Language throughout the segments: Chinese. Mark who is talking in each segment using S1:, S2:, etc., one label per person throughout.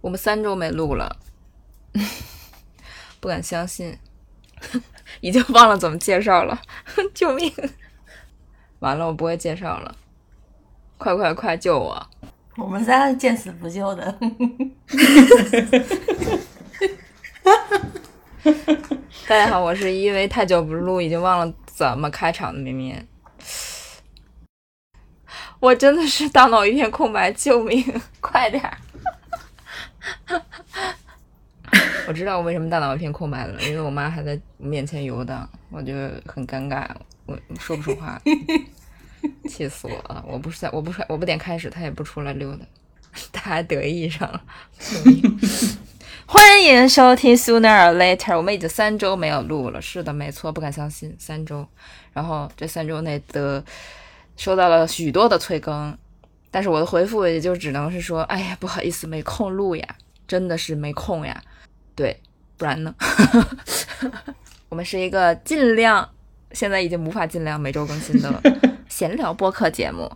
S1: 我们三周没录了， 不敢相信， 已经忘了怎么介绍了， 救命！完了，我不会介绍了，快快快救我！
S2: 我们仨见死不救的，
S1: 大家好，我是因 为太久不录，已经忘了怎么开场的绵绵。 我真的是大脑一片空白，救命！ 快点儿！ 我知道我为什么大脑一片空白了，因为我妈还在面前游荡，我就很尴尬，我说不出话，气死我了！我不是在，我不是，我不点开始，她也不出来溜达，她还得意上了。救命欢迎收听 Sooner or Later，我们已经三周没有录了，是的，没错，不敢相信，三周。然后这三周内的收到了许多的催更，但是我的回复也就只能是说，哎呀，不好意思，没空录呀，真的是没空呀。对，不然呢？ 我们是一个尽量现在已经无法尽量每周更新 的闲聊播客节目。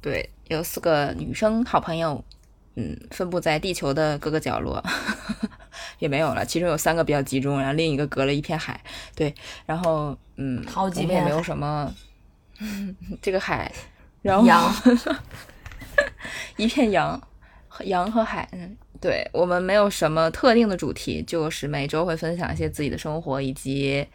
S1: 对，有四个女生好朋友，嗯，分布在地球的各个角落， 也没有了。其中有三个比较集中，然后另一个隔了一片海。对，然后嗯，
S2: 好几
S1: 我们也
S2: 片
S1: 没有
S2: 海
S1: 什么这个海，然后
S2: 羊
S1: 一片羊，和羊和海。嗯，对我们没有什么特定的主题，就是每周会分享一些自己的生活，以及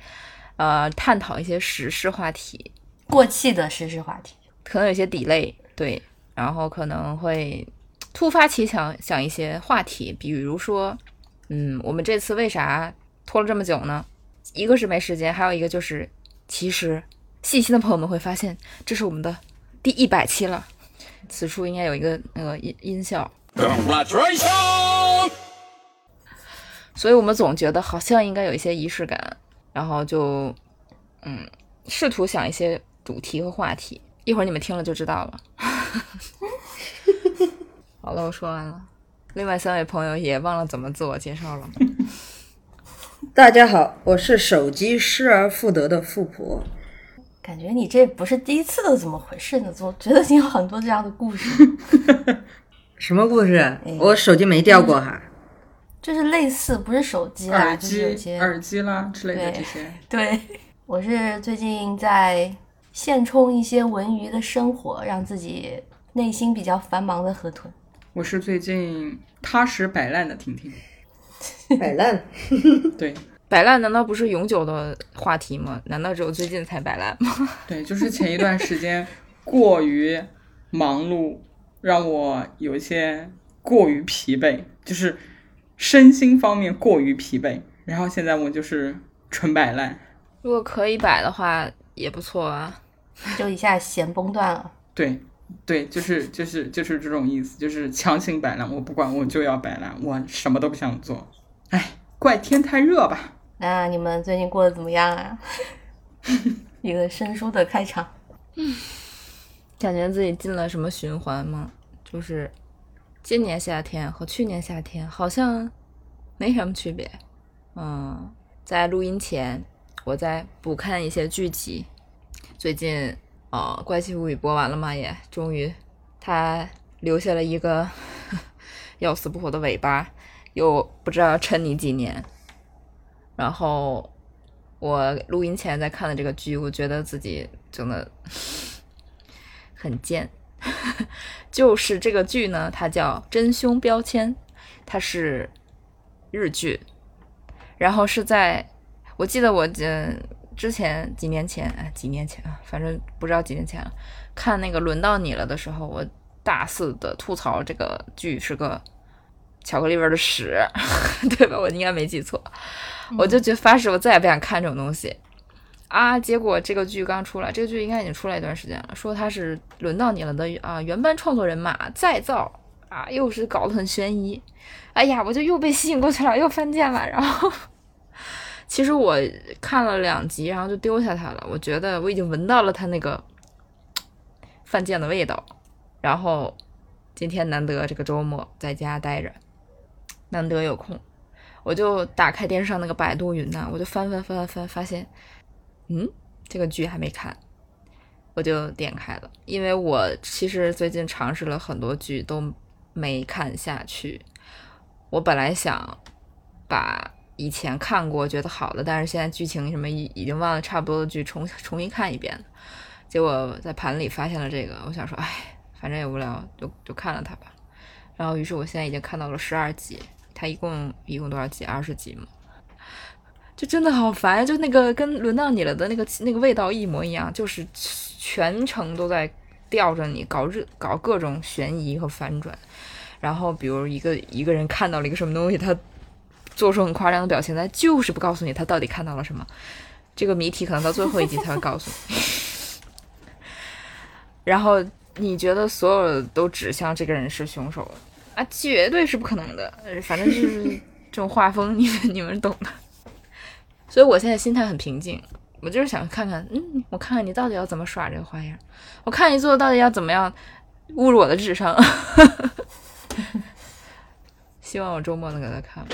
S1: 呃探讨一些时事话题，
S2: 过气的时事话题。
S1: 可能有些底类，对，然后可能会突发奇想想一些话题，比如说，嗯，我们这次为啥拖了这么久呢？一个是没时间，还有一个就是，其实细心的朋友们会发现，这是我们的第一百期了。此处应该有一个那个音音效，
S3: Congratulations!
S1: 所以我们总觉得好像应该有一些仪式感，然后就嗯，试图想一些主题和话题。一会儿你们听了就知道了。好了，我说完了。另外三位朋友也忘了怎么自我介绍了。
S4: 大家好，我是手机失而复得的富婆。
S2: 感觉你这不是第一次的，怎么回事呢？总觉得你有很多这样的故事，
S4: 什么故事？我手机没掉过哈。
S2: 就是类似，不是手机啦，
S5: 耳
S2: 就是有
S5: 机、
S2: 些
S5: 耳机啦之类的
S2: 对
S5: 这些。
S2: 对，我是最近在现充一些文娱的生活，让自己内心比较繁忙的河豚。
S5: 我是最近踏实摆烂的婷婷，
S4: 嗯摆烂，
S5: 对
S1: 摆烂难道不是永久的话题吗？难道只有最近才摆烂吗？
S5: 对，就是前一段时间过于忙碌，让我有一些过于疲惫，就是身心方面过于疲惫。然后现在我就是纯摆烂，
S1: 如果可以摆的话，也不错啊。
S2: 就一下弦崩断了。
S5: 对对，就是就是就是这种意思，就是强行摆烂，我不管，我就要摆烂，我什么都不想做。哎，怪天太热吧。
S2: 那你们最近过得怎么样啊？ 一个生疏的开场，
S1: 感觉自己进了什么循环吗？就是今年夏天和去年夏天好像没什么区别。嗯，在录音前，我在补看一些剧集。最近，呃，《怪奇物语》播完了嘛，也终于，它留下了一个 要死不活的尾巴，又不知道要抻你几年。然后我录音前在看的这个剧，我觉得自己真的很贱。 就是这个剧呢，它叫《真凶标签》，它是日剧，然后是在我记得我嗯之前几年前哎几年前啊，反正不知道几年前了，看那个轮到你了的时候，我大肆的吐槽这个剧是个巧克力味儿的屎， 对吧？我应该没记错，我就觉得发誓我再也不想看这种东西。啊！结果这个剧刚出来，这个剧应该已经出来一段时间了。说它是轮到你了的啊、原班创作人马再造啊，又是搞得很悬疑。哎呀，我就又被吸引过去了，又犯贱了。然后，其实我看了两集，然后就丢下它了。我觉得我已经闻到了它那个犯贱的味道。然后今天难得这个周末在家待着，难得有空，我就打开电视上那个百度云呐、我就翻翻翻翻翻，发现。嗯，这个剧还没看，我就点开了，因为我其实最近尝试了很多剧都没看下去，我本来想把以前看过觉得好的，但是现在剧情什么已已经忘了差不多的剧重重新看一遍，结果在盘里发现了这个，我想说，哎，反正也无聊，就就看了它吧。然后，于是我现在已经看到了十二集，它一共一共多少集？二十集嘛。就真的好烦，就那个跟轮到你了的那个那个味道一模一样，就是全程都在吊着你搞热搞各种悬疑和反转。然后，比如一个一个人看到了一个什么东西，他做出很夸张的表情，但就是不告诉你他到底看到了什么。这个谜题可能到最后一集才会告诉你。 然后你觉得所有都指向这个人是凶手啊，绝对是不可能的。呃反正就是这种画风，你们你们懂的。所以我现在心态很平静，我就是想看看，嗯，我看看你到底要怎么耍这个花样，我看你做的到底要怎么样侮辱我的智商。 希望我周末能给他看完，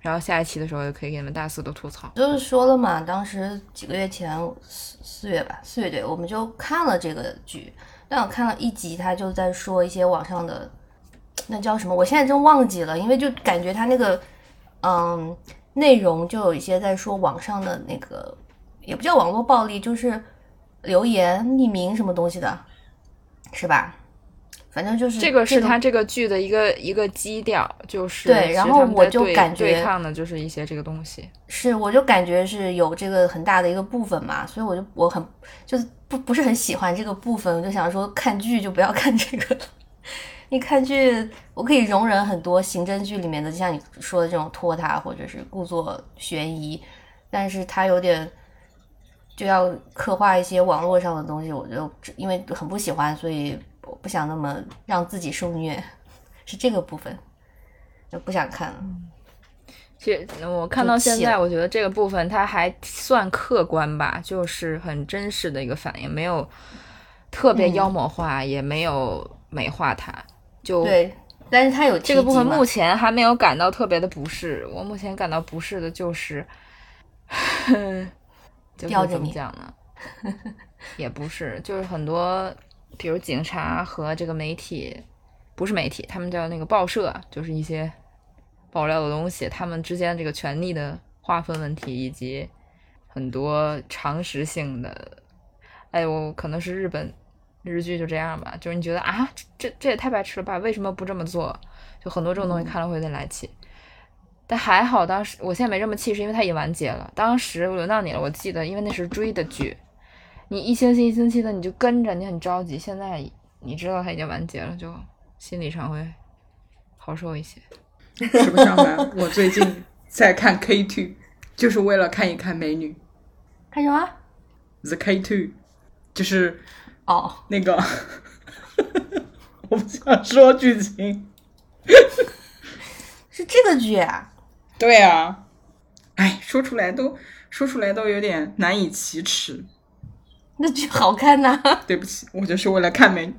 S1: 然后下一期的时候就可以给你们大肆的吐槽。
S2: 就是说了嘛，当时几个月前四四月吧，四月对，我们就看了这个剧，但我看了一集，他就在说一些网上的那叫什么，我现在真忘记了，因为就感觉他那个嗯内容就有一些在说网上的那个，也不叫网络暴力，就是留言匿名什么东西的，是吧？反正就是
S1: 这个是
S2: 嗯种
S1: 他这个剧的一个一个基调，就是
S2: 对
S1: 是
S2: 然后
S1: 他们
S2: 我
S1: 在
S2: 就
S1: 对
S2: 感觉
S1: 对抗的就是一些这个东西。
S2: 是，我就感觉是有这个很大的一个部分嘛，所以我就我很就是不不是很喜欢这个部分，我就想说看剧就不要看这个了。 你看剧，我可以容忍很多刑侦剧里面的，就像你说的这种拖沓或者是故作悬疑，但是它有点就要刻画一些网络上的东西，我就因为很不喜欢，所以我不想那么让自己受虐， 是这个部分，就不想看了。
S1: 嗯其实嗯我看到现
S2: 气
S1: 在，
S2: 了
S1: 我觉得这个部分它还算客观吧，就是很真实的一个反应，没有特别
S2: 嗯
S1: 妖魔化，也没有美化它。就
S2: 对，但是它有
S1: 这个
S2: 提
S1: 部
S2: 及
S1: 分
S2: 嘛
S1: 目前还没有感到特别的不适，我目前感到不适的就是，就是
S2: 吊着
S1: 怎么
S2: 你
S1: 讲呢？ 也不是，就是很多，比如警察和这个媒体，不是媒体，他们叫那个报社，就是一些爆料的东西，他们之间这个权力的划分问题，以及很多常识性的，哎，我可能是日本日剧就这样吧，就是你觉得啊，这这这也太白痴了吧，为什么不这么做？就很多这种
S2: 嗯
S1: 东西看了会有点来气。但还好，当时我现在没这么气，是因为它已经完结了。当时轮到你了，我记得，因为那是追的剧，你一星期一星期的你就跟着，你很着急。现在你知道它已经完结了，就心理上会好受一些。
S5: 实不相瞒，我最近在看 K Two，就是为了看一看美女
S2: 看什么？
S5: The K Two，就是
S2: 哦，
S5: 那个，我不想说剧情。
S2: 是这个剧啊！
S5: 对啊，哎，说出来都说出来都有点难以启齿。
S2: 那剧好看呐、
S5: 对不起，我就是为了看美女，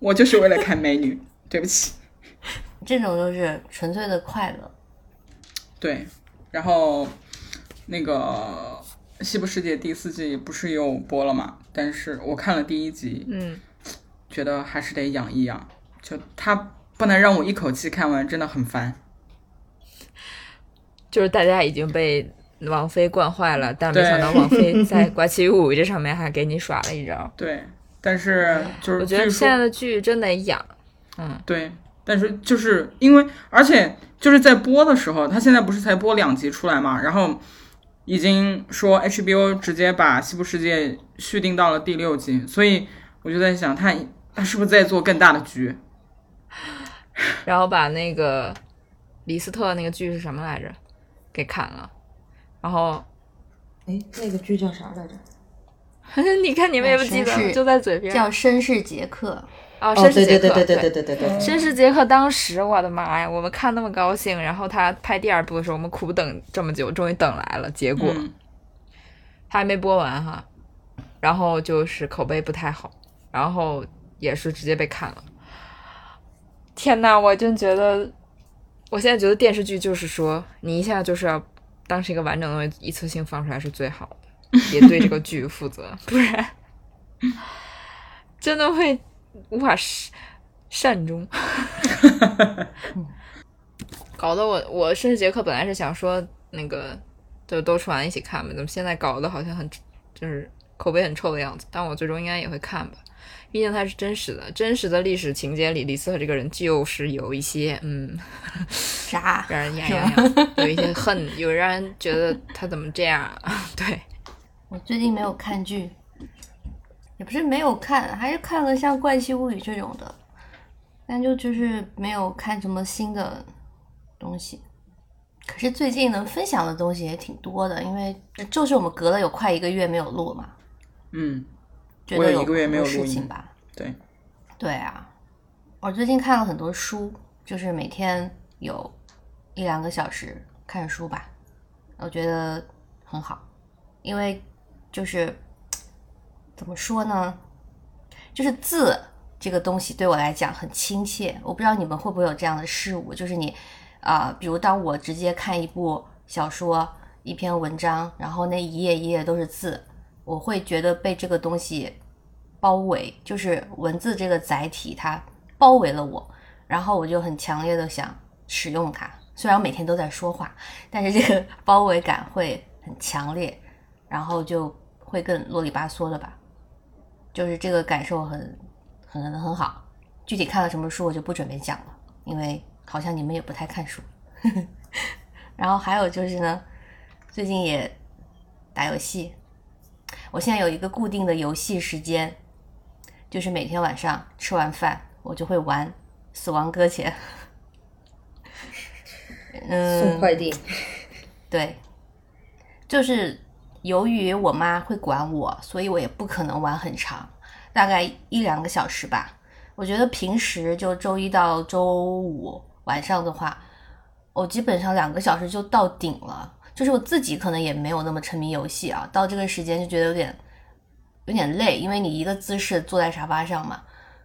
S5: 我就是为了看美女。对不起，
S2: 这种就是纯粹的快乐。
S5: 对，然后那个《西部世界》第四季不是又播了嘛？但是我看了第一集，
S1: 嗯，
S5: 觉得还是得养一养，就它不能让我一口气看完，真的很烦。
S1: 就是大家已经被王菲惯坏了，但没
S5: 对
S1: 想到王菲 在瓜奇物语这上面还给你耍了一招。
S5: 对，但是就是
S1: 我觉得
S5: 据
S1: 现在
S5: 说
S1: 的剧真得养，
S5: 对，但是就是因为，而且就是在播的时候，它现在不是才播两集出来嘛，然后已经说 HBO 直接把《西部世界》续订到了第六集，所以我就在想，它它是不是在做更大的局？
S1: 然后把那个李斯特那个剧是什么来着给砍了，然后
S4: 哎，那个剧叫啥来着？
S1: 你看你们
S4: 哎
S1: 也不记
S2: 绅
S1: 得，
S2: 士
S1: 就在嘴边。
S2: 叫《绅士杰克
S1: 啊，
S4: 哦，
S1: 绅士
S4: 对
S1: 杰
S4: 对
S1: 克，
S4: 对对对对对对对，
S1: 绅士杰克当时，我的妈呀！我们看那么高兴，然后他拍第二部的时候，我们苦等这么久，终于等来了，结果、
S5: 嗯，
S1: 他还没播完哈，然后就是口碑不太好，然后也是直接被砍了。天呐，我真觉得，我现在觉得电视剧就是说，你一下就是要当是一个完整的东西一次性放出来是最好的，也对这个剧负责，不然真的会无法善善终。搞得我我甚至节课本来是想说那个就都说完一起看吧，怎么现在搞得好像很就是口碑很臭的样子？但我最终应该也会看吧，毕竟它是真实的，真实的历史情节里，李斯特这个人就是有一些嗯，
S2: 啥？
S1: 让人牙痒痒，有一些恨，有让人觉得他怎么这样啊？ 对，
S2: 我最近没有看剧，也不是没有看，还是看了像《怪奇物语》这种的，但就就是没有看什么新的东西。可是最近能分享的东西也挺多的，因为这就是我们隔了有快一个月没有录嘛，
S5: 嗯，
S2: 觉
S5: 我
S2: 得
S5: 有一个月没有
S2: 很多
S5: 录
S2: 事情
S5: 音
S2: 吧。
S5: 对，
S2: 对啊，我最近看了很多书，就是每天有一两个小时看书吧，我觉得很好，因为就是怎么说呢，就是字这个东西对我来讲很亲切。我不知道你们会不会有这样的事物，就是你啊、呃比如当我直接看一部小说、一篇文章，然后那一页一页都是字，我会觉得被这个东西包围，就是文字这个载体它包围了我，然后我就很强烈的想使用它。虽然我每天都在说话，但是这个包围感会很强烈， 然后就会更啰里吧嗦的吧，就是这个感受很很很好。具体看了什么书我就不准备讲了，因为好像你们也不太看书。 然后还有就是呢，最近也打游戏，我现在有一个固定的游戏时间，就是每天晚上吃完饭，我就会玩《死亡搁浅》。
S4: 送
S2: 嗯，
S4: 快递，
S2: 对，就是由于我妈会管我，所以我也不可能玩很长，大概一两个小时吧。我觉得平时就周一到周五晚上的话，我基本上两个小时就到顶了。就是我自己可能也没有那么沉迷游戏啊，到这个时间就觉得有点有点累，因为你一个姿势坐在沙发上嘛。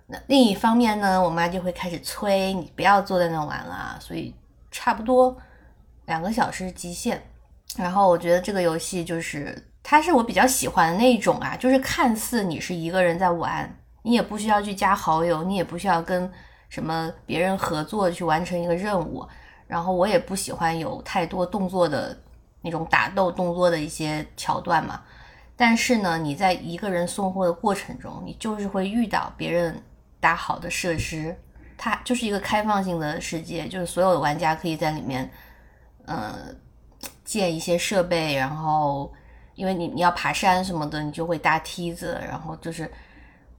S2: 那另一方面呢，我妈就会开始催你不要坐在那玩了，啊所以差不多两个小时极限。然后我觉得这个游戏就是它是我比较喜欢的那一种啊，就是看似你是一个人在玩，你也不需要去加好友，你也不需要跟什么别人合作去完成一个任务。然后我也不喜欢有太多动作的那种打斗动作的一些桥段嘛。但是呢，你在一个人送货的过程中，你就是会遇到别人搭好的设施，它就是一个开放性的世界，就是所有的玩家可以在里面，呃，建一些设备，然后因为你你要爬山什么的，你就会搭梯子，然后就是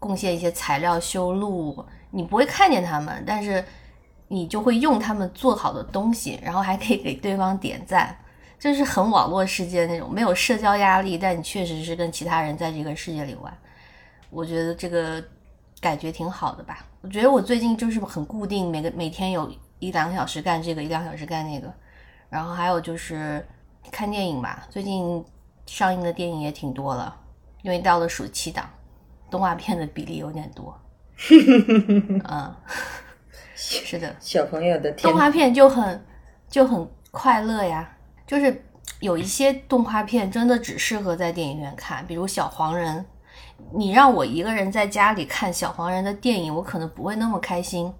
S2: 贡献一些材料修路，你不会看见他们，但是你就会用他们做好的东西，然后还可以给对方点赞，就是很网络世界那种没有社交压力，但你确实是跟其他人在这个世界里玩。我觉得这个感觉挺好的吧。我觉得我最近就是很固定，每个每天有一两个小时干这个，一两个小时干那个，然后还有就是看电影吧。最近上映的电影也挺多了，因为到了暑期档，动画片的比例有点多。嗯， 是的，
S4: 小朋友的天
S2: 动，画片就很就很快乐呀，就是有一些动画片真的只适合在电影院看，比如小黄人。你让我一个人在家里看小黄人的电影，我可能不会那么开心，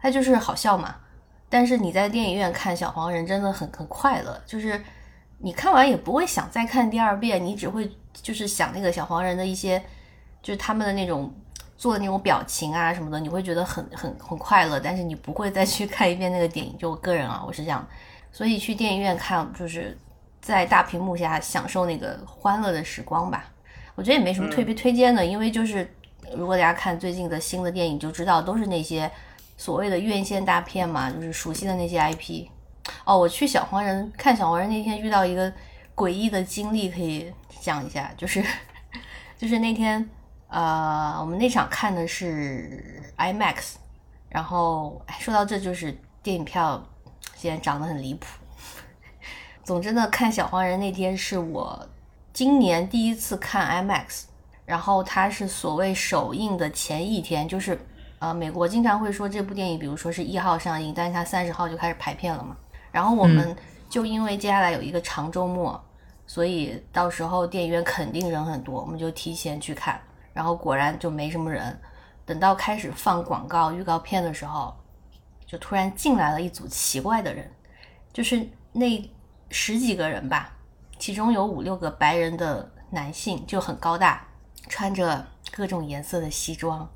S2: 它就是好笑嘛。但是你在电影院看小黄人真的很很快乐，就是你看完也不会想再看第二遍，你只会就是想那个小黄人的一些，就是他们的那种做的那种表情啊什么的，你会觉得很很很快乐，但是你不会再去 看一遍那个电影。就我个人啊，我是这样，所以去电影院看就是在大屏幕下享受那个欢乐的时光吧。我觉得也没什么特别推荐的，因为就是如果大家看最近的新的电影就知道，都是那些所谓的院线大片嘛，就是熟悉的那些 IP。哦，我去小黄人看小黄人那天遇到一个诡异的经历，可以讲一下，就是 就是那天呃，我们那场看的是 IMAX，然后哎说到这就是电影票现在涨得很离谱。 总之呢，看小黄人那天是我今年第一次看 IMAX，然后它是所谓首映的前一天，就是呃，美国经常会说这部电影，比如说是一号上映，但是它三十号就开始排片了嘛。然后我们就因为接下来有一个长周末，所以到时候电影院肯定人很多，我们就提前去看。然后果然就没什么人。等到开始放广告预告片的时候，就突然进来了一组奇怪的人，就是那十几个人吧，其中有五六个白人的男性，就很高大，穿着各种颜色的西装，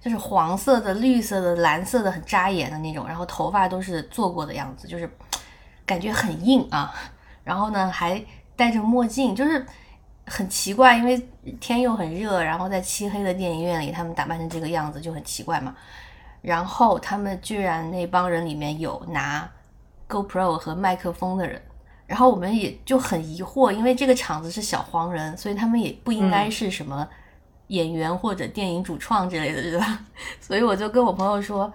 S2: 就是黄色的、绿色的、蓝色的，很扎眼的那种，然后头发都是做过的样子，就是感觉很硬啊。然后呢，还戴着墨镜，就是很奇怪，因为天又很热，然后在漆黑的电影院里，他们打扮成这个样子就很奇怪嘛。然后他们居然那帮人里面有拿 GoPro 和麦克风的人，然后我们也就很疑惑，因为这个场子是小黄人，所以他们也不应该是什么演员或者电影主创之类的，对吧？ 所以我就跟我朋友说，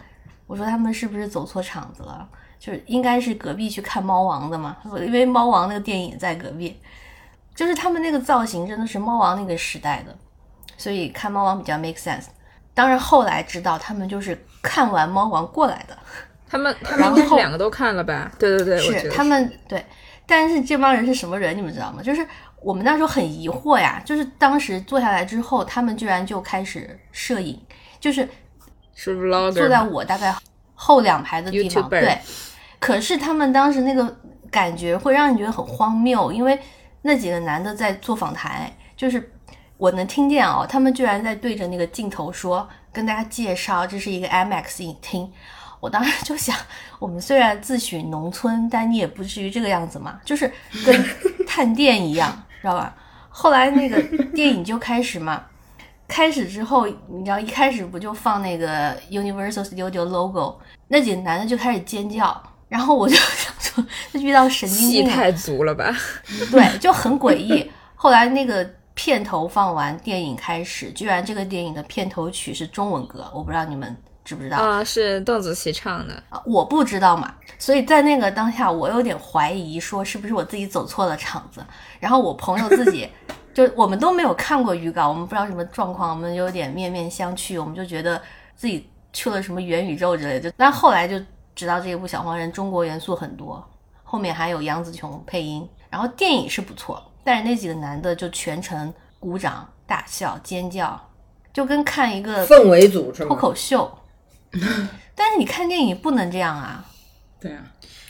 S2: 我说他们是不是走错场子了？就是应该是隔壁去看《猫王》的嘛，因为《猫王》那个电影也在隔壁，就是他们那个造型真的是《猫王》那个时代的，所以看《猫王》比较 make sense。当然后来知道他们就是看完《猫王》过来的，
S1: 他们他们应该是两个都看了吧？对对对，我觉
S2: 是
S1: 得
S2: 他们对，但是这帮人是什么人，你们知道吗？就是我们那时候很疑惑呀，就是当时坐下来之后，他们居然就开始摄影，就是
S1: 是 vlogger
S2: 坐在我大概后两排的地方，
S1: YouTuber
S2: 对。可是他们当时那个感觉会让你觉得很荒谬，因为那几个男的在做访谈，就是我能听见哦，他们居然在对着那个镜头说，跟大家介绍这是一个 IMAX 影厅。我当时就想，我们虽然自诩农村，但你也不至于这个样子嘛，就是跟探店一样，知道吧？后来那个电影就开始嘛，开始之后，你知道一开始不就放那个 Universal Studio logo，那几个男的就开始尖叫，然后我就想说，这遇到神经
S1: 戏
S2: 病了
S1: 太足了吧？
S2: 对，就很诡异。后来那个片头放完，电影开始，居然这个电影的片头曲是中文歌，我不知道你们知不知道。
S1: 啊，是邓紫棋唱的，
S2: 啊，我不知道嘛，所以在那个当下，我有点怀疑，说是不是我自己走错了场子。然后我朋友自己就我们都没有看过预告，我们不知道什么状况，我们有点面面相觑，我们就觉得自己去了什么元宇宙之类的。但后来就知道这一部《小黄人》中国元素很多，后面还有杨紫琼配音，然后电影是不错，但是那几个男的就全程鼓掌、大笑、尖叫，就跟看一个
S4: 氛围组是
S2: 脱
S4: 吗？
S2: 口秀。 但是你看电影不能这样啊，
S5: 对啊，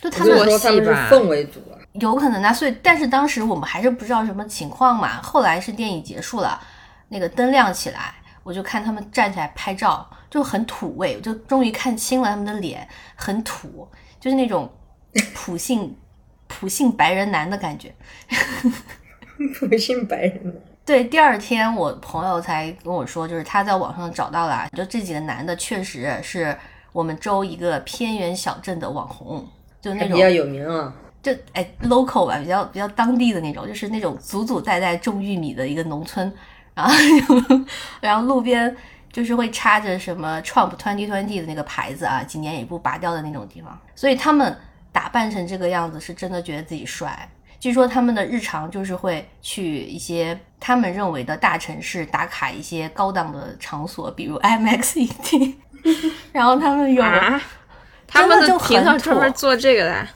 S2: 就他
S4: 我就
S2: 们
S4: 说他们是
S1: 做戏吧
S4: 氛围组啊，
S2: 有可能啊，所以但是当时我们还是不知道什么情况嘛。后来是电影结束了，那个灯亮起来，我就看他们站起来拍照，就很土味，我就终于看清了他们的脸，很土，就是那种普信 普信白人男的感觉。
S4: 不信白人。啊
S2: 对，第二天我朋友才跟我说，就是他在网上找到了，啊就这几个男的确实是我们州一个偏远小镇的网红，就
S4: 还
S2: 那
S4: 比
S2: 种
S4: 较有名啊，
S2: 就哎 local 吧，比较比较当地的那种，就是那种祖祖代代种玉米的一个农村，然后 然后路边就是会插着什么 Trump twenty twenty 的那个牌子啊，几年也不拔掉的那种地方，所以他们打扮成这个样子，是真的觉得自己帅。据说他们的日常就是会去一些他们认为的大城市打卡一些高档的场所，比如 IMAX 影厅， 然后他们有
S1: 啊，他们
S2: 就
S1: 的
S2: 很
S1: 频道专门
S2: 土
S1: 做这个的，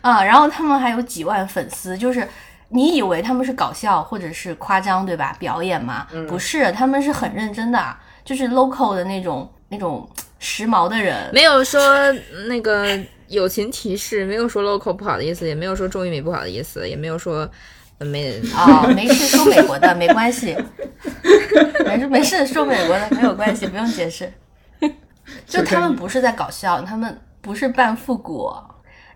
S2: 啊，然后他们还有几万粉丝，就是你以为他们是搞笑或者是夸张，对吧？表演嘛，
S1: 嗯
S2: 不是，他们是很认真的，啊就是 local 的那种那种时髦的人。
S1: 没有说那个友情提示，没有说 local 不好的意思，也没有说种玉米不好的意思，也没有说呃没
S2: 啊、没事，说美国的没关系， 没事没事，说美国的没有关系，不用解 释。就他们不是在搞笑，他们不是扮复古。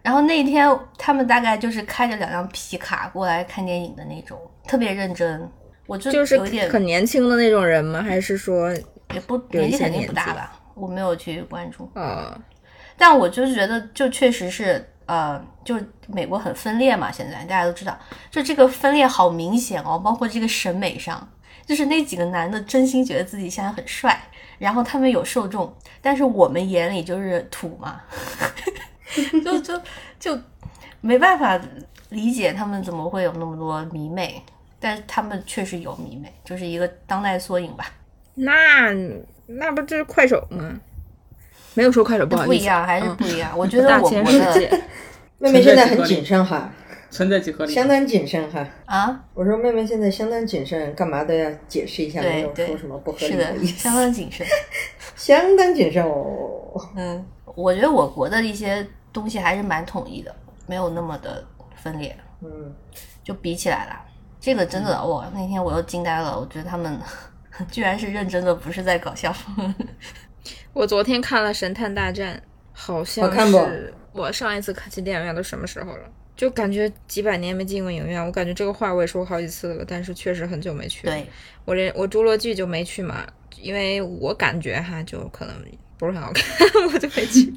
S2: 然后那天他们大概就是开着两辆皮卡过来看电影的那种，特别认真。我就
S1: 就是
S2: 哦有点
S1: 很年轻的那种人吗？还是说
S2: 也不
S1: 有一
S2: 年纪
S1: 些
S2: 肯定
S1: 年
S2: 不大
S1: 纪
S2: 吧，我没有去关注，
S1: 呃
S2: 但我就觉得就确实是呃，就美国很分裂嘛，现在大家都知道，就这个分裂好明显哦，包括这个审美上，就是那几个男的真心觉得自己现在很帅，然后他们有受众，但是我们眼里就是土嘛， 就就就没办法理解他们怎么会有那么多迷妹，但是他们确实有迷妹，就是一个当代缩影吧。
S1: 那那不就是快手吗？没有说快手不好
S2: 不
S1: 意
S2: 一
S1: 思，
S2: 样，还是
S1: 嗯
S2: 不一样。我觉得
S1: 大
S2: 我
S1: 千
S2: 国
S1: 世
S2: 的
S1: 界，
S4: 妹妹现在很谨慎哈，
S5: 存在即合理。
S4: 相当谨慎哈。
S2: 啊，
S4: 我说妹妹现在相当谨慎，干嘛都要解释一下，没
S2: 对
S4: 有
S2: 对
S4: 说什么不，合
S2: 是
S4: 理的
S2: 的，
S4: 意思。
S2: 相当谨慎。
S4: 相当谨慎哦。
S2: 嗯，我觉得我国的一些东西还是蛮统一的，没有那么的分裂。
S4: 嗯，
S2: 就比起来啦，这个真的，
S1: 嗯
S2: 我那天我又惊呆了，我觉得他们 居然是认真的，不是在搞笑。
S1: 我昨天看了《神探大战》，好像
S4: 好看不
S1: 是我上一次看去电影院都什么时候了？就感觉几百年没进过影院。我感觉这个话我也说过好几次了，但是确实很久没去了。
S2: 对，
S1: 我连我《侏罗纪》就没去嘛，因为我感觉哈，就可能不是很好看， 我就没去。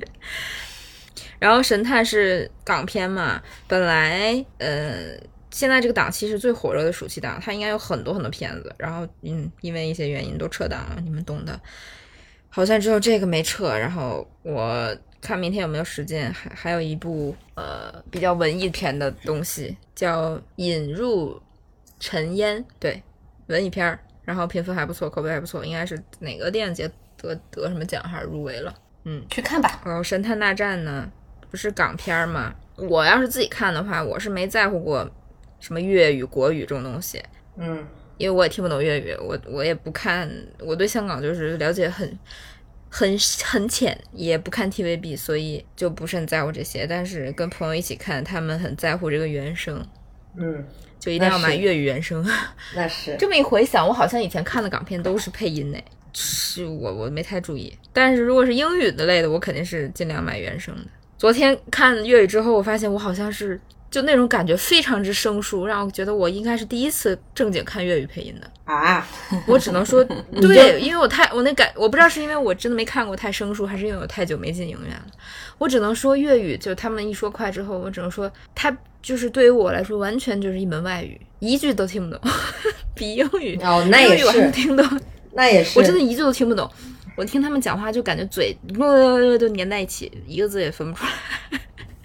S1: 然后《神探》是港片嘛，本来呃，现在这个档期是最火热的暑期档，它应该有很多很多片子。然后嗯，因为一些原因都撤档了，你们懂的。好像只有这个没撤。然后我看明天有没有时间，还还有一部呃比较文艺片的东西，叫《引入尘烟》，对，文艺片儿，然后评分还不错，口碑还不错，应该是哪个电影节得得什么奖还是入围了。
S2: 去 看吧。
S1: 然后《神探大战》呢，不是港片儿嘛？我要是自己看的话，我是没在乎过什么粤语、国语这种东西，
S4: 嗯，
S1: 因为我也听不懂粤语，我我也不看，我对香港就是了解很很很浅，也不看 TVB，所以就不是很在乎这些。但是跟朋友一起看，他们很在乎这个原声，
S4: 嗯，
S1: 就一定要
S4: 那
S1: 买
S4: 是
S1: 粤语原声。
S4: 那是
S1: 这么一回想，我好像以前看的港片都是配音呢，是我我没太注意。但是如果是英语的类的，我肯定是尽量买原声的。昨天看粤语之后，我发现我好像是就那种感觉非常之生疏，让我觉得我应该是第一次正经看粤语配音的。
S4: 啊，
S1: 我只能说，对，因为我太我那感，我不知道是因为我真的没看过太生疏，还是因为我太久没进影院了。我只能说粤语，就他们一说快之后，我只能说它就是对于我来说完全就是一门外语，一句都听不懂， 比英语
S4: 哦，那
S1: 英
S4: 也
S1: 语我还能
S4: 是，
S1: 听懂，
S4: 那也是，
S1: 我真的一句都听不懂。我听他们讲话就感觉嘴都粘在一起，一个字也分不出来。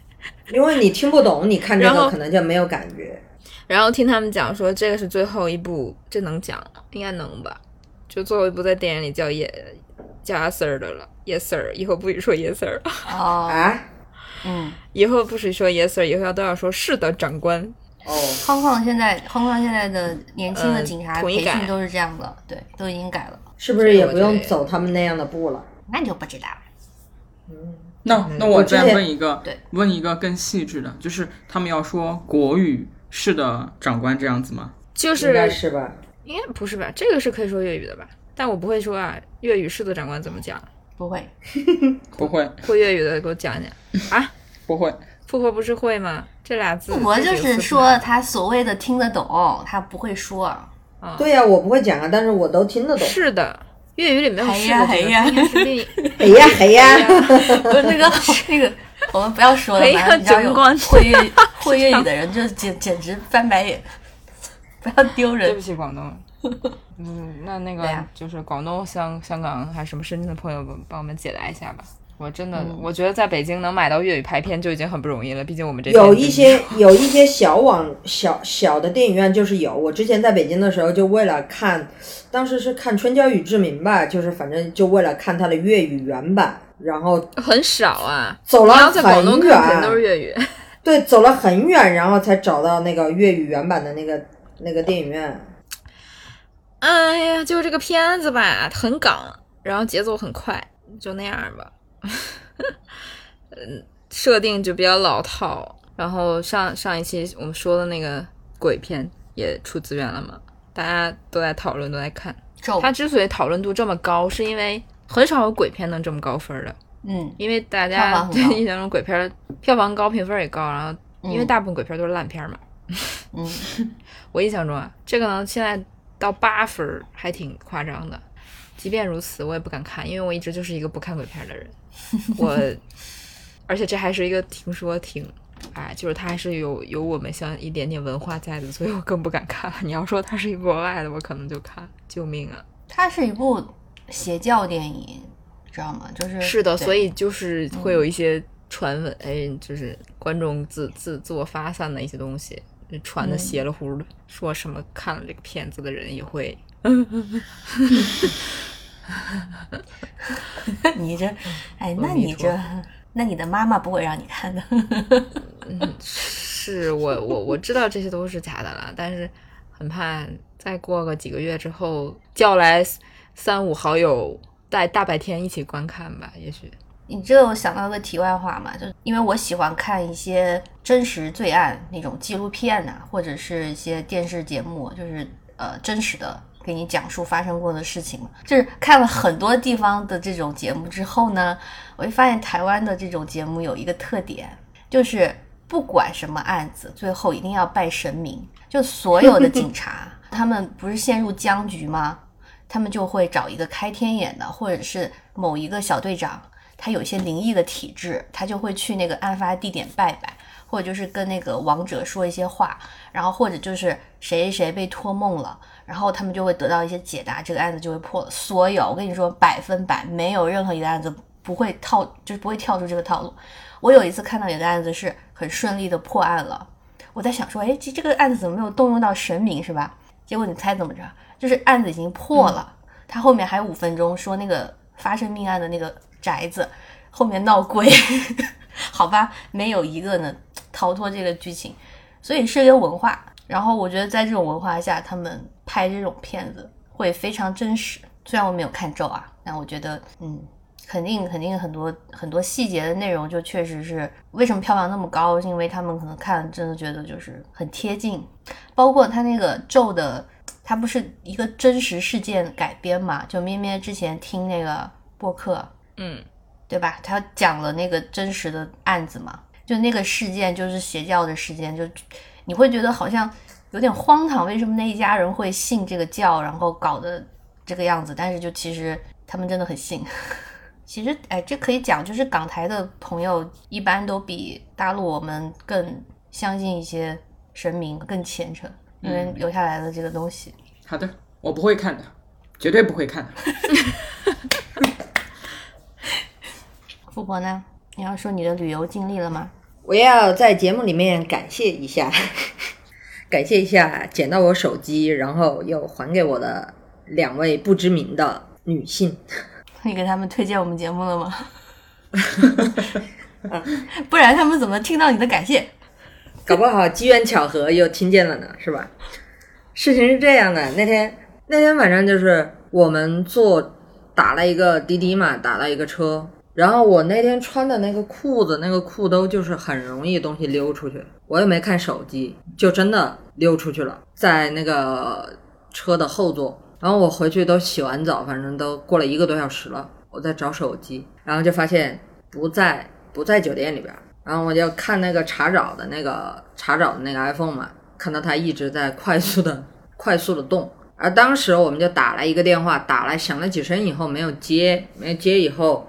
S4: 因为你听不懂，你看这
S1: 然
S4: 个
S1: 后
S4: 可能就没有感觉。
S1: 然后听他们讲说这个是最后一部，这能讲应该能吧？就最后一部在电影里叫叶叫阿 Sir 的了，Yes Sir，以后不许说 Yes Sir，
S2: 哦，
S4: 啊，
S2: 嗯，
S1: 以后不许说 Yes Sir，以后要都要说是的，长官。
S4: 哦，
S2: 康康现在康康现在的年轻的
S1: 嗯
S2: 警察
S1: 统一
S2: 培
S1: 改
S2: 训都是这样的，对，都已经改了。
S4: 是不是也不
S1: 我
S4: 用
S1: 觉得
S4: 走他们那样的步了？
S2: 那你就不知道了。
S5: 那那
S4: 我
S5: 我
S4: 之
S5: 再
S4: 前
S5: 问一个
S2: 对，
S5: 问一个更细致的，就是他们要说国语是的，长官这样子吗？
S1: 就
S4: 应该
S1: 是
S4: 是吧？
S1: 应该不是吧？这个是可以说粤语的吧？但我不会说啊，粤语是的，长官怎么讲？
S2: 不会，
S5: 不会，
S1: 会粤语的给我讲讲啊！
S5: 不会，
S1: 富婆不是会吗？这俩字
S2: 富婆
S1: 嗯这
S2: 就
S1: 几个
S2: 是
S1: 字
S2: 说他所谓的听得懂，他不 会说。
S4: 对呀、我不会讲啊，但是我都听得懂。
S1: 是的，粤语里没有
S2: 哎
S1: 是
S2: 呀
S1: 的这个
S2: 哎呀
S1: 字，应该是另一
S4: 哎呀，哎呀，
S2: 不是 那个那个，我们不要说了
S1: 哎，呀
S2: 反正你知道有
S1: 整关
S2: 会粤语会粤语 的人就简简直翻白眼， 不要丢
S1: 对
S2: 人
S1: 不。起，广东。嗯，那那个
S2: 对呀
S1: 就是广东、香香港还是什么深圳的朋友，帮帮我们解答一下吧。我真的，我觉得在北京能买到粤语排片就已经很不容易了，毕竟我们这边
S4: 有
S1: 真
S4: 一
S1: 的
S4: 些有一些小网小小的电影院就是有。我之前在北京的时候，就为了看，当时是看《春娇与志明》吧，就是反正就为了看它的粤语原版，然后
S1: 很少啊。
S4: 走了
S1: 你要在广东
S4: 很
S1: 看，肯定
S4: 远，
S1: 都是粤语。
S4: 对，走了很远，然后才找到那个粤语原版的那个那个电影院。
S1: 哎呀，就这个片子吧，很港，然后节奏很快，就那样吧。 嗯，设定就比较老套。然后上上一期我们说的那个鬼片也出资源了嘛，大家都在讨论，都在看。
S2: 咒，
S1: 它之所以讨论度这么高，是因为很少有鬼片能这么高分的，
S2: 嗯，
S1: 因为大
S2: 票
S1: 家
S2: 房
S1: 对
S2: 很高
S1: 印象中鬼片儿票房高，评分也高，然后因为
S2: 嗯
S1: 大部分鬼片都是烂片嘛。
S2: 嗯，
S1: 我印象中啊，这个呢现在到八分儿还挺夸张的。即便如此，我也不敢看，因为我一直就是一个不看鬼片儿的人。我，而且这还是一个听说挺，哎，就是它还是有有我们像一点点文化在的，所以我更不敢看。你要说它是一个国外的，我可能就看。救命啊！
S2: 它是一部邪教电影，知道吗？就是
S1: 是的，
S2: 嗯对
S1: 所以就是会有一些传闻，哎，就是观众自自自我发散的一些东西，就传的邪了乎的，说什么看了这个片子的人也会，
S2: 你这，哎，
S1: 阿
S2: 那
S1: 弥
S2: 你
S1: 陀
S2: 这，那你的妈妈不会让你看的。
S1: 嗯是我我我知道这些都是假的了，但是很怕再过个几个月之后叫来三五好友在大白天一起观看吧，也许
S2: 你这我想到个题外话嘛，就是因为我喜欢看一些真实罪案那种纪录片呐、或者是一些电视节目，就是呃真实的给你讲述发生过的事情嘛。就是看了很多地方的这种节目之后呢，我就发现台湾的这种节目有一个特点，就是不管什么案子，最后一定要拜神明。就所有的警察，他们不是陷入僵局吗？他们就会找一个开天眼的，或者是某一个小队长，他有一些灵异的体质，他就会去那个案发地点拜拜，或者就是跟那个亡者说一些话，然后或者就是谁谁谁被托梦了，然后他们就会得到一些解答，这个案子就会破了。所有我跟你说，百分百没有任何一个案子不会套，就是不会跳出这个套路。我有一次看到有个案子是很顺利的破案了，我在想说，哎，这这个案子怎么没有动用到神明是吧？结果你猜怎么着？就是案子已经破了，他后面还有五分钟说那个发生命案的那个宅子后面闹鬼， 好吧，没有一个能逃脱这个剧情，所以是一个文化。然后我觉得在这种文化下，他们拍这种片子会非常真实。虽然我没有看咒啊，但我觉得，嗯，肯定肯定很多很多细节的内容，就确实是为什么票房那么高，是因为他们可能看真的觉得就是很贴近，包括他那个咒的，它不是一个真实事件改编嘛？就咩咩之前听那个播客，
S1: 嗯，
S2: 对吧？他讲了那个真实的案子嘛，就那个事件就是邪教的事件，就你会觉得好像有点荒唐，为什么那一家人会信这个教，然后搞得这个样子？但是就其实他们真的很信。 其实，哎，这可以讲，就是港台的朋友一般都比大陆我们更相信一些神明，更虔诚，因为留下来的这个东西。
S5: 好的，我不会看的，绝对不会看的。
S2: 富婆呢？你要说你的旅游经历了吗？
S4: 我要在节目里面感谢一下，感谢一下捡到我手机，然后又还给我的两位不知名的女性。
S2: 你给他们推荐我们节目了 吗？嗯不然他们怎么听到你的感谢？
S4: 搞不好机缘巧合又听见了呢，是吧？事情是这样的，那天那天晚上就是我们坐打了一个滴滴嘛，打了一个车，然后我那天穿的那个裤子那个裤兜就是很容易东西溜出去，我也没看手机，就真的溜出去了，在那个车的后座。然后我回去都洗完澡，反正都过了一个多小时了，我在找手机，然后就发现不在不在酒店里边儿，然后我就看那个查找的那个查找的那个 iPhone 嘛，看到它一直在快速的快速的动，而当时我们就打了一个电话，打了响了几声以后没有接，没有接以后，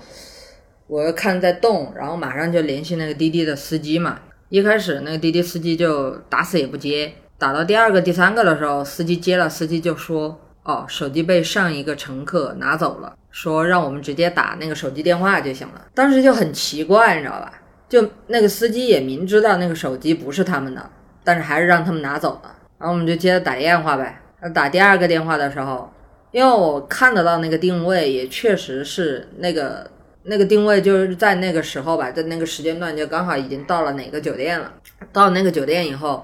S4: 我又看在动，然后马上就联系那个滴滴的司机嘛，一开始那个滴滴司机就打死也不接，打到第二个、第三个的时候，司机接了，司机就说：“哦，手机被上一个乘客拿走了，说让我们直接打那个手机电话就行了。”当时就很奇怪，你知道吧？就那个司机也明知道那个手机不是他们的，但是还是让他们拿走了。然后我们就接着打电话呗。打第二个电话的时候，因为我看得到那个定位，也确实是那个那个定位就是在那个时候吧，在那个时间段就刚好已经到了哪个酒店了。到那个酒店以后，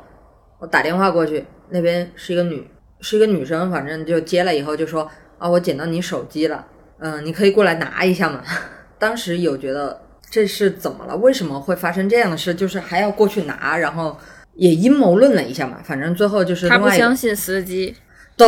S4: 我打电话过去，那边是一个女，是一个女生，反正就接了以后就说啊，我捡到你手机了，嗯，你可以过来拿一下嘛。 当时有觉得这是怎么了？为什么会发生这样的事？就是还要过去拿，然后也阴谋论了一下嘛。反正最后就是
S1: 他
S4: 另
S1: 不
S4: 外一个
S1: 相信司机，
S4: 对，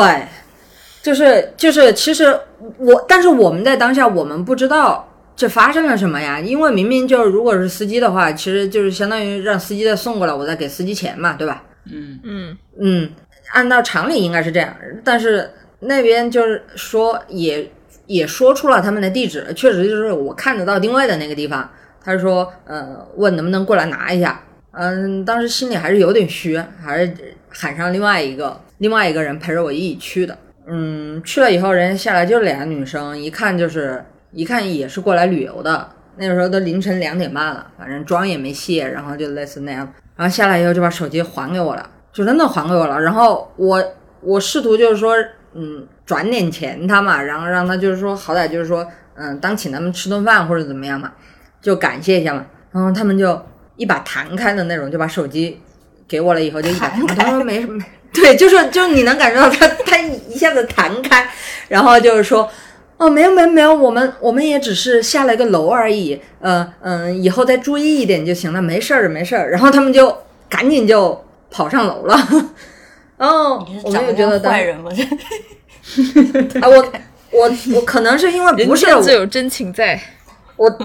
S4: 就是就是，其实我，但是我们在当下，我们不知道这发生了什么呀，因为明明就是，如果是司机的话，其实就是相当于让司机再送过来，我再给司机钱嘛，对吧？
S5: 嗯，
S1: 嗯，
S4: 嗯，按照常理应该是这样，但是那边就是说也也说出了他们的地址，确实就是我看得到定位的那个地方。他说，呃，问能不能过来拿一下。嗯，当时心里还是有点虚，还是喊上另外一个另外一个人陪着我一起去的。嗯，去了以后，人家下来就俩女生，一看就是一看也是过来旅游的。那个时候都凌晨两点半了，反正妆也没卸，然后就类似那样。然后下来以后就把手机还给我了，就真的还给我了。然后我我试图就是说，嗯，转点钱他嘛，然后让他就是说，好歹就是说，嗯，当请他们吃顿饭或者怎么样嘛，就感谢一下嘛。然后他们就一把弹开的那种，就把手机给我了以后就一把弹开，他说没什么。 对，就是就是你能感觉到他他一下子弹开，然后就是说，哦，没有没有没有，我们我们也只是下了一个楼而已，呃嗯、以后再注意一点就行了，没事儿的没事儿。然后他们就赶紧就跑上楼了， 然后
S2: 你是
S4: 我
S2: 长
S4: 们
S2: 得
S4: 就觉得
S2: 像
S4: 当
S2: 坏
S4: 时
S2: 人吗？这
S4: 啊，我我我可能是因为不
S1: 人
S4: 是
S1: 间自有真情 在，
S4: 我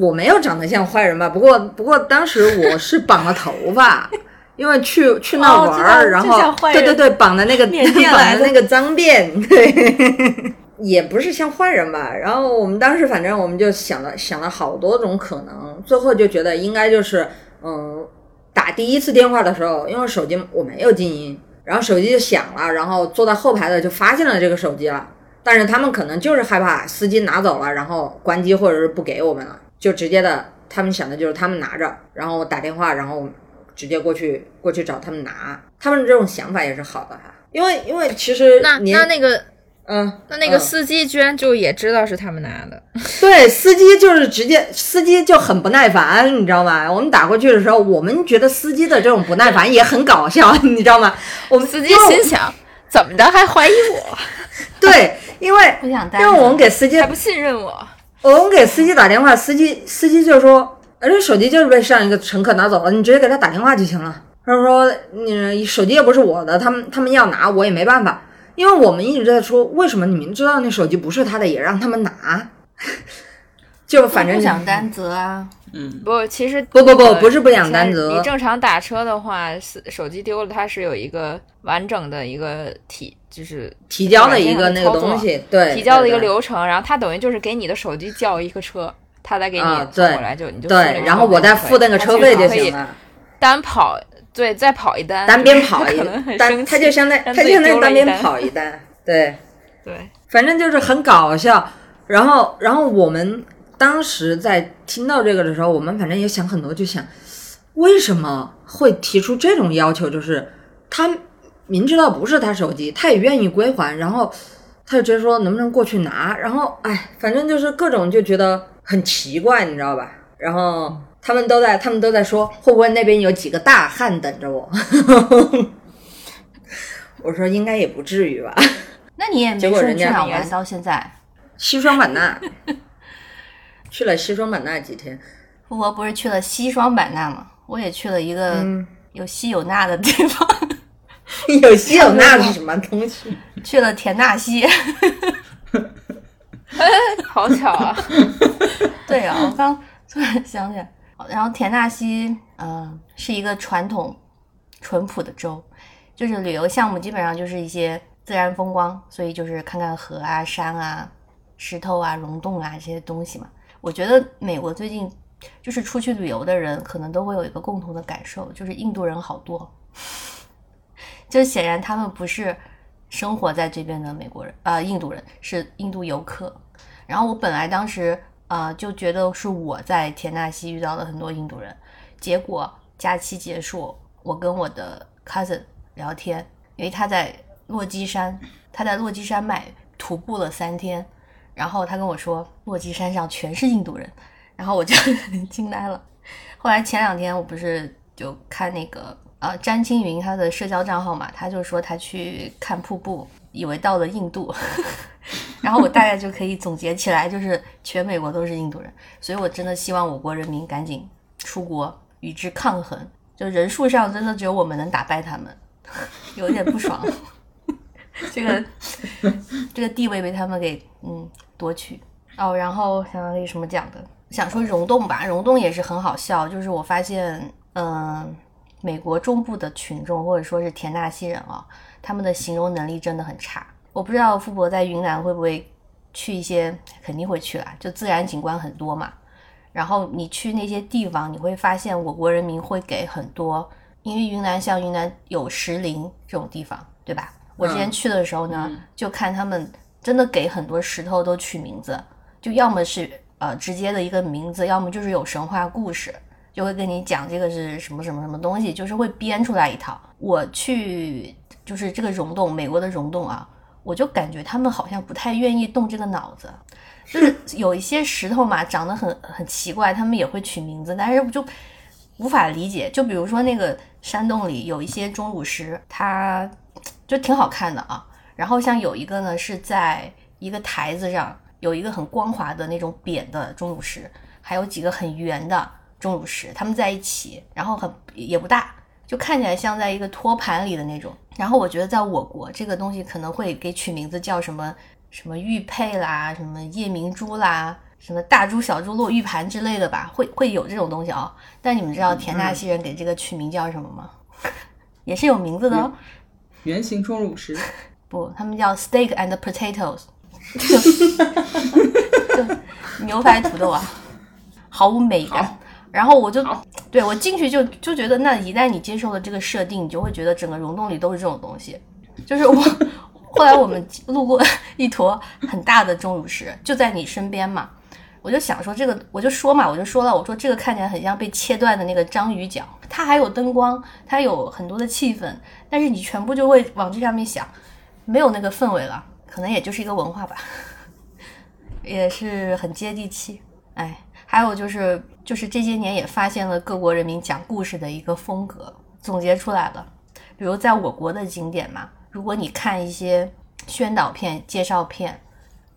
S4: 我没有长得像坏人吧？不过不过当时我是绑了头发，因为去去那
S2: 哦
S4: 玩
S2: 知道
S4: 儿，然
S2: 就像
S4: 后
S2: 坏
S4: 对
S2: 人
S4: 对对，绑的那个
S2: 缅甸来
S4: 绑
S2: 的
S4: 的那个脏辫，对，也不是像坏人吧。然后我们当时反正我们就想了想了好多种可能，最后就觉得应该就是嗯，打第一次电话的时候，因为手机我没有静音，然后手机就响了，然后坐在后排的就发现了这个手机了。但是他们可能就是害怕司机拿走了，然后关机或者是不给我们了，就直接的，他们想的就是他们拿着，然后我打电话，然后直接过去过去找他们拿。他们这种想法也是好的哈，因为因为其实
S1: 那
S4: 您
S1: 那那个
S4: 嗯，
S1: 那那个
S4: 嗯
S1: 司机居然就也知道是他们拿的，
S4: 对，司机就是直接，司机就很不耐烦，你知道吗？我们打过去的时候，我们觉得司机的这种不耐烦也很搞笑， 你知道吗？我们
S1: 司机
S4: 因为我
S1: 心 想怎么着还怀疑我，
S4: 对，因 为
S2: 不想
S4: 因
S2: 待
S4: 为
S2: 着。
S4: 我们给司机
S1: 还，不信任我，
S4: 我们给司机打电话，司机司机就说，而且手机就是被上一个乘客拿走了，你直接给他打电话就行了。他说你手机也不是我的，他们他们要拿我也没办法，因为我们一直在说，为什么你明知道那手机不是他的也让他们拿， 就反正
S2: 不
S4: 你
S2: 想担责啊，
S5: 嗯，
S1: 不，其实
S4: 不不不
S1: 呃
S4: 不是不想担
S1: 像
S4: 责
S1: 你正常打车的话，是手机丢了，它是有一个完整的一个体，就是
S4: 提交的一个那个东西，对，
S1: 提交的一个
S4: 对。
S1: 流程，然后它等于就是给你的手机叫一个车，它再给你
S4: 啊
S1: 送
S4: 对
S1: 过来，就你就
S4: 对
S1: 付那
S4: 对，
S1: 个
S4: 然后
S1: 车费
S4: 我再
S1: 就可
S4: 付那
S1: 以
S4: 个
S1: 它
S4: 车
S1: 就
S4: 费就
S1: 可以
S4: 行了，
S1: 单跑，对，再跑一单，
S4: 单边跑
S1: 就是
S4: 一
S1: 可能，很
S4: 单
S1: 生
S4: 他
S1: 气
S4: 就相当
S1: 让自
S4: 他就
S1: 己
S4: 相当
S1: 丢
S4: 于
S1: 了
S4: 单
S1: 一
S4: 边
S1: 单
S4: 跑一单，对，
S1: 对，
S4: 反正就是很搞笑。然后，然后我们当时在听到这个的时候，我们反正也想很多，就想为什么会提出这种要求？就是他明知道不是他手机，他也愿意归还，然后他就直接说能不能过去拿。然后，哎，反正就是各种就觉得很奇怪，你知道吧？然后他们都在，他们都在说，会不会那边有几个大汉等着我？ 我说应该也不至于吧。
S2: 那你也没
S4: 结果
S2: 说
S4: 人
S2: 去
S4: 家
S2: 哪儿
S4: 没来
S2: 玩到现在。
S4: 西双版纳， 去了西双版纳几天，
S2: 富婆不是去了西双版纳吗？我也去了一个
S4: 嗯
S2: 有西有钠的地方，
S4: 有西有那是什么东 西？
S2: 去了田纳西。
S1: 好巧 啊！
S2: 对啊，我刚突然想起来，然后田纳西，嗯、是一个传统淳朴的州，就是旅游项目基本上就是一些自然风光，所以就是看看河啊、山啊、石头啊、溶洞啊这些东西嘛。我觉得美国最近就是出去旅游的人，可能都会有一个共同的感受，就是印度人好多。 就显然他们不是生活在这边的美国人，呃，印度人是印度游客。然后我本来当时呃就觉得是我在田纳西遇到了很多印度人，结果假期结束，我跟我的 cousin 聊天，因为他在落基山，他在落基山脉徒步了三天，然后他跟我说落基山上全是印度人，然后我就 惊呆了。后来前两天我不是就看那个呃詹青云他的社交账号嘛，他就说他去看瀑布，以为到了印度，然后我大概就可以总结起来，就是全美国都是印度人，所以我真的希望我国人民赶紧出国与之抗衡，就人数上真的只有我们能打败他们， 有点不爽， 这个这个地位被他们给嗯夺取。哦，然后想想给什么讲的，想说溶洞吧，溶洞也是很好笑，就是我发现，嗯、美国中部的群众或者说是田纳西人啊、他们的形容能力真的很差。我不知道富博在云南会不会去一些，肯定会去啦，就自然景观很多嘛。然后你去那些地方，你会发现我国人民会给很多，因为云南像云南有石林这种地方，对吧？我之前去的时候呢，就看他们真的给很多石头都取名字，就要么是呃直接的一个名字，要么就是有神话故事，就会跟你讲这个是什么什么什么东西，就是会编出来一套。我去就是这个溶洞，美国的溶洞啊，我就感觉他们好像不太愿意动这个脑子，就是有一些石头嘛，长得很很奇怪，他们也会取名字，但是我就无法理解。就比如说那个山洞里有一些钟乳石，它就挺好看的啊。然后像有一个呢是在一个台子上，有一个很光滑的那种扁的钟乳石，还有几个很圆的钟乳石，它们在一起，然后很也不大，就看起来像在一个托盘里的那种。然后我觉得在我国这个东西可能会给取名字叫什么什么玉佩啦，什么夜明珠啦，什么大珠小珠落玉盘之类的吧，会会有这种东西啊、但你们知道田纳西人给这个取名叫什么吗？ 也是有名字的哦。
S5: 圆形钟乳石，
S2: 不，他们叫 steak and potatoes，就就牛排土豆啊，毫无美感。然后我就对我进去就就觉得，那一旦你接受了这个设定，你就会觉得整个溶洞里都是这种东西。就是我后来我们路过一坨很大的钟乳石，就在你身边嘛，我就想说这个，我就说嘛，我就说了，我说这个看起来很像被切断的那个章鱼脚，它还有灯光，它有很多的气氛，但是你全部就会往这上面想，没有那个氛围了，可能也就是一个文化吧， 也是很接地气。哎，还有就是，就是这些年也发现了各国人民讲故事的一个风格，总结出来了。比如在我国的景点嘛，如果你看一些宣导片、介绍片，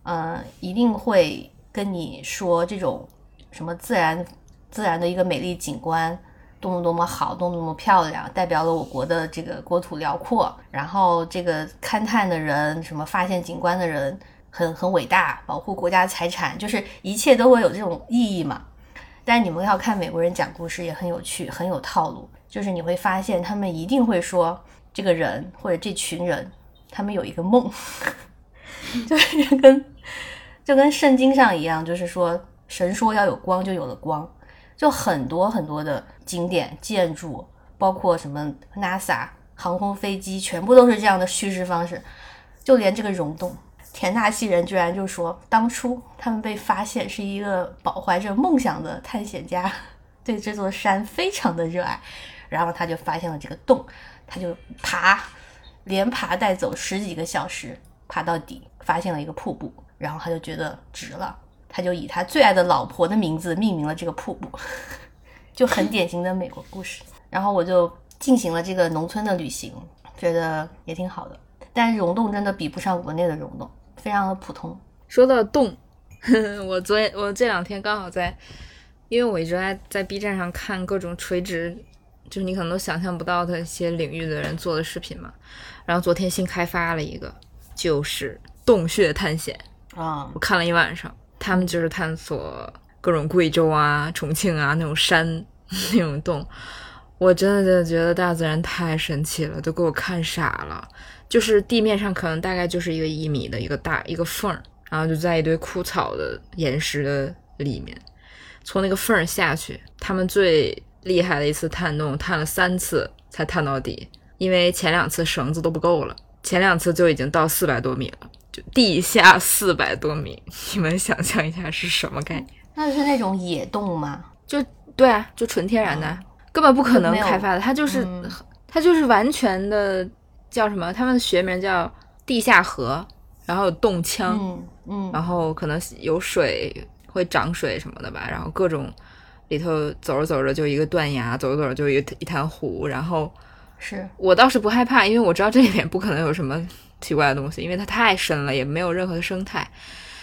S2: 呃，一定会跟你说这种什么自然自然的一个美丽景观，多么多么好，多么多么漂亮，代表了我国的这个国土辽阔。然后这个勘探的人，什么发现景观的人，很很伟大，保护国家财产，就是一切都会有这种意义嘛。但你们要看美国人讲故事也很有趣，很有套路，就是你会发现他们一定会说这个人或者这群人，他们有一个梦， 就是跟就跟圣经上一样，就是说神说要有光，就有了光。就很多很多的景点建筑，包括什么 NASA 航空飞机，全部都是这样的叙事方式。就连这个溶洞，田纳西人居然就说，当初他们被发现是一个保怀着梦想的探险家，对这座山非常的热爱，然后他就发现了这个洞，他就爬，连爬带走十几个小时，爬到底，发现了一个瀑布，然后他就觉得值了，他就以他最爱的老婆的名字命名了这个瀑布，就很典型的美国故事。然后我就进行了这个农村的旅行，觉得也挺好的，但溶洞真的比不上国内的溶洞，非常的普通。
S1: 说到洞， 我昨天我这两天刚好在，因为我一直在在 B 站上看各种垂直，就是你可能都想象不到的一些领域的人做的视频嘛。然后昨天新开发了一个，就是洞穴探险，
S2: 啊、
S1: 我看了一晚上。他们就是探索各种贵州啊、重庆啊那种山 那种洞，我真的就觉得大自然太神奇了，都给我看傻了。就是地面上可能大概就是一个一米的一个大一个缝儿，然后就在一堆枯草的岩石的里面，从那个缝儿下去。他们最厉害的一次探洞，探了三次才探到底，因为前两次绳子都不够了，前两次就已经到四百多米了，就地下四百多米，你们想象一下是什么概念？
S2: 那是那种野洞吗？
S1: 就对啊，就纯天然的啊，根本不可能
S2: 没有
S1: 开发的。它就是、
S2: 嗯
S1: 它就是完全的叫什么？他们的学名叫地下河，然后有洞腔，
S2: 嗯嗯
S1: 然后可能有水会涨水什么的吧，然后各种里头走着走着就一个断崖，走着走着就一个一滩湖。然后
S2: 是
S1: 我倒是不害怕，因为我知道这里面不可能有什么奇怪的东西，因为它太深了，也没有任何的生态。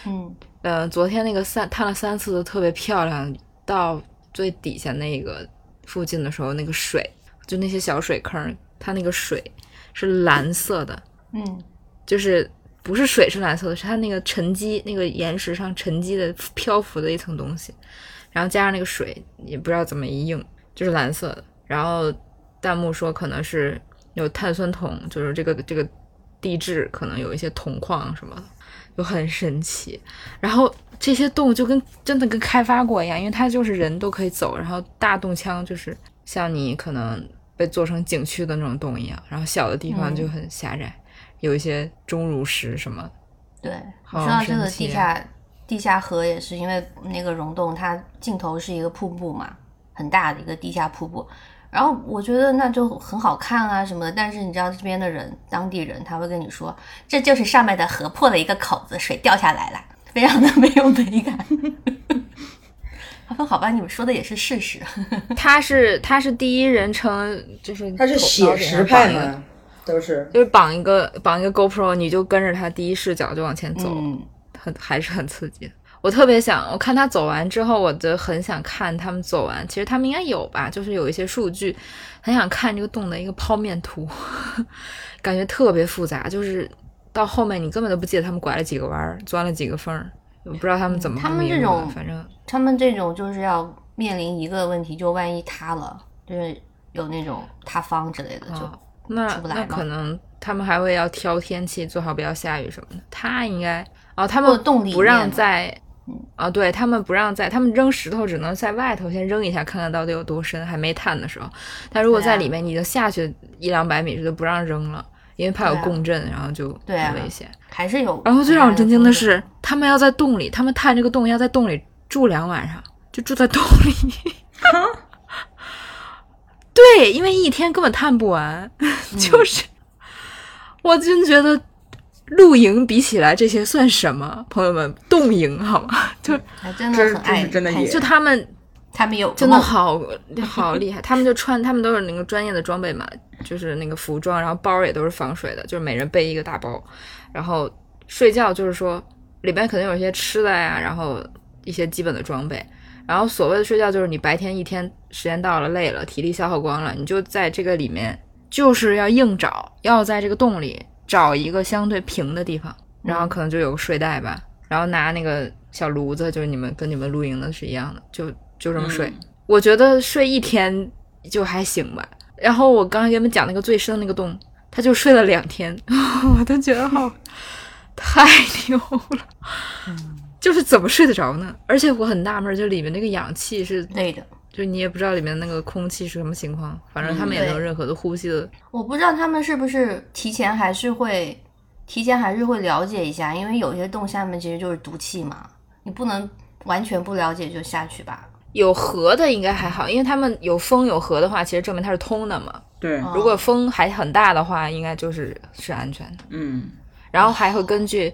S2: 嗯
S1: 呃，昨天那个三探了三次都特别漂亮，到最底下那个附近的时候，那个水就那些小水坑，它那个水是蓝色的，
S2: 嗯
S1: 就是不是水是蓝色的，是它那个沉积那个岩石上沉积的漂浮的一层东西，然后加上那个水也不知道怎么一硬，就是蓝色的。然后弹幕说可能是有碳酸铜，就是这个这个地质可能有一些铜矿什么的，就很神奇。然后这些洞就跟真的跟开发过一样，因为它就是人都可以走，然后大洞腔就是像你可能被做成景区的那种洞一样，然后小的地
S2: 嗯
S1: 方就很狭窄，有一些钟乳石什么的。
S2: 对，
S1: 好
S2: 说到这
S1: 神
S2: 个
S1: 奇
S2: 地
S1: 啊
S2: 下地下河也是因为那个溶洞，它尽头是一个瀑布嘛，很大的一个地下瀑布。然后我觉得那就很好看啊什么的，但是你知道这边的人，当地人他会跟你说，这就是上面的河破了一个口子，水掉下来了，非常的 没有美感。他说：“好吧，你们说的也是事实。
S1: 他是他是第一人称，就是
S4: 他是写实派？嘛，都是
S1: 就是绑一个绑一个 GoPro，你就跟着他第一视角就往前走，
S2: 嗯，
S1: 很还是很刺激的。我特别想，我看他走完之后，我就很想看他们走完。其实他们应该有吧，就是有一些数据，很想看这个洞的一个剖面图， 感觉特别复杂。就是到后面你根本都不记得他们拐了几个弯儿，钻了几个缝儿，我不知道他们怎么
S2: 他们
S1: 迷路
S2: 这
S1: 的
S2: 种
S1: 反正
S2: 他们这种就是要面临一个问题，就万一塌了，就是有那种塌方之类的，就、
S1: 哦那
S2: 出不来
S1: 那
S2: 吗
S1: 可能他们还会要挑天气，最好不要下雨什么的。他应该哦，他
S2: 或
S1: 们
S2: 者洞里
S1: 不让
S2: 面嗯嘛
S1: 在啊、对他们不让在，他们扔石头只能在外头先扔一下，看看到底有多深，还没探的时候。但如果
S2: 对啊
S1: 在里面，你已经下去一两百米，这就不让扔了，因为怕有
S2: 对啊
S1: 共振，然后就
S2: 对啊
S1: 很危险。
S2: 还是有。
S1: 然后最让我震惊的是，，他们要在洞里，他们探这个洞要在洞里住两晚上，就住在洞里。对，因为一天根本探不 完，就是我真觉得露营比起来这些算什么？朋友们，洞营好吗？就
S2: 还真的
S5: 这是
S2: 很爱
S5: 这是真的
S2: 看
S5: 野
S1: 就他们
S2: 他们有哦
S1: 真的好好厉害，他们就穿，他们都是那个专业的装备嘛，就是那个服装，然后包儿也都是防水的，就是每人背一个大包，然后睡觉就是说里边肯定有一些吃的呀，然后一些基本的装备，然后所谓的睡觉就是你白天一天时间到了累了，体力消耗光了，你就在这个里面就是要硬找，要在这个洞里找一个相对平的地方，然后可能就有个睡袋吧，然后拿那个小炉子，就是你们跟你们露营的是一样的，就就这么睡。我觉得睡一天就还行吧。然后我刚才给你们讲那个最深那个洞，他就睡了两天， 我都觉得好太牛了，就是怎么睡得着呢？而且我很纳闷，就里面那个氧气是，
S2: 累的。
S1: 就你也不知道里面那个空气是什么情况，反正他们也没有
S2: 对
S1: 任何的呼吸的。
S2: 我不知道他们是不是提前还是会提前还是会了解一下，因为有些洞下面其实就是毒气嘛，你不能完全不了解就下去吧。
S1: 有河的应该还好，因为他们有风有河的话，其实证明它是通的嘛。
S5: 对，
S2: 嗯
S1: 如果风还很大的话，应该就是是安全的。
S5: 嗯，
S1: 然后还会根据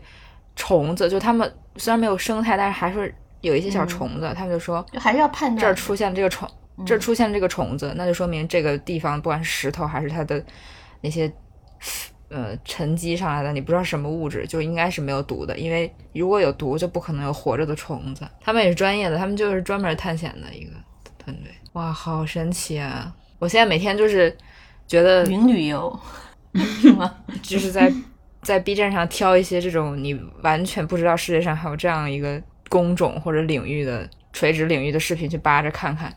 S1: 虫子，就他们虽然没有生态，但是还是有一些小虫子，他们就说
S2: 就还是要判断
S1: 这儿出现了这个虫，这儿出现了这个虫子，那就说明这个地方不管是石头还是它的那些呃沉积上来的，你不知道什么物质，就应该是没有毒的，因为如果有毒就不可能有活着的虫子。他们也是专业的，他们就是专门探险的一个团队。哇，好神奇啊！我现在每天就是觉得
S2: 云旅游，
S1: 就是在在 B 站上挑一些这种你完全不知道世界上还有这样一个工种或者领域的垂直领域的视频去扒着看看，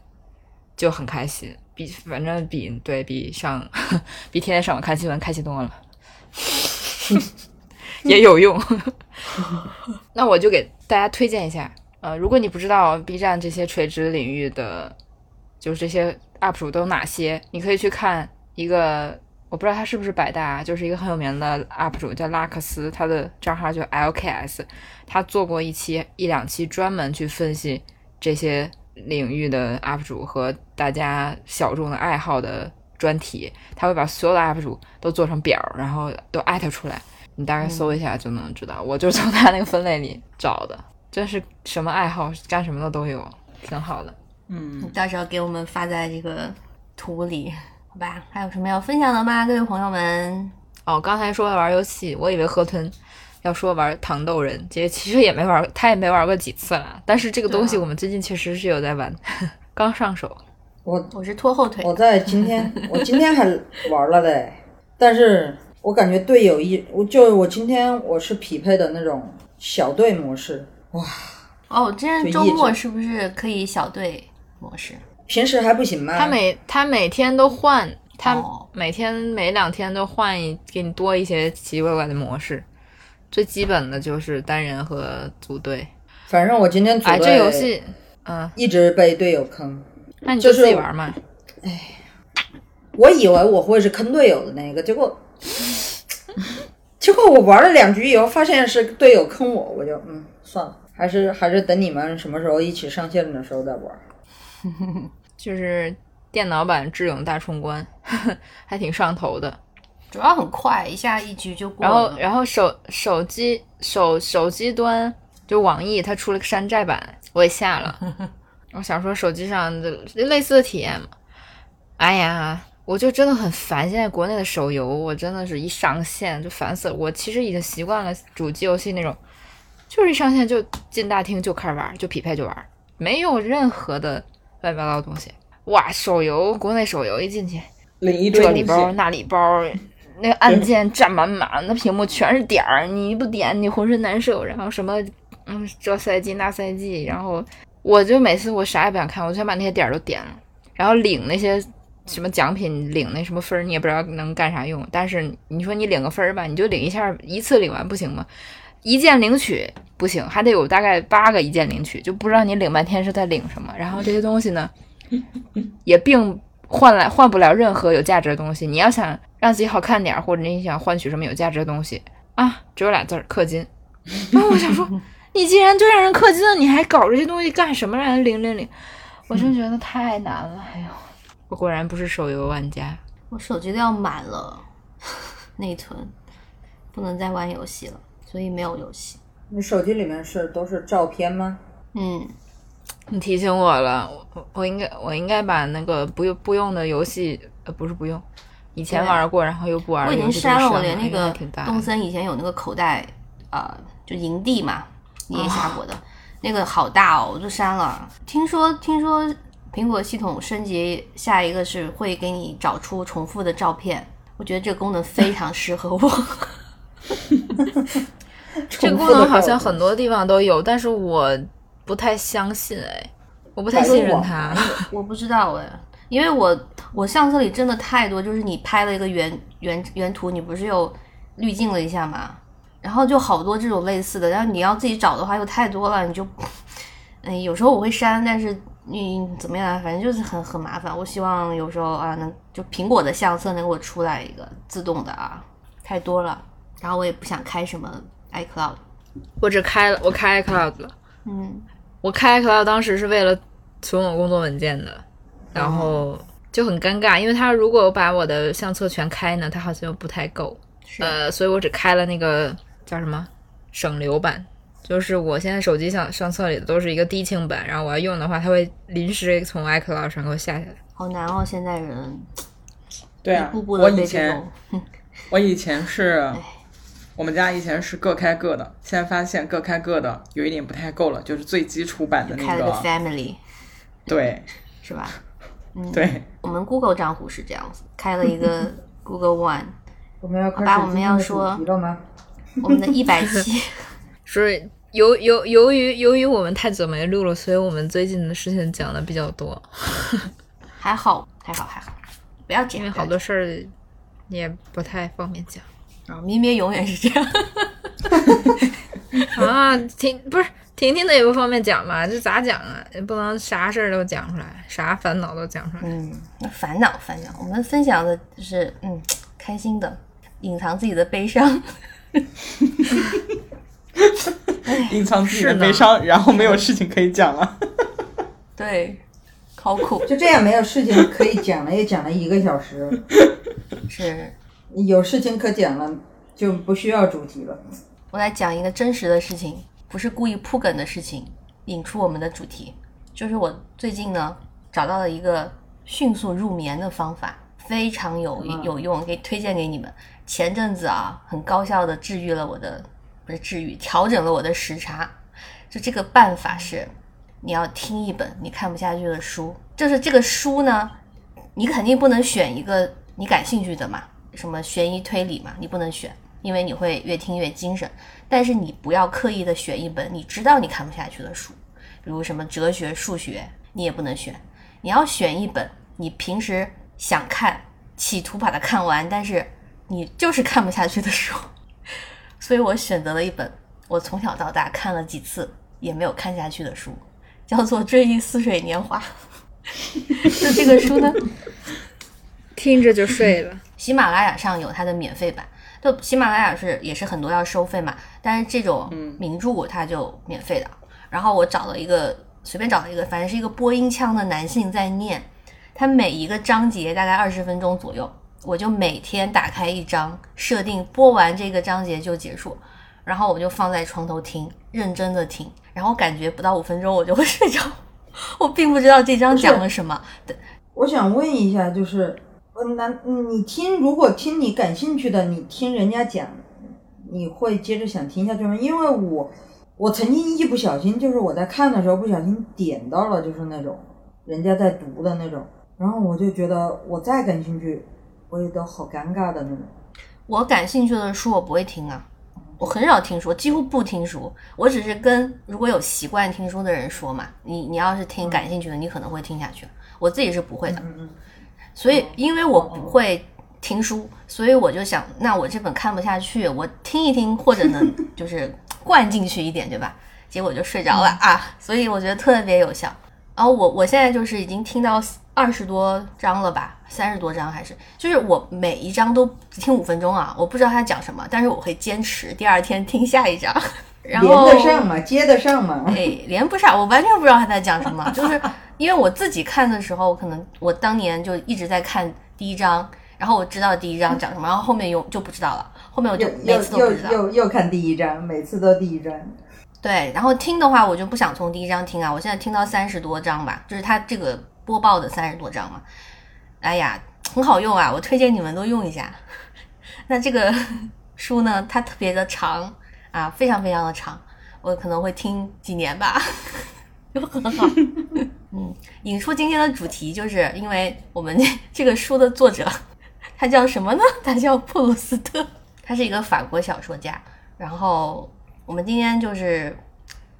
S1: 就很开心。比反正比对比上 比天天上网看新闻开心多了，也有用。 那我就给大家推荐一下，呃，如果你不知道 B 站这些垂直领域的，就是这些 UP 主都有哪些，你可以去看一个，我不知道他是不是百搭啊，就是一个很有名的 UP 主叫拉克斯，他的账号叫 LKS，他做过一期一两期专门去分析这些领域的 UP 主和大家小众的爱好的专题，他会把所有的 UP 主都做成表儿，然后都艾特出来。你大概搜一下就能知道。我就从他那个分类里找的，真是什么爱好干什么的都有，挺好的。
S2: 你
S5: 嗯
S2: 到时候给我们发在这个图里，好吧？还有什么要分享的吗，各位朋友们？
S1: 哦，刚才说玩游戏，我以为河豚要说玩糖豆人，其实其实也没玩，他也没玩过几次了。但是这个东西
S2: 对啊
S1: 我们最近确实是有在玩， 刚上手。
S4: 我
S2: 我是拖后腿
S4: 我，在 今天，我今天还玩了嘞，但是我感觉队友一，我就我今天我是匹配的那种小队模式，
S2: 哦，今天
S4: 就
S2: 周
S4: 一直
S2: 末是不是可以小队模式？
S4: 平时还不行吗？
S1: 他每他每天都换，他
S2: 哦
S1: 每天每两天都换一，给你多一些奇奇怪怪的模式。最基本的就是单人和组队。
S4: 反正我今天组
S1: 哎，这
S4: 队
S1: 游戏，嗯，
S4: 一直被队友坑，
S1: 那你
S4: 就
S1: 就是自己玩嘛。
S4: 我以为我会是坑队友的那个，结果， 结果我玩了两局以后，发现是队友坑我，我就嗯算了，还是还是等你们什么时候一起上线的时候再玩。
S1: 就是电脑版《智勇大冲关》， 还挺上头的。
S2: 主要很快，一下一局就过
S1: 然后
S2: 了，。
S1: 然后手手机手手机端就网易，它出了个山寨版，我也下了。 我想说手机上的类似的体验嘛。哎呀，我就真的很烦现在国内的手游，我真的是一上线就烦死了。我其实已经习惯了主机游戏那种就是一上线就进大厅就开始玩，就匹配就玩，没有任何的乱七八糟的东西。哇，手游国内手游一进去，
S5: 领一堆
S1: 这
S5: 东
S1: 里
S5: 西，
S1: 包那里包，那个按键占满满，那屏幕全是点儿，你不点你浑身难受。然后什么，嗯，这赛季那赛季，然后我就每次我啥也不想看，我全把那些点儿都点了，然后领那些什么奖品，领那什么分儿，你也不知道能干啥用。但是你说你领个分儿吧，你就领一下，一次领完不行吗？一键领取不行，还得有大概八个一键领取，就不知道你领半天是在领什么。然后这些东西呢，也并换来换不了任何有价值的东西。你要想让自己好看点儿，或者你想换取什么有价值的东西啊，只有俩字儿氪金。然后我想说，你既然都让人氪金了，你还搞这些东西干什么？让人领领领，我真觉得太难了。哎呦，我果然不是手游玩家。
S2: 我手机都要满了，内存不能再玩游戏了，所以没有游戏。
S4: 你手机里面是都是照片吗？
S2: 嗯，
S1: 你提醒我了，我我应该我应该把那个不用不用的游戏，呃，不是不用，以前
S2: 对
S1: 玩过，然后又不玩
S2: 我
S1: 的
S2: 已
S1: 游戏
S2: 经
S1: 都
S2: 删
S1: 删
S2: 了，我连那
S1: 应该
S2: 个
S1: 挺大的
S2: 动森以前有那个口袋，呃，就营地嘛，你也下过的，
S1: 啊
S2: 那个好大哦，我就删了。听说听说苹果系统升级，下一个是会给你找出重复的照片，我觉得这个功能非常适合我。
S1: 这个功能好像很多地方都有，但是我不太相信哎，我不太信任它。
S2: 我不知道哎，因为我我相册里真的太多，就是你拍了一个原原原图，你不是又滤镜了一下嘛，然后就好多这种类似的，然后你要自己找的话又太多了，你就，嗯，有时候我会删，但是你怎么样啊，反正就是很很麻烦。我希望有时候啊，能就苹果的相册能给我出来一个自动的啊，太多了，然后我也不想开什么 iCloud，
S1: 我只开了，我开 iCloud 了，
S2: 嗯，
S1: 我开 iCloud 当时是为了存我工作文件的，然后就很尴尬，因为它如果我把我的相册全开呢，它好像又不太够，
S2: 是，
S1: 呃，所以我只开了那个叫什么省流版，就是我现在手机相相册里的都是一个低清版，然后我要用的话，它会临时从 iCloud 上给我下下来。
S2: 好难哦，现在人
S5: 对啊，
S2: 一步步
S5: 我
S2: 的
S5: 以
S2: 被这
S5: 前
S2: 种。哎
S5: 我以前是，我们家以前是各开各的，现在发现各开各的有一点不太够了，就是最基础版的那
S2: 开了个
S5: 个，
S2: family
S5: 对
S2: 是吧？
S5: 对，
S2: 我们 Google 账户是这样子，开了一 个 Google One，
S4: 我们要开始
S2: 好吧我们要
S4: 今天的主题了吗？
S2: 我们的一百 期
S1: 是由由由于由于我们太久没录了，所以我们最近的事情讲的比较多，
S2: 还好还好还好，不要紧，
S1: 因为好多事儿也不太方便讲
S2: 啊，咪咪永远是这样，
S1: 啊。婷不是婷婷的也不方便讲吧？这咋讲啊？也不能啥事儿都讲出来，啥烦恼都讲出来。
S2: 嗯， 烦恼烦恼，我们分享的就是嗯开心的，隐藏自己的悲伤，
S5: 隐藏自己
S1: 是
S5: 的
S1: 呢
S5: 悲伤，然后没有事情可以 讲了。
S2: 对， 好苦
S4: 就这样没有事情可以讲了，也讲了一个小时，
S2: 是。
S4: 有事情可讲了就不需要主题了。
S2: 我来讲一个真实的事情，不是故意铺梗的事情，引出我们的主题。就是我最近呢找到了一个迅速入眠的方法，非常有有用，给推荐给你们。前阵子啊，很高效的治愈了我的不是治愈，调整了我的时差。就这个办法是，你要听一本你看不下去的书，就是这个书呢，你肯定不能选一个你感兴趣的嘛，什么悬疑推理嘛，你不能选，因为你会越听越精神。但是你不要刻意的选一本你知道你看不下去的书，比如什么哲学、数学，你也不能选。你要选一本你平时想看，企图把它看完，但是你就是看不下去的书。 所以我选择了一本我从小到大看了几次也没有看下去的书，叫做《追忆似水年华》。 就这个书呢，
S1: 听着就睡了。
S2: 喜马拉雅上有它的免费版。就喜马拉雅是也是很多要收费嘛，但是这种名著它就免费的。然后我找了一个随便找了一个，反正是一个播音腔的男性在念，他每一个章节大概二十分钟左右，我就每天打开一章，设定播完这个章节就结束，然后我就放在床头听，认真的听，然后感觉不到五分钟我就会睡着。我并不知道这章讲了什么，
S4: 我想问一下，就是呃，那你听，如果听你感兴趣的，你听人家讲，你会接着想听下去吗？因为我我曾经一不小心，就是我在看的时候不小心点到了，就是那种人家在读的那种，然后我就觉得我再感兴趣，我也都好尴尬的那种。
S2: 我感兴趣的书我不会听啊，我很少听书，几乎不听书。我只是跟如果有习惯听书的人说嘛，你你要是听感兴趣的，你可能会听下去。我自己是不会的，
S4: 嗯嗯，
S2: 所
S4: 嗯
S2: 以因为我不会听书，所以我就想，那我这本看不下去，我听一听或者 能就是灌进去一点，对吧？结果就睡着了
S4: 嗯
S2: 啊，所以我觉得特别有效。然后我我现在就是已经听到二十多章了吧，三十多章还是，就是我每一章都只听五分钟啊，我不知道他讲什么，但是我会坚持第二天听下一章，然
S4: 连
S2: 后
S4: 得上嘛，接得上啊嘛。
S2: 哎，连不上，我完全不知道他在讲什么。就是因为我自己看的时候，我可能我当年就一直在看第一章，然后我知道第一章讲什么，然后后面又就不知道了，后面我就
S4: 又
S2: 每
S4: 又
S2: 次都不
S4: 又
S2: 知道。
S4: 又又看第一章，每次都第一章。
S2: 对，然后听的话，我就不想从第一章听啊，我现在听到三十多章吧，就是它这个播报的三十多章嘛。哎呀，很好用啊，我推荐你们都用一下。 那这个书呢，它特别的长啊，非常非常的长，我可能会听几年吧， 就很好。嗯，引出今天的主题，就是因为我们这个书的作者，他叫什么呢？ 他叫布鲁斯特，他是一个法国小说家。然后我们今天就是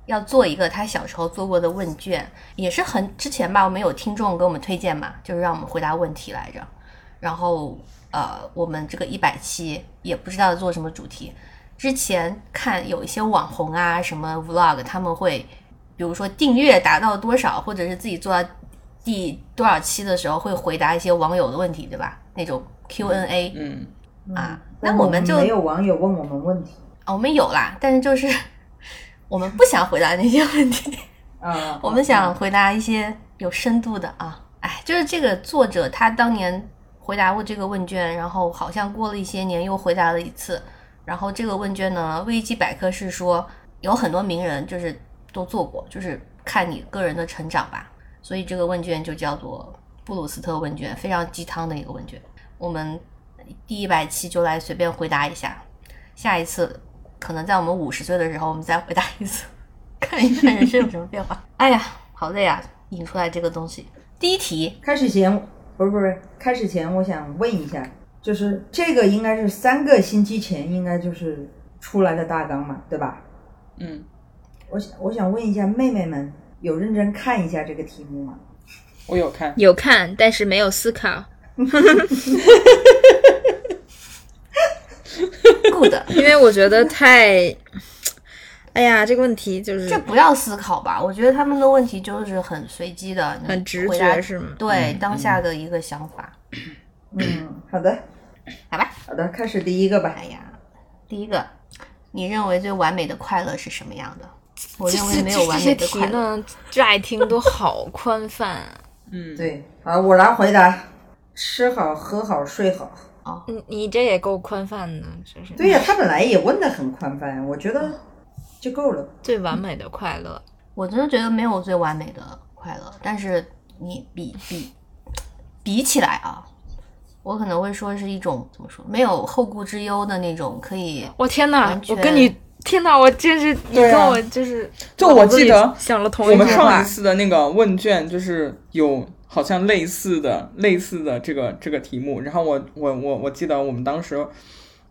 S2: 要做一个他小时候做过的问卷，也是很之前吧，我们有听众给我们推荐嘛，就是让我们回答问题来着。然后呃，我们这个一百期也不知道做什么主题。之前看有一些网红啊，什么 vlog，他们会比如说订阅达到多少，或者是自己做到第多少期的时候，会回答一些网友的问题，对吧？那种 Q&A，、
S5: 嗯，
S2: 啊
S4: 嗯
S2: 那
S4: 但
S2: 我
S4: 我
S2: 们就
S4: 没有网友问我们问题
S2: 啊，我们有啦，但是就是 我们不想回答那些问题，
S4: 啊。
S2: 我们想回答一些有深度的啊。哎，就是这个作者他当年回答过这个问卷，然后好像过了一些年又回答了一次。然后这个问卷呢，维基百科是说有很多名人就是都做过，就是看你个人的成长吧。所以这个问卷就叫做布鲁斯特问卷，非常鸡汤的一个问卷。我们第一百期就来随便回答一下，下一次可能在我们五十岁的时候，我们再回答一次，看一看人生有什么变化。 哎呀，好累啊！引出来这个东西，第一 题，
S4: 开始前，不是不是，开始前我想问一下，就是这个应该是三个星期前应该就是出来的大纲嘛，对吧？
S5: 嗯，
S4: 我想我想问一下妹妹们，有认真看一下这个题目吗？
S5: 我有看，
S1: 有看，但是没有思考，
S2: good，
S1: 因为我觉得太，哎呀，这个问题就是
S2: 这不要思考吧？我觉得他们的问题就是很随机的，你
S1: 很直
S2: 回答
S1: 觉，是吗？
S2: 对、当下的一个想法，
S4: 嗯，好的，
S2: 好吧？
S4: 好的，开始第一个吧。
S2: 哎呀，第一个，你认为最完美的快乐是什么样的？我认为没有完美的快乐。
S1: 呢，乍一听都好宽泛啊、
S5: 嗯，，
S4: 对，好，我来回答。吃好、喝好、睡好。
S1: 你你这也够宽泛的，这是
S2: 嗯
S4: 对呀、他本来也问的很宽泛，我觉得就够了。
S1: 最完美的快乐。
S2: 我真的觉得没有最完美的快乐，但是你比比比起来啊，我可能会说是一种怎么说，没有后顾之忧的那种，可以
S1: 我天哪
S2: 完！全
S1: 我跟你天哪！我真是你
S5: 对啊
S1: 跟我就是，
S5: 就我记得
S1: 脑子里想了同
S5: 我
S1: 一
S5: 们
S1: 句
S5: 上一
S1: 话，
S5: 次的那个问卷就是有好像类似的类似的这个这个题目，然后我我我我记得我们当时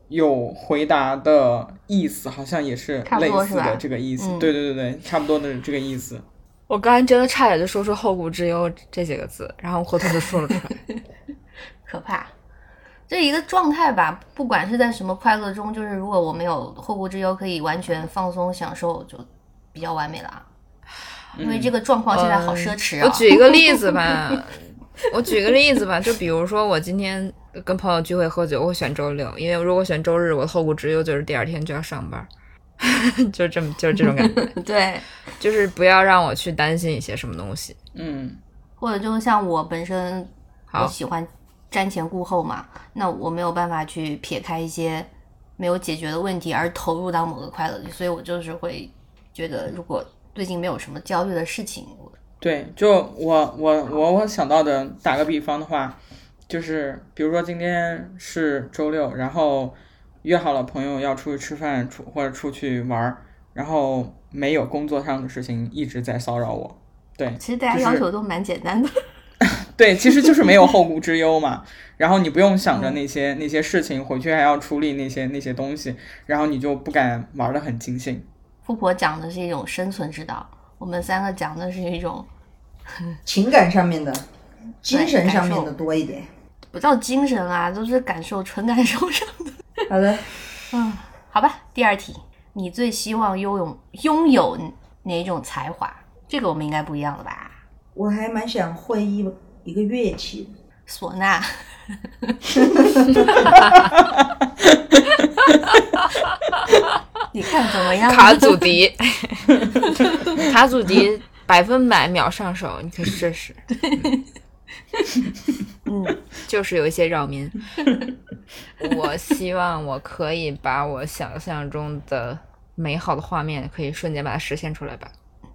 S5: 有回答的意思，好像也是
S2: 差不
S5: 类
S2: 多
S5: 似
S2: 是吧
S5: 的这个意思，
S2: 嗯
S5: 对对对对，差不多的这个意思。
S1: 我刚才真的差点就说出“后顾之忧”这几个字，然后活脱脱说了出 来。
S2: 可怕。这一个状态吧，不管是在什么快乐中，就是如果我没有后顾之忧，可以完全放松享受，就比较完美了啊。因为这个状况现在好奢侈啊！
S1: 嗯我举一个例子吧，我举个例子吧，就比如说我今天跟朋友聚会喝酒，我会选周六，因为如果选周日，我的后顾之忧就是第二天就要上班， 就这么就是这种感觉，
S2: 对，
S1: 就是不要让我去担心一些什么东西。
S5: 嗯，
S2: 或者就像我本身，
S1: 好
S2: 我喜欢瞻前顾后嘛，那我没有办法去撇开一些没有解决的问题而投入到某个快乐里，所以我就是会觉得，如果最近没有什么焦虑的事情，我
S5: 对，就我我我我想到的，打个比方的话，就是比如说今天是周六，然后约好了朋友要出去吃饭，出或者出去玩儿，然后没有工作上的事情一直在骚扰我。 对
S2: 其实大家
S5: 就是
S2: 要求都蛮简单的，
S5: 对，其实就是没有后顾之忧 嘛。然后你不用想着那些那些事情，回去还要处理那些那些东西，然后你就不敢玩的很尽兴。
S2: 富婆讲的是一种生存之道，我们三个讲的是一种
S4: 情感上面的、精神上
S2: 感
S4: 面
S2: 受
S4: 的多一点。
S2: 不叫精神啊，都是感受，纯感受上 的。
S4: 好的，
S2: 嗯，好吧，第二题，你最希望拥有拥有哪种才华？这个我们应该不一样了吧？
S4: 我还蛮想会一一个乐器的。
S2: 唢呐， 你看怎么 样？
S1: 卡祖笛，卡祖笛百分百秒上手，你可以试试。
S2: 嗯，
S1: 就是有一些扰民。我希望我可以把我想象中的美好的画面，可以瞬间把它实现出来吧。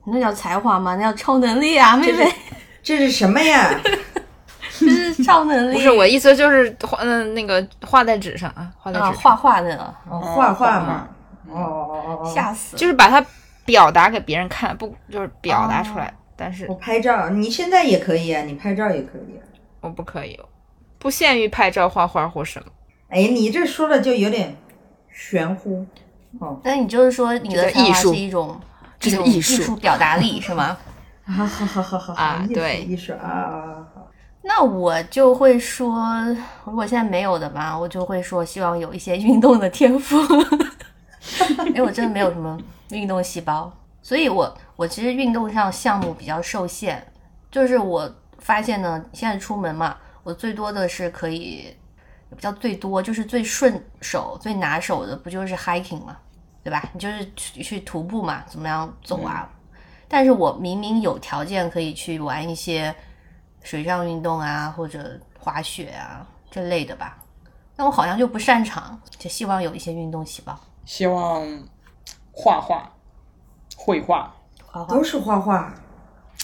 S2: 那叫才华吗？那叫超能力啊，妹妹，
S4: 这是什么呀？
S2: 这是超能力。
S1: 不是我意思，就是画嗯那个画在纸上啊，画在纸
S2: 啊，
S1: 上，
S2: 画画的，
S4: 哦，画画
S5: 嘛
S4: 嘛。，哦哦哦哦哦，
S2: 吓死了！
S1: 就是把它表达给别人看，不就是表达出来？
S2: 哦
S1: 但是
S4: 我拍照，你现在也可以啊，你拍照也可以、啊。
S1: 我不可以，哦不限于拍照、画画或什么，
S4: 哎，你这说的就有点玄乎。
S2: 那你就是说你
S1: 这
S2: 的
S1: 叫
S2: 才
S1: 艺
S2: 华
S1: 术
S2: 是一种
S1: 这
S2: 一
S1: 叫
S2: 种
S1: 艺
S2: 艺
S1: 术
S2: 术表达力 是吗？
S4: 啊，好好好好
S1: 啊
S4: 好，艺术
S1: 对
S4: 艺术啊啊啊！好
S2: 那我就会说，如果现在没有的吧，我就会说希望有一些运动的天赋，因为我真的没有什么运动细胞，所以我我其实运动上项目比较受限。就是我发现呢，现在出门嘛，我最多的是可以，也不叫最多，就是最顺手、最拿手的，不就是 hiking 嘛，对吧？你就是去去徒步嘛，怎么样走啊？但是我明明有条件可以去玩一些水上运动啊，或者滑雪啊这类的吧，但我好像就不擅长，就希望有一些运动细胞。
S5: 希望画画、绘画，
S2: 滑滑
S4: 都是画画，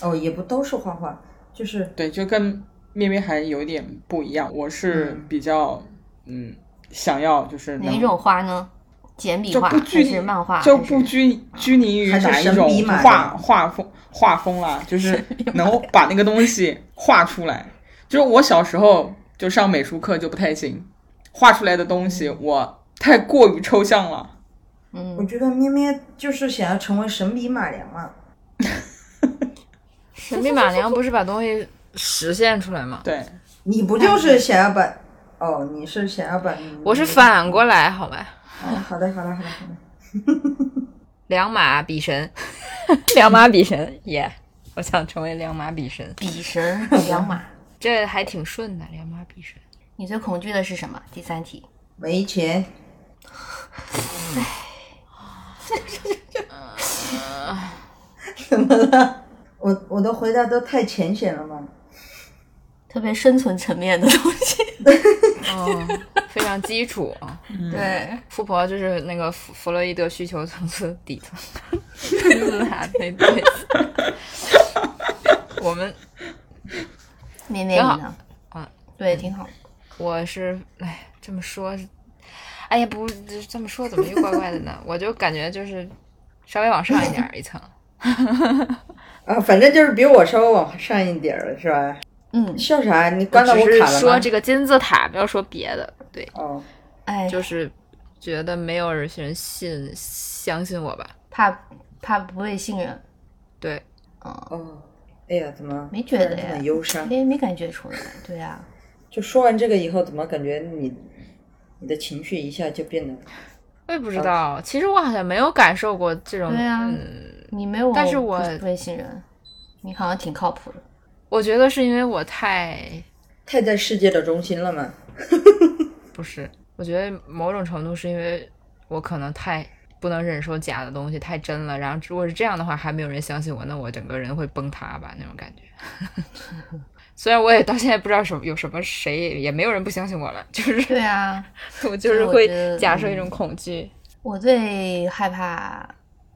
S4: 哦，也不都是画画，就是
S5: 对，就跟咩咩还有点不一样。我是比较嗯想要就是
S2: 哪
S5: 能
S2: 一种画呢？简笔
S5: 就
S2: 画
S5: 不
S2: 还
S5: 拘泥
S2: 是漫画？
S5: 就
S2: 还是啊
S5: 不拘拘泥于
S4: 还是
S5: 哪一
S4: 神
S5: 种
S4: 笔马
S5: 画画风画风啦，就是能把那个东西画出来。就是我小时候就上美术课就不太行，画出来的东西我太过于抽象了。
S4: 我
S2: 嗯，
S4: 觉得咩咩就是想要成为神笔马良啊。
S1: 神笔马良不是把东西实现出来吗？
S5: 对，
S4: 你不就是想要把？哦，你是想要把？
S1: 我是反过来，好吧？
S4: 哦，好的，好的，好的，好的。
S1: 两马比神， 两马比神，耶、我想成为两马比神，
S2: 笔 神两马。
S1: 这还挺顺的，两马比神。
S2: 你最恐惧的是什么？第三题，
S4: 没钱，怎么了？我我的回答都太浅显了吗？
S2: 特别生存层面的东西。
S1: 嗯， 非常基础啊。
S2: 对，
S1: 富婆就是那个弗弗洛伊德需求层次底层， 斯塔那对。我们
S2: 妹妹
S1: 挺好
S2: 你呢？
S1: 啊，
S2: 对，挺好。
S1: 我是哎，这么说，哎呀，不这这么说怎么又怪怪的呢？我就感觉就是稍微往上一点儿一层，
S4: 啊，反正就是比我稍微往上一点儿了，是吧？
S2: 嗯，
S4: 笑啥？你关到我
S1: 只
S4: 卡
S1: 是
S4: 了
S1: 说
S4: 吗？
S1: 这个金字塔，不要说别的。对，
S4: 哦，
S2: 哎，
S1: 就是觉得没有人信相信我吧？
S2: 怕怕不被信任，
S1: 对，
S2: 嗯，
S4: 哦，哎呀，怎么
S2: 没觉得呀
S4: 突然这么忧伤？
S2: 没没感觉出来。对啊呀、
S4: 就说完这个以后，怎么感觉你你的情绪一下就变得
S1: 我也不知道，其实我好像没有感受过这种
S2: 对啊
S1: 嗯。
S2: 你没有，
S1: 但是我
S2: 不不会信任，你好像挺靠谱的。
S1: 我觉得是因为我太
S4: 太在世界的中心了嘛？
S1: 不是，我觉得某种程度是因为我可能太不能忍受假的东西，太真了。然后如果是这样的话，还没有人相信我，那我整个人会崩塌吧，那种感觉。 虽然我也到现在不知道什么有什么谁也没有人不相信我了，就是
S2: 对啊，
S1: 我嗯就是
S2: 我
S1: 会
S2: 觉得
S1: 假设一种恐惧。
S2: 我最害怕，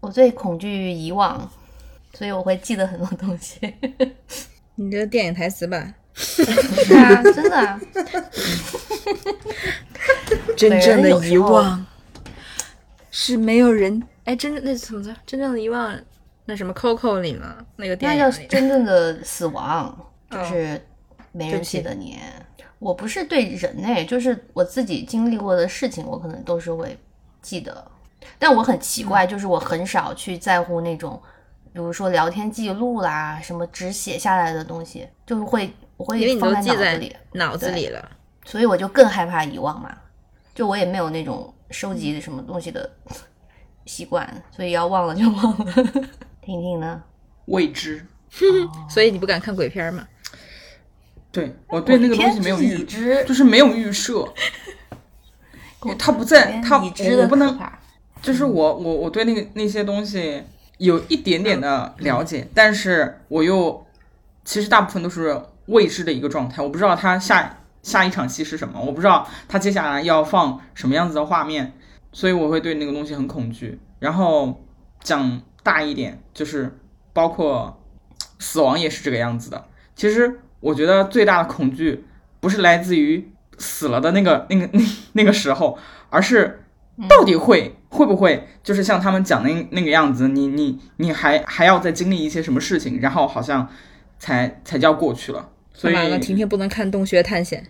S2: 我最恐惧遗忘，所以我会记得很多东西。
S1: 你这电影台词吧，
S2: 是啊，真的啊，
S1: 真
S2: 正的遗忘
S1: 是没有人哎，真正那怎么着？真正的遗忘，那什么 Coco 里呢？那个
S2: 那
S1: 电
S2: 叫
S1: 影里，
S2: 真正的死 亡，
S1: 哦
S2: 就是
S1: 嗯对
S2: 没人
S1: 不起
S2: 记得你。我不是对人类，就是我自己经历过的事情，我可能都是会记得。但我很奇
S1: 嗯
S2: 怪，就是我很少去在乎那种，比如说聊天记录啦，什么只写下来的东西，就是会我
S1: 因为
S2: 会
S1: 你
S2: 放
S1: 都
S2: 在脑
S1: 记
S2: 子
S1: 在
S2: 里，
S1: 脑子
S2: 对
S1: 里了。
S2: 所以我就更害怕遗忘嘛。就我也没有那种收
S1: 嗯
S2: 集什么东西的习惯，所以要忘了就忘了。 婷婷呢？
S5: 未知。
S1: 所以你不敢看鬼片吗？
S5: 对我对那个东西没有
S2: 偏已
S5: 预，
S2: 知，
S5: 就是没有预设，因为它不在，它
S2: 已知
S5: 我
S2: 的
S5: 我不
S2: 可
S5: 能，
S2: 怕。
S5: 就是我我我对那个那些东西有一点点的了解，但是我又其实大部分都是未知的一个状态，我不知道它下下一场戏是什么，我不知道它接下来要放什么样子的画面，所以我会对那个东西很恐惧。然后讲大一点，就是包括死亡也是这个样子的。其实我觉得最大的恐惧不是来自于死了的那个那个那那个时候，而是到底会会不会就是像他们讲的那那个样子，你你你还还要再经历一些什么事情，然后好像才才叫过去了。所以
S1: 完了，婷婷不能看《洞穴探险》。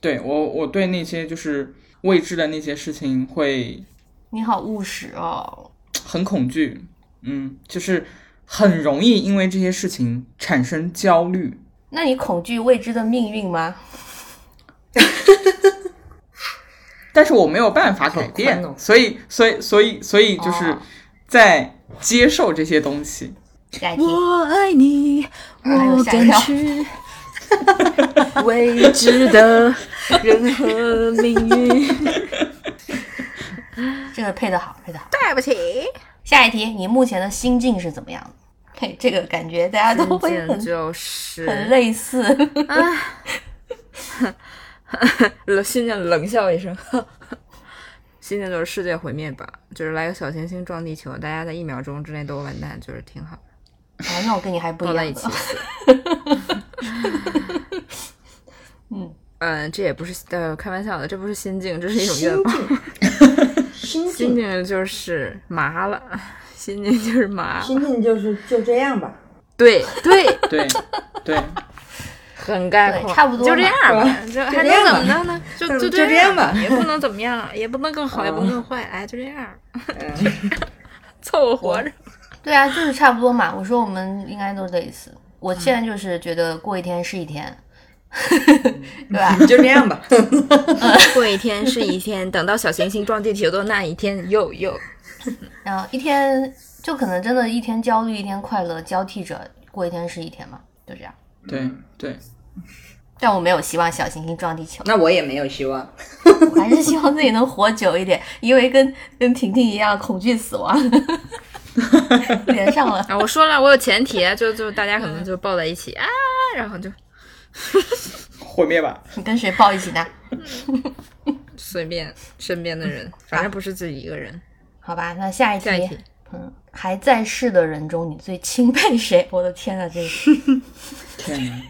S5: 对我我对那些就是未知的那些事情会
S2: 你好务实哦，
S5: 很恐惧，嗯，就是很容易因为这些事情产生焦虑。
S2: 那你恐惧未知的命运吗？
S5: 但是我没有办法改变
S4: 好宽，哦
S5: 所以，所以，所以，所以就是
S2: 哦
S5: 在接受这些东西。
S2: 改天
S1: 我爱你，
S2: 哎呦
S1: 我
S2: 吓
S1: 敢
S2: 一跳
S1: 去未知的任何命运。
S2: 这个配的好，配的好。
S1: 对 不起，
S2: 下一题，你目前的心境是怎么样的？嘿，这个感觉大家都会很
S1: 就是
S2: 很类似。 啊
S1: 冷，新娘冷笑一声， 新娘就是世界毁灭吧，就是来个小行星撞地球，大家在一秒钟之内都完蛋，就是挺好，
S2: 哦，那我跟你还不一
S1: 抱在
S2: 样
S1: 一起
S2: 的。
S1: 死。
S2: 嗯
S1: 嗯，这也不是呃开玩笑的，这不是心境，这是一种愿望。
S4: 心
S1: 心境就是麻了，心境就是麻了。
S4: 心境就是就这样吧。
S1: 对对，
S5: 对，对，
S1: 很概括，
S2: 对差不多
S1: 就这
S2: 嘛
S1: 样吧，
S4: 是
S1: 就
S4: 吧
S1: 还
S4: 就
S1: 能
S4: 这样
S1: 怎
S4: 吧
S1: 么着呢？就就
S4: 嗯就这样吧
S1: 也不能怎么样，也不能更好，也不能
S4: 嗯
S1: 更坏，哎，就这样，
S4: 嗯，
S1: 凑合活着。
S2: 对啊，就是差不多嘛。我说我们应该都类似。我
S1: 嗯
S2: 现在就是觉得过一天是一天，对吧？
S4: 就这样吧。
S1: 嗯过一天是一天，等到小行星撞地球的那一天，又又
S2: 然后一天就可能真的一天焦虑，一天快乐交替着过一天是一天嘛，就这样。
S5: 对，对，
S2: 但我没有希望小行星撞地球，
S4: 那我也没有希望。
S2: 我还是希望自己能活久一点，因为跟跟婷婷一样恐惧死亡， 连上了。
S1: 啊！我说了，我有前提，就就大家可能就抱在一起啊，然后就
S5: 毁灭吧。
S2: 你跟谁抱一起呢？
S1: 随便身边的人，反正不是自己一个人。
S2: 好吧，那下一题，
S1: 下一题，
S2: 嗯，还在世的人中，你最钦佩谁？ 我的天啊呐，这个
S5: 天哪！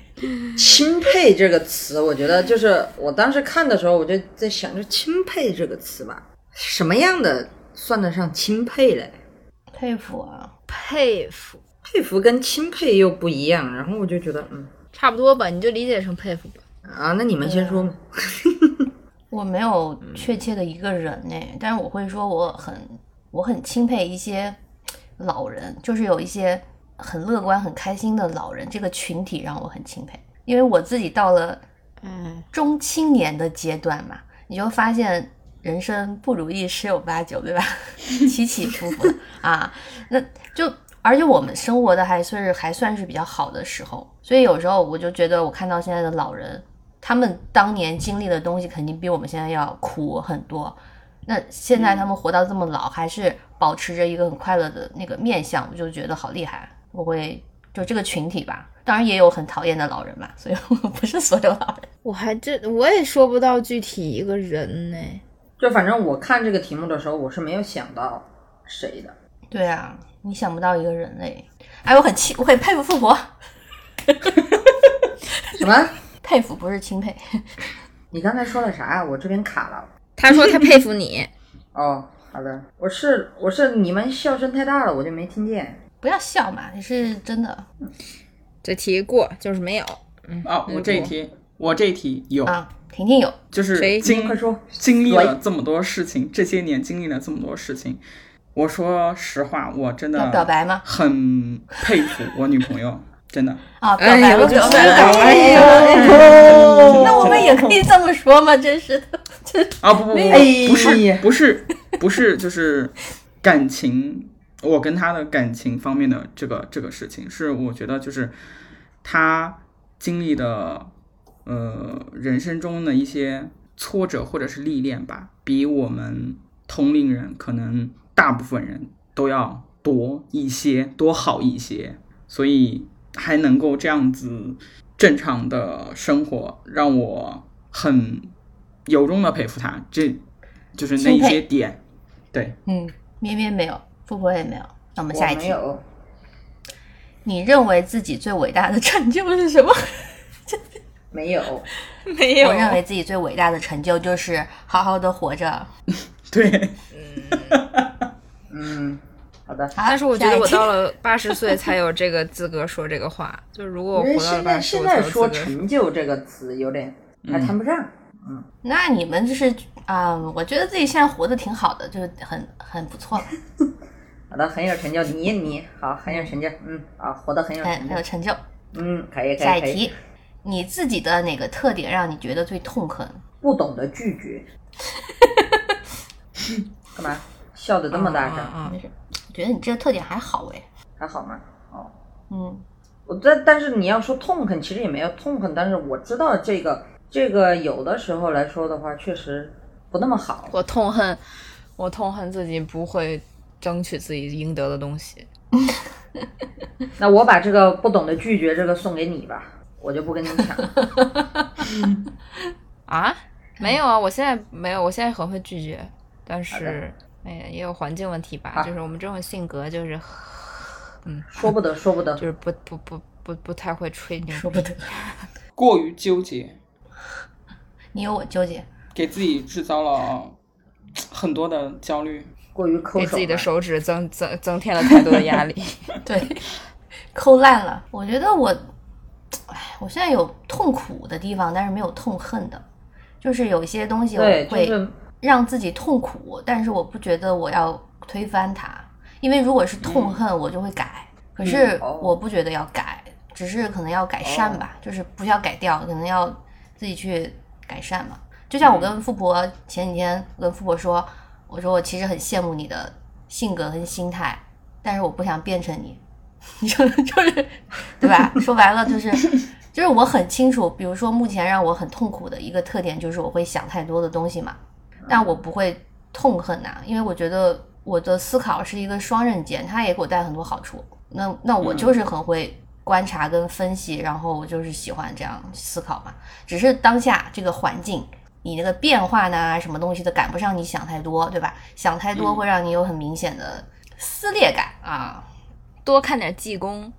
S4: 钦佩这个词，我觉得就是我当时看的时候，我就在想，这钦佩这个词吧，什么样的算得上钦佩嘞？
S2: 佩服啊！
S1: 佩服，
S4: 佩服跟钦佩又不一样，然后我就觉得，嗯
S1: 差不多吧，你就理解成佩服吧。
S4: 啊，那你们先说吧。
S2: 我没有确切的一个人呢、但是我会说我很我很钦佩一些老人，就是有一些很乐观、很开心的老人这个群体让我很钦佩，因为我自己到了
S1: 嗯，
S2: 中青年的阶段嘛，你就发现人生不如意十有八九，对吧？ 起起伏伏啊，那就而且我们生活的还是还算是比较好的时候，所以有时候我就觉得我看到现在的老人，他们当年经历的东西肯定比我们现在要苦很多。那现在他们活到这么老，还是保持着一个很快乐的那个面相，我就觉得好厉害。我会就这个群体吧，当然也有很讨厌的老人嘛， 所以我不是所有老人。
S1: 我还真我也说不到具体一个人呢。
S4: 就反正我看这个题目的时候，我是没有想到谁的。
S2: 对啊，你想不到一个人类。哎，我很钦，我很佩服富婆，
S4: 什么？
S2: 佩服不是钦佩，
S4: 你刚才说了啥？我这边卡了。
S1: 他说他佩服你，
S4: 哦，好的，我是我是你们笑声太大了，我就没听见。
S2: 不要笑嘛，你是真的
S1: 这题过就是没有。嗯，
S5: 啊，我这一题，我这一题有，
S2: 啊。婷婷有，
S5: 就是
S1: 谁
S5: 经
S4: 快说，
S5: 经历了这么多事情，这些年经历了这么多事情，我说实话，我真
S2: 要表
S5: 的
S2: 白吗？
S5: 很佩服我女朋友，真的。
S2: 啊，表
S1: 哎
S2: 白
S1: 呦
S2: 了，
S1: 就
S2: 表
S1: 是
S2: 白了。
S4: 哎呀，
S2: 那我们也可以这么说吗？真是的，
S5: 啊，不不不，
S4: 哎
S5: 不是不是不是，就是感情，我跟他的感情方面的这个这个事情，是我觉得就是他经历的呃人生中的一些挫折或者是历练吧，比我们同龄人可能大部分人都要多一些，多好一些，所以还能够这样子正常的生活，让我很由衷的佩服他。这就是那一些点，对，
S2: 嗯，咩咩没有，富婆也没有。那我们下一
S4: 我没
S2: 题，
S4: 有。
S2: 你认为自己最伟大的成就是什么？
S4: 没有，
S1: 没
S2: 我认为自己最伟大的成就就是好好的活着。
S5: 对，
S4: 嗯，好的。
S2: 但
S1: 但是我觉得我到了八十岁才有这个资格说这个话。就如果我
S4: 因为
S1: 活到
S4: 现
S1: 八
S4: 在
S1: 十，
S4: 现
S1: 我才
S4: 在
S1: 有资
S4: 说
S1: 格说。
S4: 成就这个词有点
S2: 嗯
S4: 还谈不上，
S2: 那你们就是啊、我觉得自己现在活得挺好的，就是很很不错，
S4: 好的，很有成就。你你好，很有成就，嗯，好，活得很有
S2: 很很
S4: 成就
S2: 有，成就。
S4: 嗯，可以可
S2: 下
S4: 以可
S2: 一
S4: 以。
S2: 题，你自己的哪个特点让你觉得最痛恨？
S4: 不懂得拒 绝，干嘛笑得这么大声？
S1: 啊！嗯嗯
S2: 我觉得你这个特点还好哎，
S4: 还好吗？哦，
S2: 嗯，
S4: 我但但是你要说痛恨，其实也没有痛恨，但是我知道这个这个有的时候来说的话，确实不那么好。
S1: 我痛恨，我痛恨自己不会争取自己应得的东西。
S4: 那我把这个不懂得拒绝这个送给你吧，我就不跟你抢。
S1: 啊，没有啊，我现在没有，我现在很会拒绝，但
S4: 好的
S1: 是哎呀，也有环境问题吧
S4: 好，
S1: 就是我们这种性格就是，嗯，
S4: 说不得，说不得
S1: 就，是不不不不不太会吹牛，
S2: 说不得，
S5: 过于纠结，
S2: 你有我纠结。
S5: 给自己制造了很多的焦虑。
S4: 过于抠
S1: 给
S4: 手
S1: 自己的
S4: 了
S1: 手指增增增添了太多的压 力。
S2: 对，抠烂了。我觉得我，哎，我现在有痛苦的地方，但是没有痛恨的，就是有一些东西我
S4: 对，就
S2: 会
S4: 是
S2: 让自己痛苦，但是我不觉得我要推翻它，因为如果是痛恨，我就会改。可是
S4: 嗯哦
S2: 我不觉得要改，只是可能要改善吧，就是不是要改掉，可能要自己去改善嘛。就
S4: 嗯
S2: 像我跟富婆前几天我跟富婆说，我说我其实很羡慕你的性格跟心态，但是我不想变成你， 你就就是对吧？ 说白了就是就是我很清楚，比如说目前让我很痛苦的一个特点就是我会想太多的东西嘛，但我不会痛恨呐、因为我觉得我的思考是一个双刃剑，它也给我带很多好处。那那我就是很会观察跟分析，然后我就是喜欢这样思考嘛。只是当下这个环境，你那个变化呢，什么东西都赶不上你想太多，对吧？想太多
S5: 嗯
S2: 会让你有很明显的撕裂感啊。
S1: 多看点技 工，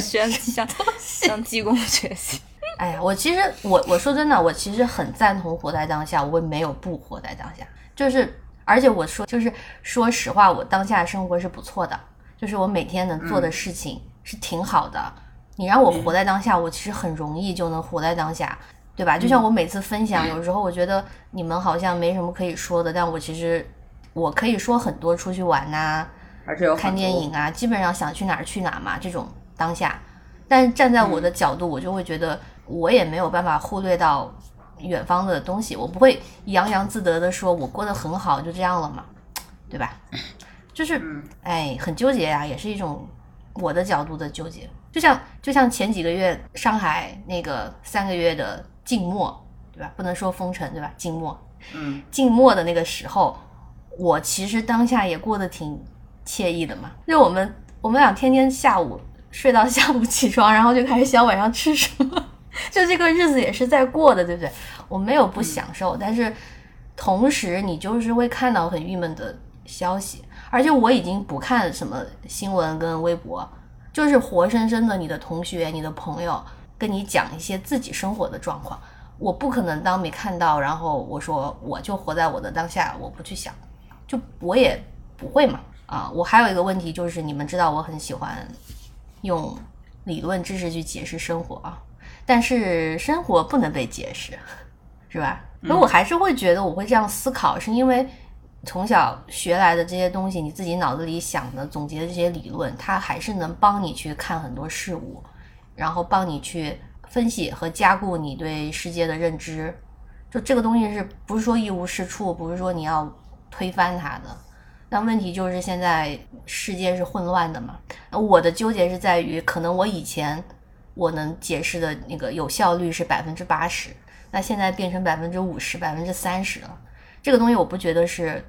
S1: 学向向技工学习。
S2: 哎呀，我其实我我说真的，我其实很赞同活在当下，我也没有不活在当下，就是而且我说就是说实话，我当下生活是不错的，就是我每天能做的事情是挺好的。你让我活在当下，我其实很容易就能活在当下，对吧？就像我每次分享，有时候我觉得你们好像没什么可以说的，但我其实我可以说很多出去玩呐、
S4: 还是有很
S2: 看电
S4: 多
S2: 影啊，基本上想去哪儿去哪儿嘛，这种当下。但是站在我
S4: 嗯
S2: 的角度，我就会觉得我也没有办法忽略到远方的东西，我不会洋洋自得的说我过得很好，就这样了嘛，对吧？就是
S4: 嗯，
S2: 哎，很纠结呀、也是一种我的角度的纠结。就像就像前几个月上海那个三个月的静默，对吧？不能说封城，对吧？静默，
S4: 嗯，
S2: 静默的那个时候，我其实当下也过得挺惬意的嘛。就我们我们俩天天下午睡到下午起床，然后就开始想晚上吃什么， 就这个日子也是在过的，对不对？我没有不享受，但是同时你就是会看到很郁闷的消息，而且我已经不看什么新闻跟微博，就是活生生的你的同学、你的朋友跟你讲一些自己生活的状况。我不可能当没看到，然后我说我就活在我的当下，我不去想，就我也不会嘛啊。我还有一个问题就是，你们知道我很喜欢用理论知识去解释生活啊，但是生活不能被解释，是吧？那我还是会觉得我会这样思考，是因为从小学来的这些东西，你自己脑子里想的、总结的这些理论，它还是能帮你去看很多事物，然后帮你去分析和加固你对世界的认知。就这个东西是不是说一无是处？不是说你要推翻它的。但问题就是现在世界是混乱的嘛。我的纠结是在于，可能我以前我能解释的那个有效率是百分之八十，那现在变成百分之五十、百分之三十了。这个东西我不觉得是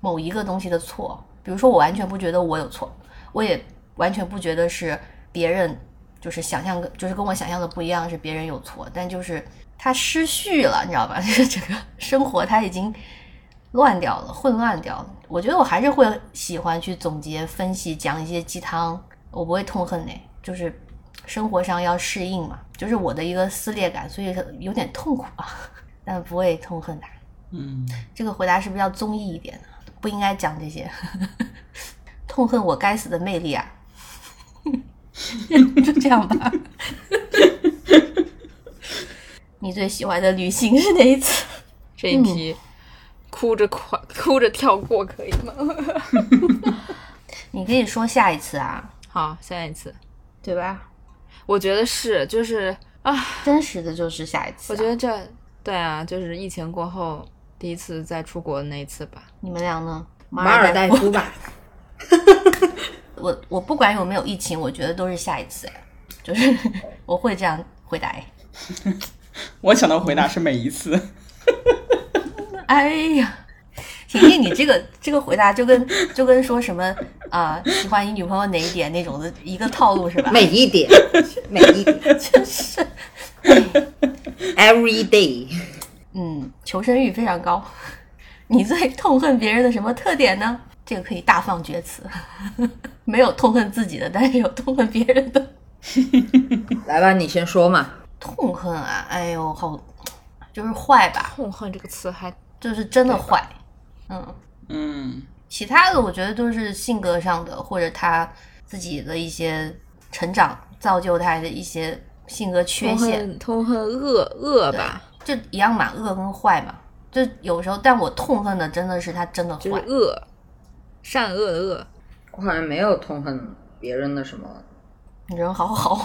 S2: 某一个东西的错，比如说我完全不觉得我有错，我也完全不觉得是别人就是想象跟就是跟我想象的不一样，是别人有错，但就是它失序了，你知道吧？ 就是整个生活它已经乱掉了，混乱掉了。我觉得我还是会喜欢去总结、分析、讲一些鸡汤，我不会痛恨呢、就是生活上要适应嘛，就是我的一个撕裂感，所以有点痛苦啊， 但不会痛恨它。
S5: 嗯，
S2: 这个回答是不是要综艺一点呢？不应该讲这些， 痛恨我该死的魅力啊！ 就这样吧。 你最喜欢的旅行是哪一次？
S1: 这一题、哭着快哭着跳过可以吗？
S2: 你可以说下一次啊，
S1: 好，下一次，
S2: 对吧？
S1: 我觉得是就是啊，
S2: 真实的就是下一次啊、
S1: 我觉得这对啊，就是疫情过后第一次再出国的那一次吧。
S2: 你们俩呢？马
S4: 马尔代夫吧，
S2: 我我不管有没有疫情，我觉得都是下一次，哎就是我会这样回答。哎
S5: 我想到回答是每一次，
S2: 哎呀，婷婷，你这个这个回答就跟就跟说什么啊、喜欢你女朋友哪一点那种的一个套路是吧？
S4: 每一点，每一点
S2: 真是，
S4: ，every day。
S2: 嗯，求生欲非常高。你最痛恨别人的什么特点呢？这个可以大放厥词，没有痛恨自己的，但是有痛恨别人的。
S4: 来吧，你先说嘛。
S2: 痛恨啊，哎呦，好，就是坏吧，
S1: 痛恨这个词还
S2: 就是真的坏。嗯，
S5: 嗯
S2: 其他的我觉得都是性格上的，或者他自己的一些成长造就他的一些性格缺
S1: 痛
S2: 陷，
S1: 恨痛恨恶恶吧，
S2: 就一样嘛，恶跟坏嘛。就有时候，但我痛恨的真的是他真的
S1: 就是
S2: 坏，
S1: 恶，善恶的恶。
S4: 我好像没有痛恨别人的什么，
S2: 人好好，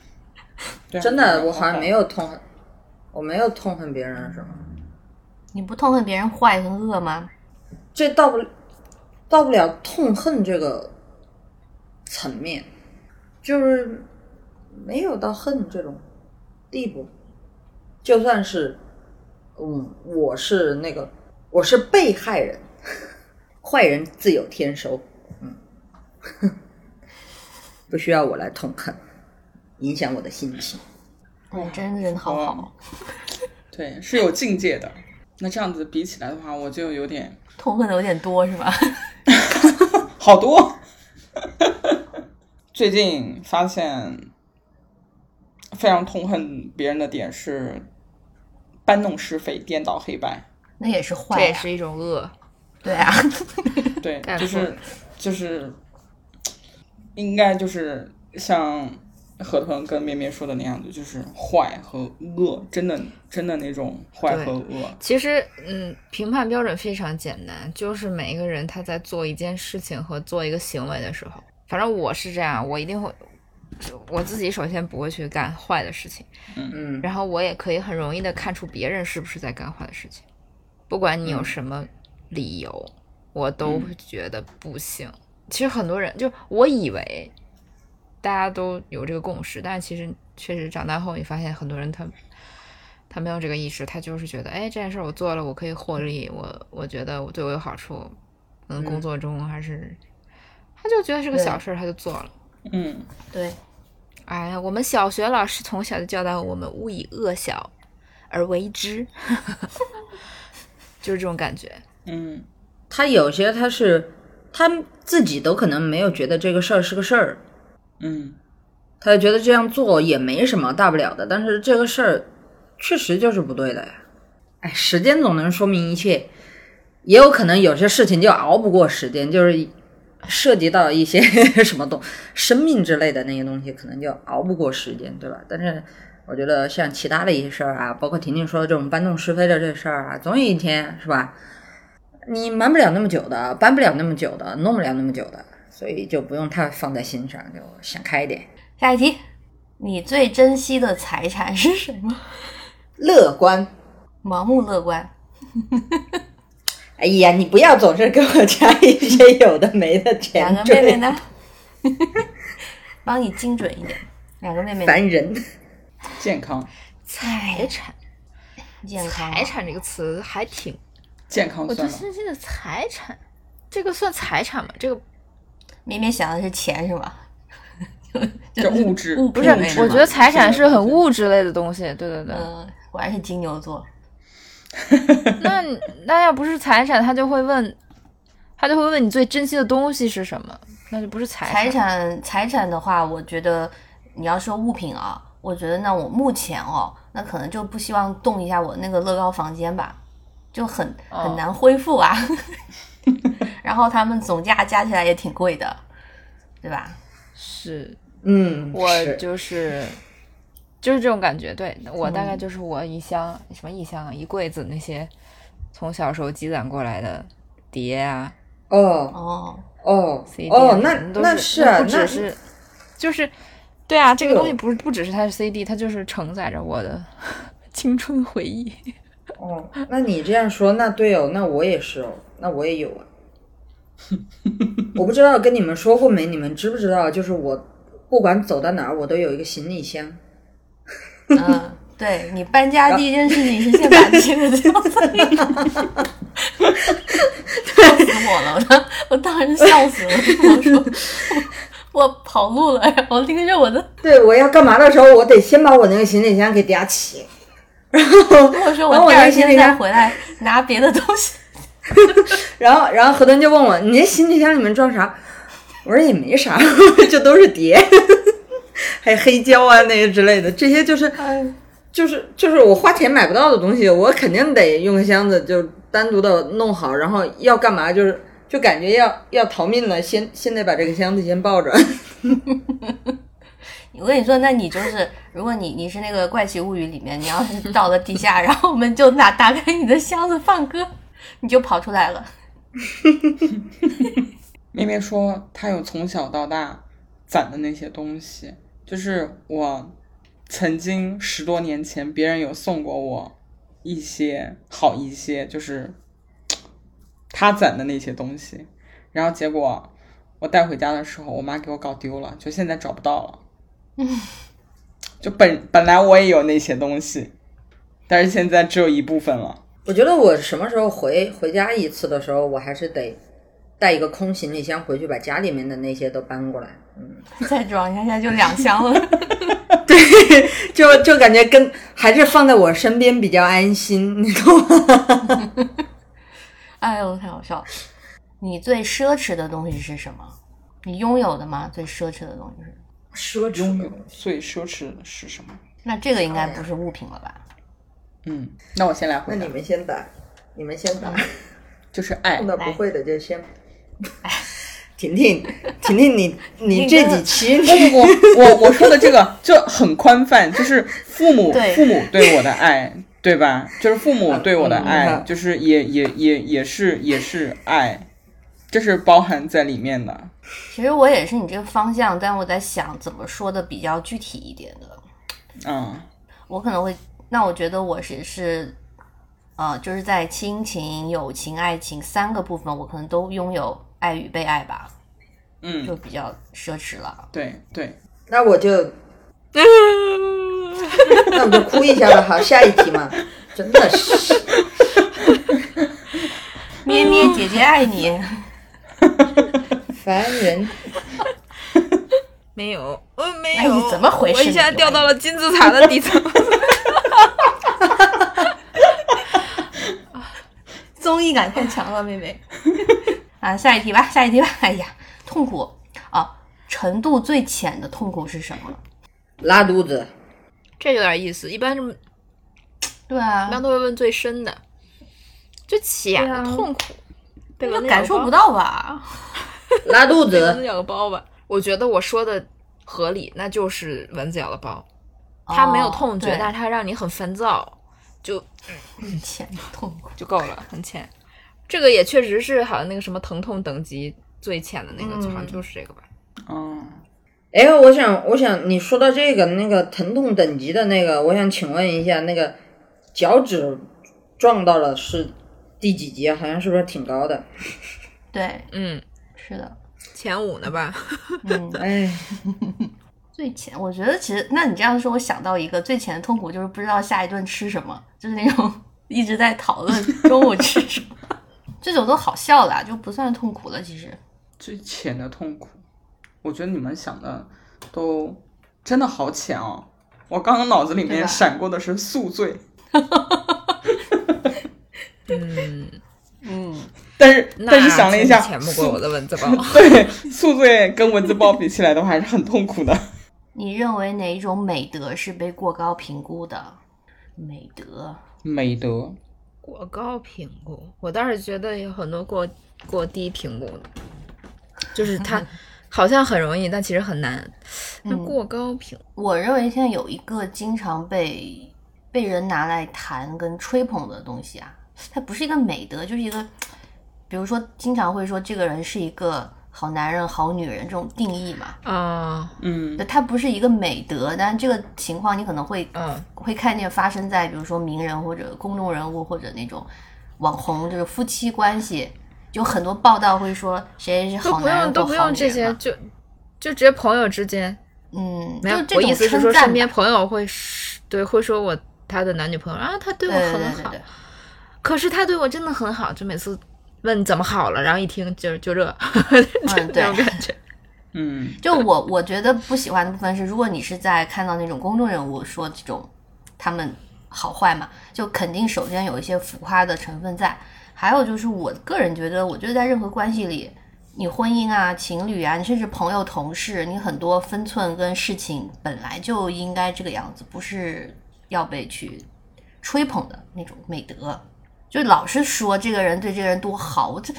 S5: 对啊
S4: 真的，我好像没有痛恨，我没有痛恨别人什么。
S2: 你不痛恨别人坏跟恶吗？
S4: 这到不到不了痛恨这个层面，就是没有到恨这种地步。就算是，嗯，我是那个，我是被害人，坏人自有天收，嗯， 不需要我来痛恨，影响我的心情。
S2: 哎，真人好好，
S1: 嗯
S5: 对，是有境界的。那这样子比起来的话，我就有点
S2: 痛恨的有点多是吧？
S5: 好多。 最近发现非常痛恨别人的点是搬弄是非、颠倒黑白。
S2: 那也是坏啊
S1: 这也
S2: 呀、
S1: 是一种恶。
S2: 对啊，
S5: 对，
S1: 概
S5: 就
S1: 括
S5: 是就是应该就是像河豚跟绵绵说的那样子，就是坏和恶，真的真的那种坏和恶。
S1: 其实，嗯，评判标准非常简单，就是每一个人他在做一件事情和做一个行为的时候，反正我是这样，我一定会，我自己首先不会去干坏的事情，
S4: 嗯，
S1: 然后我也可以很容易的看出别人是不是在干坏的事情，不管你有什么理由，我都会觉得不行。其实很多人就我以为大家都有这个共识，但是其实确实长大后你发现很多人他他没有这个意识，他就是觉得哎这件事儿我做了我可以获利，我我觉得我对我有好处，嗯，工作中还是他就觉得是个
S2: 对
S1: 小事儿他就做了。
S5: 嗯，
S2: 对，
S1: 哎呀，我们小学老师从小就教导我们“勿以恶小而为之”， 就是这种感觉。
S5: 嗯，
S4: 他有些他是他自己都可能没有觉得这个事儿是个事儿，
S5: 嗯，
S4: 他就觉得这样做也没什么大不了的，但是这个事儿确实就是不对的呀。哎，时间总能说明一切，也有可能有些事情就熬不过时间，就是涉及到一些什么东生命之类的那些东西，可能就熬不过时间，对吧？但是我觉得像其他的一些事儿啊，包括婷婷说的这种搬弄是非的这事儿啊，总有一天是吧？你瞒不了那么久的，搬不了那么久的，弄不了那么久的，所以就不用太放在心上，就想开一点。
S2: 下一题，你最珍惜的财产是什么？
S4: 乐观。
S2: 盲目乐观。
S4: 哎呀，你不要总是给我加一些有的没的
S2: 两个
S4: 前
S2: 妹妹
S4: 缀，
S2: 呢？ 帮你精准一点。两个妹妹呢
S4: 烦人。
S5: 健康，
S1: 财产，
S2: 健康啊，
S1: 财产这个词还挺，
S5: 健康
S1: 我就
S5: 算吗？
S1: 珍惜的财产，这个算财产吗？这个
S2: 明明想的是钱是吧？
S5: 就物质，
S2: 物
S1: 不是
S5: 物质，嘛
S1: 我觉得财产是很。
S5: 物质
S1: 物质类的东西。对对对，
S2: 嗯，果然是金牛座。
S1: 那你那要不是财产，他就会问，他就会问你最珍惜的东西是什么，那就不是财
S2: 财产财产的话，我觉得你要说物品啊，我觉得那我目前哦，那可能就不希望动一下我那个乐高房间吧，就很
S1: 哦
S2: 很难恢 复啊。然后他们总价加起来也挺贵的，对吧？
S1: 是
S4: 嗯，
S1: 我
S4: 是
S1: 就是就是这种感觉，对我大概就是我一箱、什么一箱啊，一柜子那些从小时候积攒过来的碟啊、
S4: 哦
S2: 哦，
S4: 哦
S1: CD 啊
S4: 哦，那
S1: 什么都
S4: 那
S1: 是
S4: 啊
S1: 那不只
S4: 那
S1: 是就是对啊，这个
S4: 对
S1: 东西不是不只是它是 CD，它就是承载着我的 青春回忆。
S4: 哦，那你这样说，那对哦，那我也是哦，那我也有啊。我不知道跟你们说过没，你们知不知道？就是我不管走到哪儿，我都有一个行李箱。
S2: 嗯，对你搬家第一件事情是先把这个交上去，笑 死我了！我当我当时笑死了，我说我我跑路了，然后拎着我的，
S4: 对，我要干嘛的时候，我得先把我那个行李箱给嗲起，然后
S2: 我说
S4: 然
S2: 我
S4: 后我
S2: 第
S4: 那
S2: 二
S4: 个行
S2: 天
S4: 李
S2: 再
S4: 箱，
S2: 回来拿别的东西。
S4: 然后然后何东就问我，你这行李箱里面装啥？我说也没啥， 就都是碟， 还有黑胶啊那些之类的，这些就是
S2: 哎
S4: 就是就是我花钱买不到的东西，我肯定得用个箱子就单独的弄好，然后要干嘛就是就感觉要要逃命了，先先得把这个箱子先抱着。
S2: 我跟你说，那你就是，如果你你是那个《怪奇物语》里面，你要是到了地下，然后我们就拿打开你的箱子放歌，你就跑出来了。
S5: 妹妹说她有从小到大攒的那些东西，就是我曾经十多年前别人有送过我一些好一些，就是他攒的那些东西，然后结果我带回家的时候，我妈给我搞丢了，就现在找不到了。
S4: 嗯
S5: 就本本来我也有那些东西，但是现在只有一部分了。
S4: 我觉得我什么时候回回家一次的时候，我还是得带一个空行李箱回去，把家里面的那些都搬过来。
S2: 再装一下，现在就两箱了。
S4: 就就感觉跟还是放在我身边比较安心，你懂 吗？
S2: 哎呦，太好笑了！你最奢侈的东西是什么？你拥有的吗？最奢侈的东西是什么？
S4: 奢
S5: 拥有最奢侈的是什么？
S2: 那这个应该不是物品了吧？
S5: 嗯，那我先来回
S4: 那
S5: 答
S4: 你，们先打，你们先打，
S2: 嗯
S5: 就是爱
S4: 碰。到不会的就先。婷婷，婷婷， 你你
S2: 你
S4: 这
S2: 跟
S4: 几期
S5: 不不不，我我说的 这个就很宽泛，就是父母
S2: 对
S5: 父母 对我的爱，对吧？就是父母对我的
S4: 嗯
S5: 爱
S4: 嗯，
S5: 就是也也也也是也是爱，这是包含在里面的。
S2: 其实我也是你这个方向，但我在想怎么说的比较具体一点的。
S5: 嗯，
S2: 我可能会，那我觉得我是是，呃，就是在亲情、友情、爱情三个部分，我可能都拥有爱与被爱吧，就
S5: 嗯，
S2: 比较奢侈 了。
S5: 对对，
S4: 那我 就，那我就哭一下吧。好，下一题嘛，真的是，
S2: 咩咩姐姐爱你，
S4: 烦人。
S1: 没有，我没
S2: 哎你怎么回事
S1: 我一下
S2: 你
S1: 掉到了金字塔的底层。
S2: 综艺感太强了，妹 妹。啊，下一题吧，下一题吧。 哎呀，痛苦啊，程度最浅的痛苦是什么？
S4: 拉肚子，
S1: 这有点意思。一般这么
S2: 对啊
S1: 一，般都会问最深的，就浅
S4: 对啊
S1: 的痛苦，被蚊
S2: 就
S1: 子
S2: 感受不到吧？
S4: 拉肚
S1: 被蚊子
S4: 子，
S1: 咬个包吧。我觉得我说的合理，那就是蚊子咬了包，它没有痛觉，
S2: 对
S1: 但是它让你很烦躁，就
S2: 以前痛苦。
S1: 就够了，很浅。这个也确实是好像那个什么疼痛等级最浅的那个，就好像
S2: 嗯
S1: 就是这个吧。
S5: 嗯，
S4: 哎，我想，我想你说到这个那个疼痛等级的那个，我想请问一下，那个脚趾撞到了是第几级啊？好像是不是挺高的？
S2: 对，
S1: 嗯，
S2: 是的，
S1: 前五呢吧？
S2: 嗯，
S4: 哎，
S2: 最浅，我觉得其实，那你这样说，我想到一个最浅的痛苦就是不知道下一顿吃什么，就是那种一直在讨论中午吃什 么，这种都好笑啦，就不算痛苦了。其实，
S5: 最浅的痛苦，我觉得你们想的都真的好浅哦。我刚刚脑子里
S2: 对
S5: 面
S2: 吧
S5: 闪过的是宿醉，
S1: 嗯，
S5: 但是
S1: 那
S5: 但是想了一下
S1: 真是，浅不过我的蚊 子包。
S5: 宿对宿醉跟蚊子包比起来的话，还是很痛苦的。
S2: 你认为哪一种美德是被过高评估的？美德，
S5: 美德，
S1: 过高评估，我倒是觉得有很多过过低评估的，就是它好像很容易，但其实很难。那
S2: 嗯
S1: 过高评，
S2: 我认为现在有一个经常被被人拿来谈跟吹捧的东西啊，它不是一个美德，就是一个，比如说经常会说这个人是一个好男人、好女人这种定义嘛。
S1: 啊，
S5: 嗯
S2: 对，它不是一个美德，但是这个情况你可能会、
S1: 嗯
S2: 会看见发生在比如说名人或者公众人物或者那种网红，就是夫妻关系，就很多报道会说谁是
S1: 都
S2: 好
S1: 不
S2: 男
S1: 用
S2: 人
S1: 都
S2: 或
S1: 不
S2: 好
S1: 用
S2: 女
S1: 这
S2: 人
S1: 些，
S2: 嘛，
S1: 就就直接朋友之间，
S2: 嗯，
S1: 没有
S2: 就，这
S1: 我
S2: 种
S1: 意思是
S2: 称
S1: 说
S2: 赞
S1: 身边
S2: 吧
S1: 朋友会是对会说我他的男女朋友啊，他对
S2: 对
S1: 我
S2: 对
S1: 很
S2: 对对
S1: 好
S2: 对，，
S1: 可是他对我真的很好，就每次问怎么好了，然后一听就 就这，
S2: 嗯
S1: 这种
S2: 对
S1: 感觉。
S5: 嗯，
S2: 就我我觉得不喜欢的部分是，如果你是在看到那种公众人物说这种他们好坏嘛，就肯定首先有一些浮夸的成分在。还有就是我个人觉得，我觉得在任何关系里，你婚姻啊、情侣啊，你甚至朋友、同事，你很多分寸跟事情本来就应该这个样子，不是要被去吹捧的那种美德。就老是说这个人对这个人多好，我这，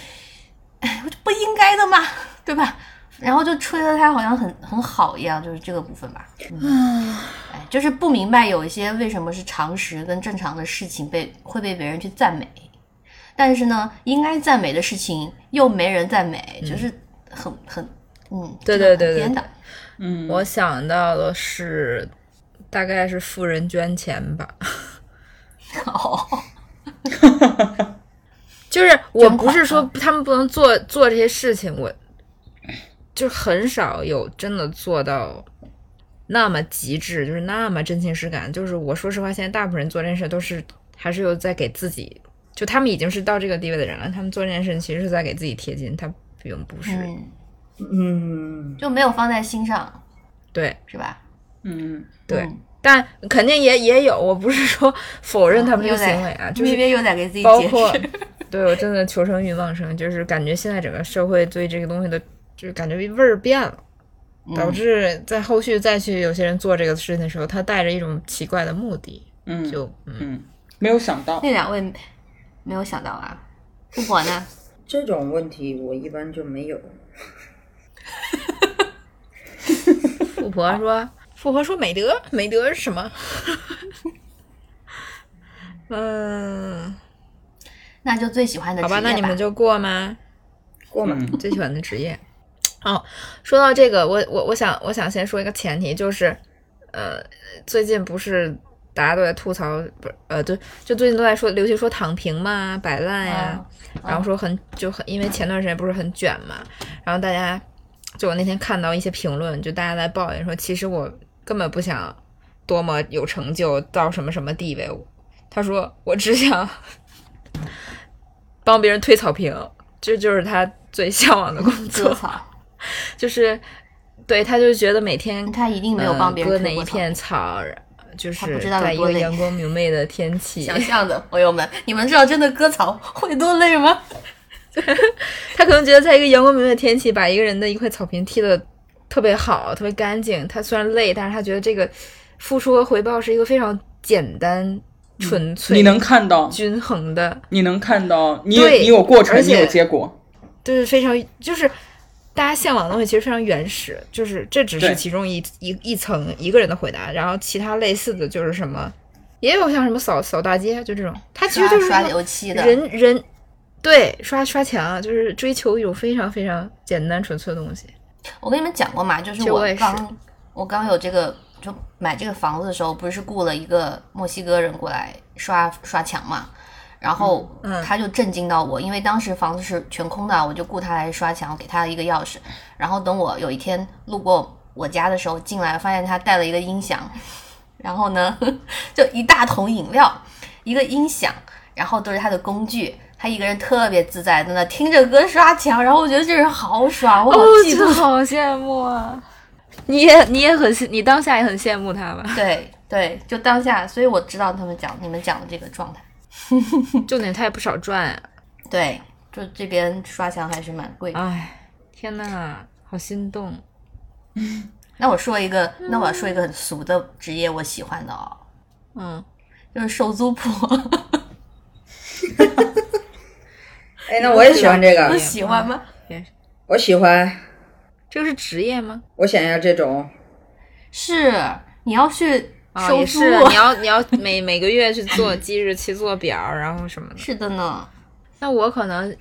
S2: 哎，我这不应该的嘛，对吧？然后就吹得他好像很很好一样，就是这个部分吧。哎，就是不明白有一些为什么是常识跟正常的事情被会被别人去赞美，但是呢，应该赞美的事情又没人赞美，就是很很嗯，
S1: 嗯对
S2: 这个
S1: 对对对
S2: 很颠倒。
S5: 嗯，
S1: 我想到的是，大概是富人捐钱吧。
S2: 哦，
S1: 就是我
S2: 捐款
S1: 不是说他们不能做做这些事情，我就很少有真的做到那么极致，就是那么真情实感。就是我说实话，现在大部分人做这件事都是还是有在给自己，就他们已经是到这个地位的人了，他们做这件事情其实是在给自己贴金，他并不 是、
S2: 嗯，
S4: 嗯，
S2: 就没有放在心上，
S1: 对
S2: 是吧？
S5: 嗯
S1: 对。
S2: 嗯
S1: 但肯定也也有，我不是说否认他们这
S2: 又
S1: 个
S2: 在
S1: 行为啊，就是
S2: 咪咪又在给自己
S1: 包
S2: 解
S1: 括
S2: 释。，
S1: 对我真的求生欲旺盛，就是感觉现在整个社会对这个东西的，就是感觉味儿变了，导致在后续再去有些人做这个事情的时候，他带着一种奇怪的目的，
S5: 嗯，
S1: 就嗯，
S5: 嗯，没有想到，
S2: 那两位没有想到啊，富婆呢？
S4: 这种问题我一般就没有。
S1: 富婆说，富婆说美德，美德是什么？ 嗯，
S2: 那就最喜欢的
S1: 好吧，
S2: 职业
S1: 那你们就过吗？
S4: 过嘛，
S5: 嗯
S1: 最喜欢的职业。哦，说到这个，我我我想我想先说一个前提，就是，呃，最近不是大家都在吐槽，不是呃，对，就最近都在说流行说躺平嘛、摆烂呀，然后说很就很，因为前段时间不是很卷嘛，然后大家就我那天看到一些评论，就大家在抱怨说，其实我根本不想多么有成就到什么什么地位，他说我只想 帮别人推草坪，这就是他最向往的工
S2: 割
S1: 作，
S2: 草，
S1: 就是对，他就觉得每天
S2: 他一定没有帮别
S1: 嗯
S2: 人
S1: 割
S2: 推
S1: 哪
S2: 过
S1: 一
S2: 草
S1: 片草，就是
S2: 他不知道有
S1: 在一
S2: 多
S1: 个
S2: 累
S1: 阳光明媚的天气，
S2: 想象的朋友们，你们知道真的割草会多累 吗？
S1: 他可能觉得在一个阳光明媚的天气，把一个人的一块草坪踢得特别好，特别干净。他虽然累，但是他觉得这个付出和回报是一个非常简单纯粹、
S5: 嗯你能看到，
S1: 均衡的，
S5: 你能看到，你
S1: 对
S5: 你有过程，
S1: 而
S5: 你
S1: 且
S5: 有结果，
S1: 就是非常就是大家向往的东西，其实非常原始。就是这只是
S5: 对
S1: 其中一一一层一个人的回答，然后其他类似的就是什么，也有像什么扫扫大街就这种，它其实就是
S2: 刷
S1: 一
S2: 刷
S1: 个
S2: 油漆的，
S1: 人人对刷刷墙，啊就是追求一种非常非常简单纯粹的东西。
S2: 我跟你们讲过嘛，就
S1: 其
S2: 是
S1: 实
S2: 我
S1: 我也是
S2: 刚我刚有这个就买这个房子的时候，不是雇了一个墨西哥人过来刷刷墙嘛，然后
S1: 嗯
S2: 他就震惊到我，因为当时房子是全空的，我就雇他来刷墙，给他一个钥匙，然后等我有一天路过我家的时候进来，发现他带了一个音响， 然后呢 就一大桶饮料，一个音响，然后都是他的工具。他一个人特别自在，在那听着歌刷墙，然后我觉得这人好爽，我好嫉
S1: 哦真
S2: 妒
S1: 的 好羡慕啊！你也你也很羡，你当下也很羡慕他 吧？
S2: 对对，就当下，所以我知道他们讲你们讲的这个状态。
S1: 重点他也不少赚啊！
S2: 对，就这边刷墙还是蛮贵的。
S1: 哎，天呐，好心动！
S2: 那我说一个，那我要说一个很俗的职业，我喜欢的哦，
S1: 嗯，
S2: 就是收租 婆。
S4: 哎，那我也喜欢这个
S2: 不，喜欢吗？
S1: 嗯
S4: 我喜欢，
S1: 这个是职业吗？
S4: 我想要这种。
S2: 是，你要去
S1: 啊、
S2: 收
S1: 也
S2: 租。
S1: 是，你要你要每每个月去做即日期做表，然后什么的。
S2: 是的呢，
S1: 那我可能，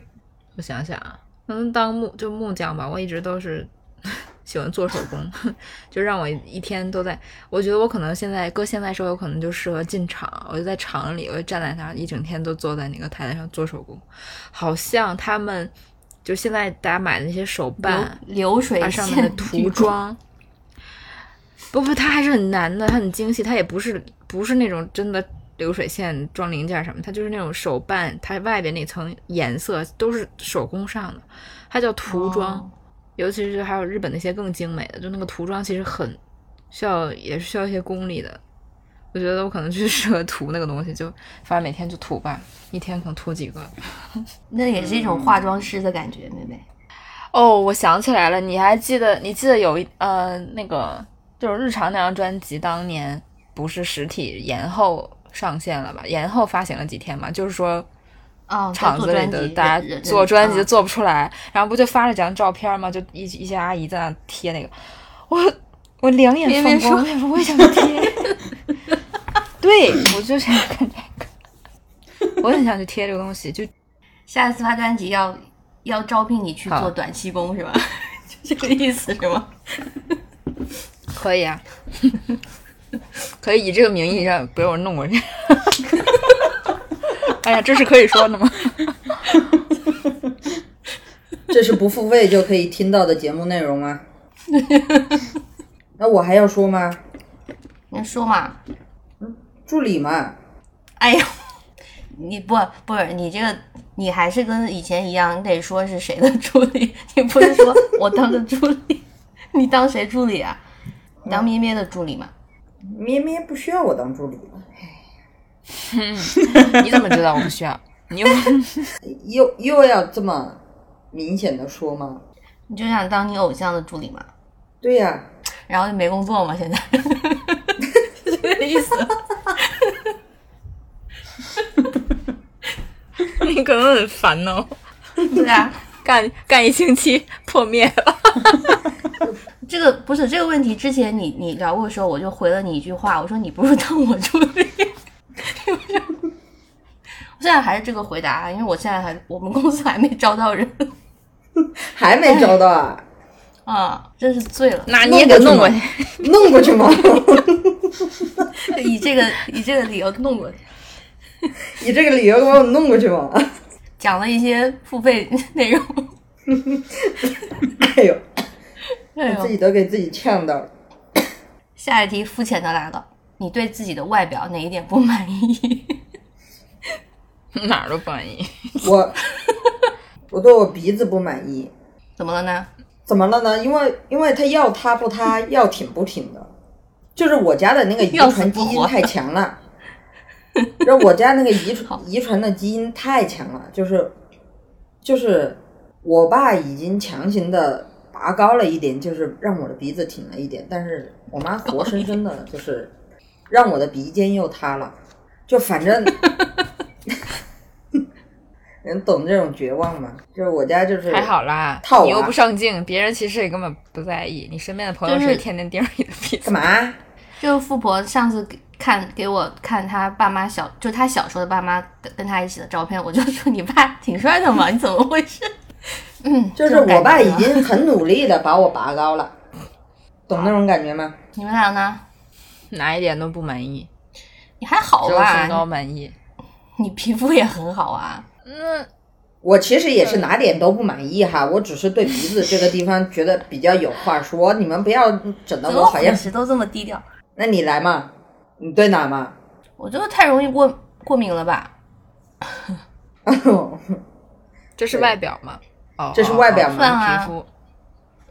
S1: 我想想啊，可能当木就木匠吧，我一直都是 喜欢做手工， 就让我一天都在。我觉得我可能现在搁现在说，我可能就适合进厂，我就在厂里，我就站在那儿一整天都坐在那个台子上做手工，好像他们就现在大家买的那些手办，
S2: 流流水
S1: 它上面的
S2: 线
S1: 涂装。不不，它还是很难的，它很精细，它也不是不是那种真的流水线装零件什么，它就是那种手办，它外边那层颜色都是手工上的，它叫涂装，
S2: 哦
S1: 尤其是还有日本那些更精美的，就那个涂装其实很需要，也是需要一些功力的。我觉得我可能 就适合涂那个东西，就反正每天就涂吧，一天可能涂几个。
S2: 那也是一种化妆师的感觉，妹妹。
S1: 哦，我想起来了，你还记得？你记得有一呃，那个就是日常那张专辑，当年不是实体延后上线了吧？延后发行了几天嘛？就是说
S2: 啊、
S1: 嗯厂子里的大家做专
S2: 嗯
S1: 辑做不出来，然后不就发了几张照片吗？就一一些阿姨在那贴那个，我我两眼
S2: 边
S1: 放
S2: 边
S1: 光，我也不为什么贴？ 对，我就想看这个，我很想去贴这个东西，就
S2: 下次发专辑要要招聘你去
S1: 好
S2: 做短期工是吧？ 就这个意思是吗？
S1: 可以啊， 可以以这个名义让给我弄过去。 哎呀，这是可以说的吗？
S4: 这是不付费就可以听到的节目内容吗？ 那我还要说吗？
S2: 你说嘛？
S4: 助理嘛，
S2: 哎呦，你不不是你这个，你还是跟以前一样，你得说是谁的助理，你不是说我当的助理，你当谁助理啊？你当咩咩的助理嘛？
S4: 咩咩不需要我当助理，
S1: 你怎么知道我不需要？你又
S4: 又又要这么明显的说吗？
S2: 你就想当你偶像的助理嘛？
S4: 对呀、
S2: 然后就没工作嘛？现在 是这个意思。
S1: 你可能很烦哦，
S2: 对啊，
S1: 干干一星期破灭了。
S2: 这个不是这个问题。之前你你聊过的时候，我就回了你一句话，我说你不如当我助理。 我现在还是这个回答，啊因为我现在还我们公司还没招到人。
S4: 还没招到啊？
S2: 哎啊，真是醉了！
S1: 那你也给弄过去，
S4: 弄过去吗？
S2: 以这个以这个理由弄过去，
S4: 以这个理由给我弄过去吗？
S2: 讲了一些付费内容。
S4: 哎呦，
S2: 哎
S4: 自己
S2: 呦，
S4: 都给自己呛到了。
S2: 下一题肤浅的来了，你对自己的外表哪一点不满意？
S1: 哪儿都不满意。
S4: 我我对我鼻子不满意，
S2: 怎么了呢？
S4: 怎么了呢？因为因为它要塌不塌，要挺不挺的，就是我家的那个遗
S2: 要死
S4: 传
S2: 不
S4: 基因
S2: 活
S4: 太强了。让我家那个遗传遗传的基因太强了，就是就是我爸已经强行的拔高了一点，就是让我的鼻子 挺了一点，但是我妈活生生的就是让我的鼻尖又塌了。就 反正，能懂这种绝望吗？就是我家就是
S1: 还好啦
S4: 套，
S1: 你又
S4: 娃
S1: 不上镜，别人其实也根本不在意。你身边的朋友
S2: 就是
S1: 谁天天盯着你的鼻子
S4: 干？嘛？啊
S2: 就是富婆上次给看给我看她爸妈小，就她小时候的爸妈跟跟她一起的照片，我就说你爸挺帅的嘛，你怎么回事？嗯，
S4: 就是
S2: 这种感
S4: 我爸
S2: 觉
S4: 已经很努力的把我拔高了，懂那种感觉吗？
S2: 你们俩呢？
S1: 哪一点都不满意，
S2: 你还好
S1: 只有身高
S2: 吧？
S1: 满意。
S2: 你皮肤也很好啊。
S1: 那
S4: 我其实也是哪点都不满意哈，我只是对鼻子这个地方觉得比较有话说，你们不要整得
S2: 怎
S4: 我
S2: 么
S4: 好像
S2: 伙。食都这么低调？
S4: 那你来嘛，你对哪嘛？
S2: 我就是太容易过过敏了吧？
S1: 这是
S4: 对
S1: 外表吗？哦，
S4: 这是外表
S1: 哦哦
S4: 吗
S2: 算啊
S1: 皮肤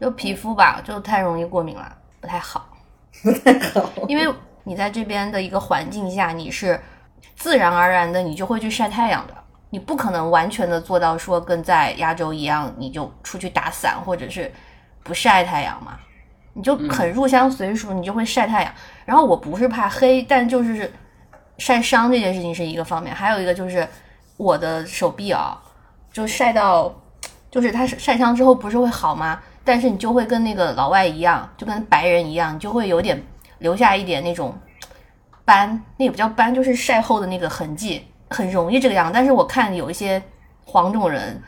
S2: 就皮肤吧，就太容易过敏了，不太好。因为你在这边的一个环境下，你是自然而然的，你就会去晒太阳的。你不可能完全的做到说跟在亚洲一样，你就出去打伞或者是不晒太阳嘛，你就很入乡随俗，你就会晒太阳。然后我不是怕黑，但就是晒伤这件事情是一个方面，还有一个就是我的手臂啊，就晒到，就是它是晒伤之后不是会好吗？但是你就会跟那个老外一样，就跟白人一样，你就会有点留下一点那种斑，那也不叫斑，就是晒后的那个痕迹，很容易这个样。但是我看有一些黄种人，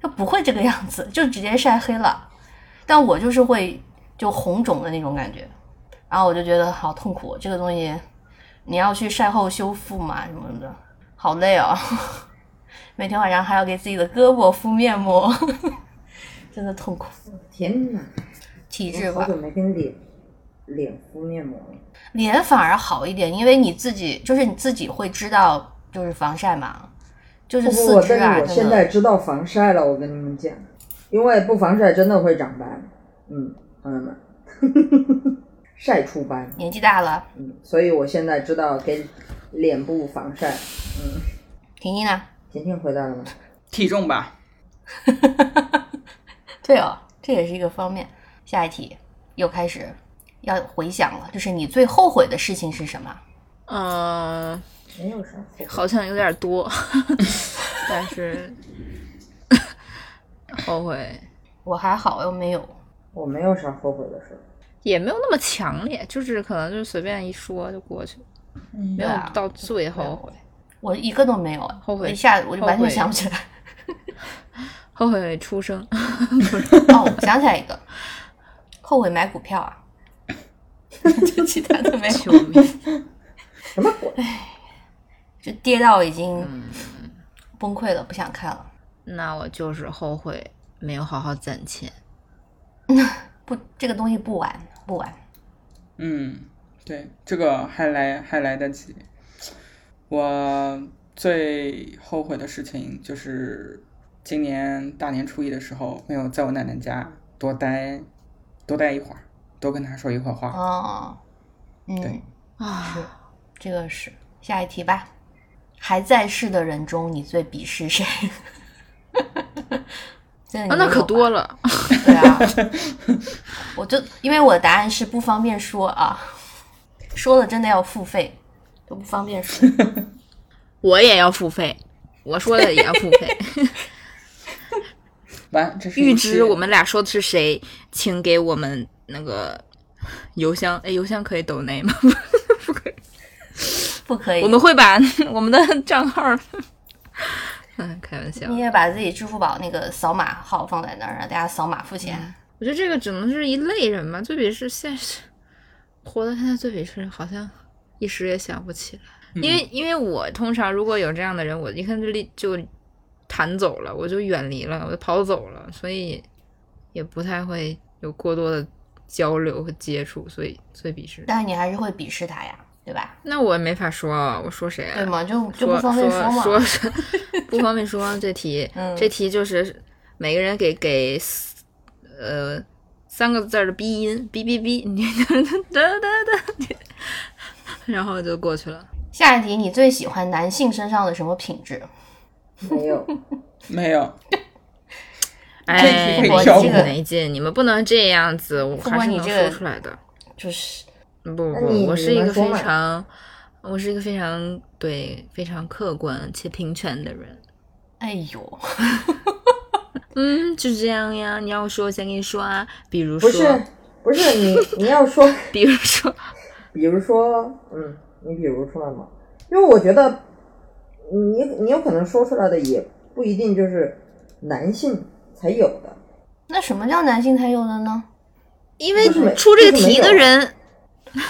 S2: 他不会这个样子，就直接晒黑了。但我就是会就红肿的那种感觉，然后我就觉得好痛苦，这个东西你要去晒后修复嘛什么的，好累哦。 每天晚上还要给自己的胳膊敷面膜，真的痛苦。嗯
S4: 天哪，
S2: 体质
S4: 我好
S2: 吧
S4: 久，没跟脸脸敷面膜了。
S2: 脸反而好一点，因为你自己就是你自己会知道，就是防晒嘛，就是
S4: 不不
S2: 四
S4: 不，
S2: 肢
S4: 但
S2: 啊，
S4: 是我
S2: 真
S4: 现
S2: 的
S4: 在知道防晒了，我跟你们讲，因为不防晒真的会长斑。嗯，朋友们， 晒出斑。
S2: 年纪大了。
S4: 嗯，所以我现在知道给脸部防晒。
S2: 婷婷呢？
S4: 婷婷回答了吗？
S5: 体重吧，
S2: 对哦，这也是一个方面。下一题又开始要回想了，就是你最后悔的事情是什么？
S1: 嗯，
S4: 没有啥。
S1: 好像有点多， 但 是后悔
S2: 我还好，又没有。
S4: 我没有啥后悔的事儿。
S1: 也没有那么强烈，就是可能就是随便一说就过去了，没有
S2: 对啊
S1: 到最后悔。
S2: 我一个都没有，
S1: 后悔
S2: 我一下我就完
S1: 后
S2: 全
S1: 悔
S2: 想不起来。
S1: 后悔出生，
S2: 哦，我想起来一个，后悔买股票啊， 就其他的没有。
S1: 救命！
S4: 什么鬼？
S2: 就跌到已经
S1: 嗯
S2: 崩溃了，不想看了，
S1: 那我就是后悔没有好好攒钱。
S2: 不，这个东西不玩，不玩。
S5: 嗯，对，这个还来还来得及。我最后悔的事情就是今年大年初一的时候没有在我奶奶家多待多待一会儿，多跟她说一会儿话。
S2: 哦，嗯
S5: 对，
S1: 啊，
S2: 这个是下一题吧。还在世的人中，你最鄙视谁？ 真的
S1: 啊，那可多
S2: 了。
S1: 了。
S2: 对啊，我就因为我的答案是不方便说啊，说了真的要付费，都不方便 说。
S1: 我也要付费，我说的也要付 费。
S5: 完，这是一
S1: 预
S5: 期
S1: 知我们俩说的是谁，请给我们那个邮箱。哎，邮箱可以抖内吗？不可以。
S2: 不可以。
S1: 我们会把 我们的账号， 嗯，开玩笑。
S2: 你也把自己支付宝那个扫码号放在那儿，让大家扫码付钱。
S1: 我觉得这个只能是一类人吧。最鄙视现实，活到现在最鄙视好像一时也想不起来，因为因为我通常如果有这样的人，我一看就立就弹走了，我就远离了，我就跑走了，所以也不太会有过多的交流和接触，所以最鄙视。
S2: 但是你还是会鄙视他呀，对吧？
S1: 那我也没法说啊，我说谁啊？
S2: 对吗？就就
S1: 说
S2: 不方便嘛。
S1: 说说不方便说这题，
S2: 嗯
S1: 这题就是每个人给给四呃三个字儿的鼻音，哔哔哔，你 哒哒哒，然后就过去了。
S2: 下一题，你最喜欢男性身上的什么品质？
S4: 没 有。
S5: 没有，
S1: 哎
S5: 这题，可以
S1: 我
S5: 跳
S1: 这
S5: 过
S1: 个没劲，你们不能这样子，我
S2: 不过
S1: 还是
S2: 你
S1: 能
S2: 这个
S1: 说出来的。
S2: 就是
S1: 不不
S4: 那你
S1: 不，我是一个
S4: 你们说
S1: 非
S4: 嘛
S1: 常我是一个非常对非常客观且平权的人。
S2: 哎呦，
S1: 嗯，就是这样呀。你要我说，我先跟你说啊，比如
S4: 不
S1: 说，
S4: 是不是你你要说，
S1: 比如说，
S4: 比如说，嗯，你比如说嘛，因为我觉得你你有可能说出来的也不一定就是男性才有的，
S2: 那什么叫男性才有的呢？
S1: 因为
S4: 就是没
S1: 出这个
S4: 就是没
S1: 题的
S4: 有
S1: 人，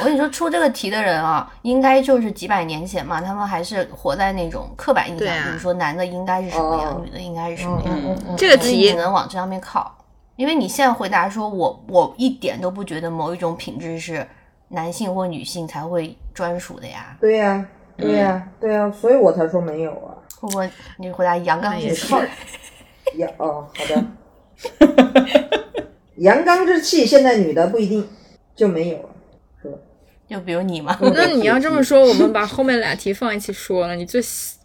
S2: 我跟你说，出这个题的人啊，应该就是几百年前嘛，他们还是活在那种刻板印
S1: 对
S2: 象，
S1: 啊
S2: 比如说男的应该是什么样，
S4: 哦
S2: 女的应该是什么
S4: 嗯
S2: 样，
S4: 嗯嗯嗯，
S1: 这个
S2: 所以
S1: 题
S2: 只能往这上面靠。因为你现在回答说我我一点都不觉得某一种品质是男性或女性才会专属的呀，
S4: 对呀、对呀、嗯对呀、所以我才说没有啊。
S2: 会不会你回答阳刚
S1: 也
S2: 之
S1: 是
S2: 气？
S4: 也哦，好 的。阳刚之气，现在女的不一定就没有了。
S2: 就比如你嘛，
S1: 那你要这么说，我们把后面俩题放一起说了。你最喜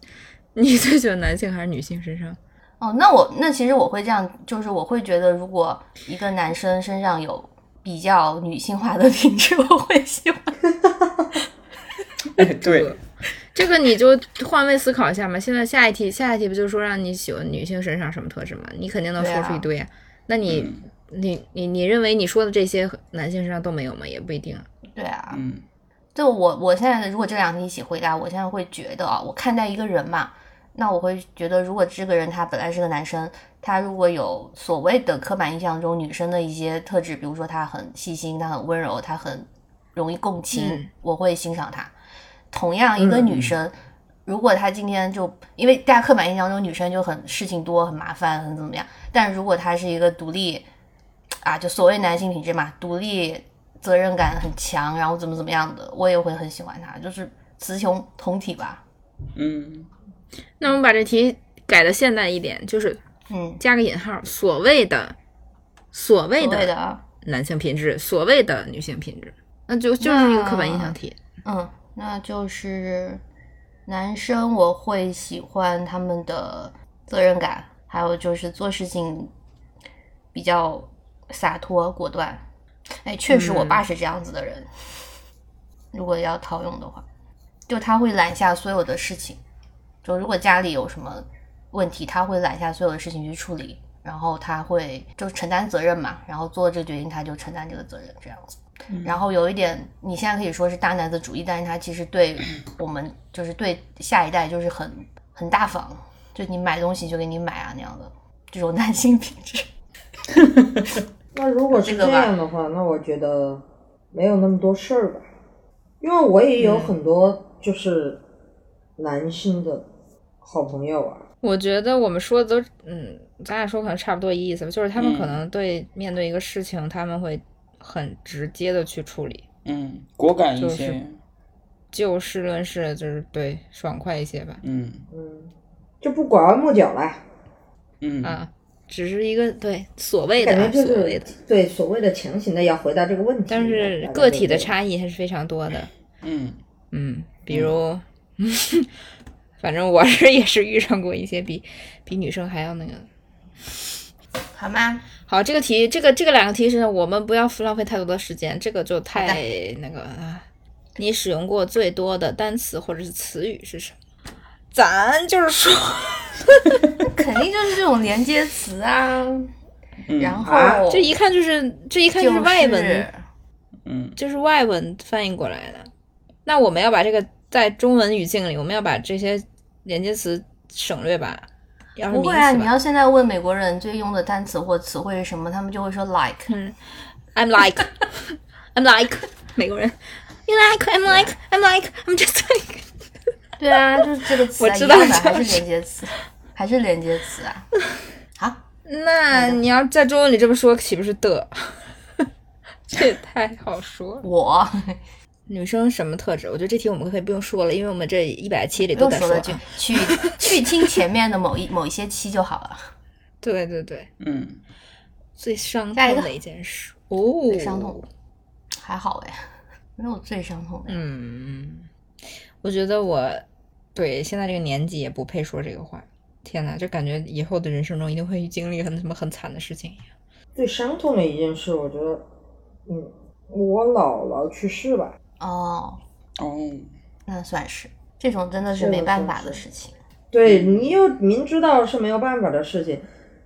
S1: 你最喜欢男性还是女性身上？
S2: 哦，那我那其实我会这样，就是我会觉得，如果一个男生身上有比较女性化的 品质，我会喜欢。
S5: 哎，对，
S1: 这个你就换位思考一下嘛。现在下一题，下一题不就是说让你喜欢女性身上什么特质吗？你肯定能说出一堆啊。那你、你你你认为你说的这些男性身上都没有吗？也不一定啊。
S2: 对啊，
S5: 嗯，
S2: 就我我现在如果这两题一起回答，我现在会觉得啊，我看待一个人嘛，那我会觉得，如果这个人他本来是个男生，他如果有所谓的刻板印象中女生的一些特质，比如说他很细心，他很温柔，他很容易共情，
S1: 嗯
S2: 我会欣赏他。同样一个
S4: 嗯
S2: 女生，如果她今天就因为大家刻板印象中女生就很事情多、很麻烦、很怎么样，但如果她是一个独立啊，就所谓男性品质嘛，独立责任感很强，然后怎么怎么样的，我也会很喜欢她，就是雌雄同体吧。
S5: 嗯，
S1: 那我们把这题改的现代一点，就是
S2: 嗯，
S1: 加个引号，所谓的所谓
S2: 所谓的
S1: 的
S2: 啊，
S1: 男性品质，所谓的女性品质，那就就是一个刻板印象题。
S2: 嗯，那就是男生我会喜欢他们的责任感，还有就是做事情比较洒脱果断。哎，确实我爸是这样子的人，如果要套用的话，就他会揽下所有的事情。就如果家里有什么问题，他会揽下所有的事情去处理，然后他会就承担责任嘛，然后做这个决定他就承担这个责任这样子。然后有一点，你现在可以说是大男子主义，但是他其实对我们就是对下一代就是很很大方，就你买东西就给你买啊那样的这种男性品质。
S4: 那如果是
S2: 这个
S4: 这
S2: 吧
S4: 样的话，那我觉得没有那么多事儿吧，因为我也有很多就是男性的好朋友啊。
S1: 我觉得我们说的都，嗯，咱俩说可能差不多一意思吧，就是他们
S5: 嗯
S1: 可能对面对一个事情，他们会很直接的去处理，
S5: 嗯，果敢一
S1: 就是
S5: 些，
S1: 就事论事，就是对爽快一些吧。
S5: 嗯
S4: 嗯，就不拐弯抹角啦，
S5: 嗯
S1: 啊，只是一个对所谓的
S4: 感觉
S1: 啊
S4: 就
S1: 所
S4: 是
S1: 谓的，
S4: 对所谓的强行的要回答这个问题，
S1: 但是
S4: 大概
S1: 个体的
S4: 就这样
S1: 差异还是非常多的。
S5: 嗯
S1: 嗯，比如， 反正我是也是遇上过一些比比女生还要那个。
S2: 好吗？
S1: 好，这个题，这个这个两个题是我们不要浪费太多的时间，这个就太
S2: 好
S1: 那个啊。你使用过最多的单词或者是词语是什么？咱就是说，
S2: 肯定就是这种连接词啊，
S5: 嗯，
S2: 然后、
S4: 啊
S1: 这一看就是这一看
S2: 就
S1: 就是是外文，
S5: 嗯
S1: 就是外文翻译过来的。那我们要把这个在中文语境里，我们要把这些连接词省略吧，要是
S2: 不
S1: 名
S2: 会啊，
S1: 词
S2: 你
S1: 吧。
S2: 要现在问美国人最用的单词或词汇是什么，他们就会说 like。
S1: I'm like, I'm like 美国人。You like, I'm like, I'm like, I'm just like。
S2: 对啊，就是这个词、啊，
S1: 我知道
S2: 一样
S1: 就是
S2: 的还是连接词，还是连接词啊。好，
S1: 那你要在中文里这么说，岂不是 的？这也太好说了。
S2: 我
S1: 女生什么特质？我觉得这题我们可以不用说了，因为我们这一百期里
S2: 不
S1: 都
S2: 用
S1: 在
S2: 说
S1: 说
S2: 了，
S1: 啊。
S2: 就去去听前面的某一某一些期就好了。
S1: 对对对，
S5: 嗯
S1: 最伤
S2: 下一
S1: 痛
S2: 个
S1: 的一件事。哦，
S2: 最伤痛。还好哎， 没有最伤痛的。
S1: 嗯，我觉得我对现在这个年纪也不配说这个话。天呐，就感觉以后的人生中一定会经历很什么很惨的事情一样。
S4: 最伤痛的一件事，我觉得，嗯，我姥姥去世吧，
S2: 哦，
S5: 哦，
S2: 那算是这种真的是没办法的事情。
S4: 对你又明知道是没有办法的事情，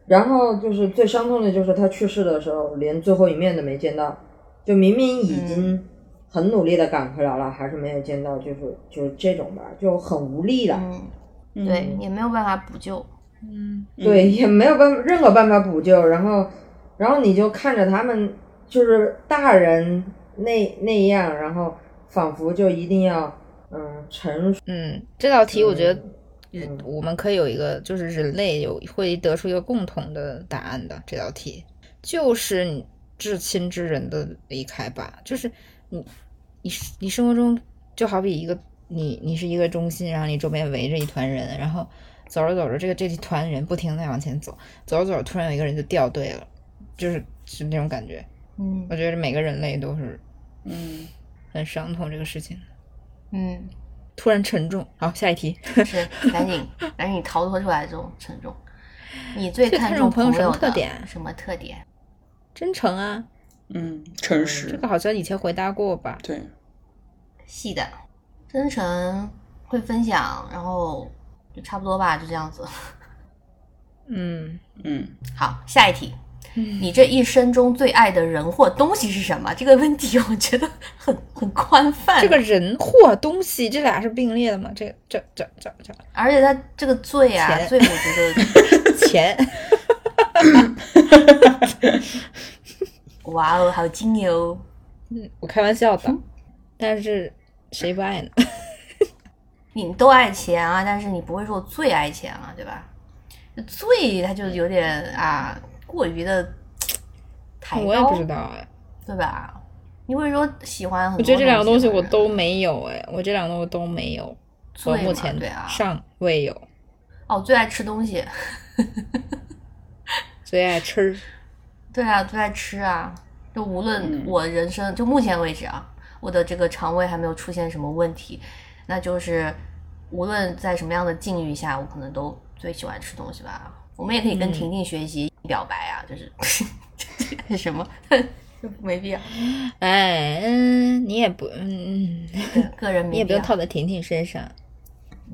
S4: 然后就是最伤痛的就是他去世的时候连最后一面都没见到，就明明已经很努力的赶回来了，还是没有见到，就是就是这种吧，就很无力了。
S2: 嗯，对，也没有办法补救。
S5: 嗯
S4: 对，也没有办法任何办法补救。然后，然后你就看着他们，就是大人那那样，然后仿佛就一定要嗯成熟。
S1: 嗯，这道题我觉得
S4: 嗯嗯
S1: 我们可以有一个，就是人类有会得出一个共同的答案的。这道题就是你至亲之人的离开吧，就是你你你生活中就好比一个你你是一个中心，然后你周边围着一团人，然后走着走着，这个这一团人不停的往前走，走着走着，突然有一个人就掉队了，就是是那种感觉。
S2: 嗯
S1: 我觉得每个人类都是
S5: 嗯，
S1: 很伤痛这个事情，
S2: 嗯，
S1: 突然沉重。好，下一题。
S2: 是，赶紧赶紧逃脱出来这种沉重。你最
S1: 最
S2: 看
S1: 看重
S2: 重
S1: 朋友什么
S2: 友
S1: 特
S2: 的
S1: 点
S2: 什么特点？
S1: 真诚啊，
S5: 嗯，诚
S1: 这
S5: 实，
S1: 个好像以前回答过吧？
S5: 对，
S2: 细的，真诚，会分享，然后就差不多吧，就这样子。
S1: 嗯，
S5: 嗯，
S2: 好，下一题。你这一生中最爱的人或东西是什么？这个问题我觉得很很宽泛。啊
S1: 这个，人或东西这俩是并列的吗？这这这这这
S2: 而且他这个最啊，
S1: 钱
S2: 最我觉
S1: 钱，
S2: 得， 哇哦，还有金牛，
S1: 嗯我开玩笑的，但是谁不爱呢？
S2: 你们都爱钱啊，但是你不会说我最爱钱啊，对吧？最他就有点啊，过于的抬高，
S1: 我也不知道哎，
S2: 对吧？你会说喜欢很
S1: 我
S2: 多
S1: 觉得这两个东西我都
S2: 的人
S1: 没有哎，我这两个东西都没有，
S2: 最
S1: 我
S2: 嘛
S1: 目前
S2: 对啊，
S1: 尚未有，
S2: 哦，最爱吃东西，
S1: 最爱吃
S2: 对啊，最爱吃啊。就无论
S5: 嗯
S2: 我人生，就目前为止啊，我的这个肠胃还没有出现什么问题，那就是无论在什么样的境遇下，我可能都最喜欢吃东西吧。我们也可以跟
S1: 嗯
S2: 婷婷学习表白啊，就是 这什么， 就没必要，
S1: 哎，嗯你也不嗯，
S2: 对个人
S1: 你
S2: 没
S1: 也
S2: 必
S1: 不
S2: 要
S1: 用。套在婷婷身上。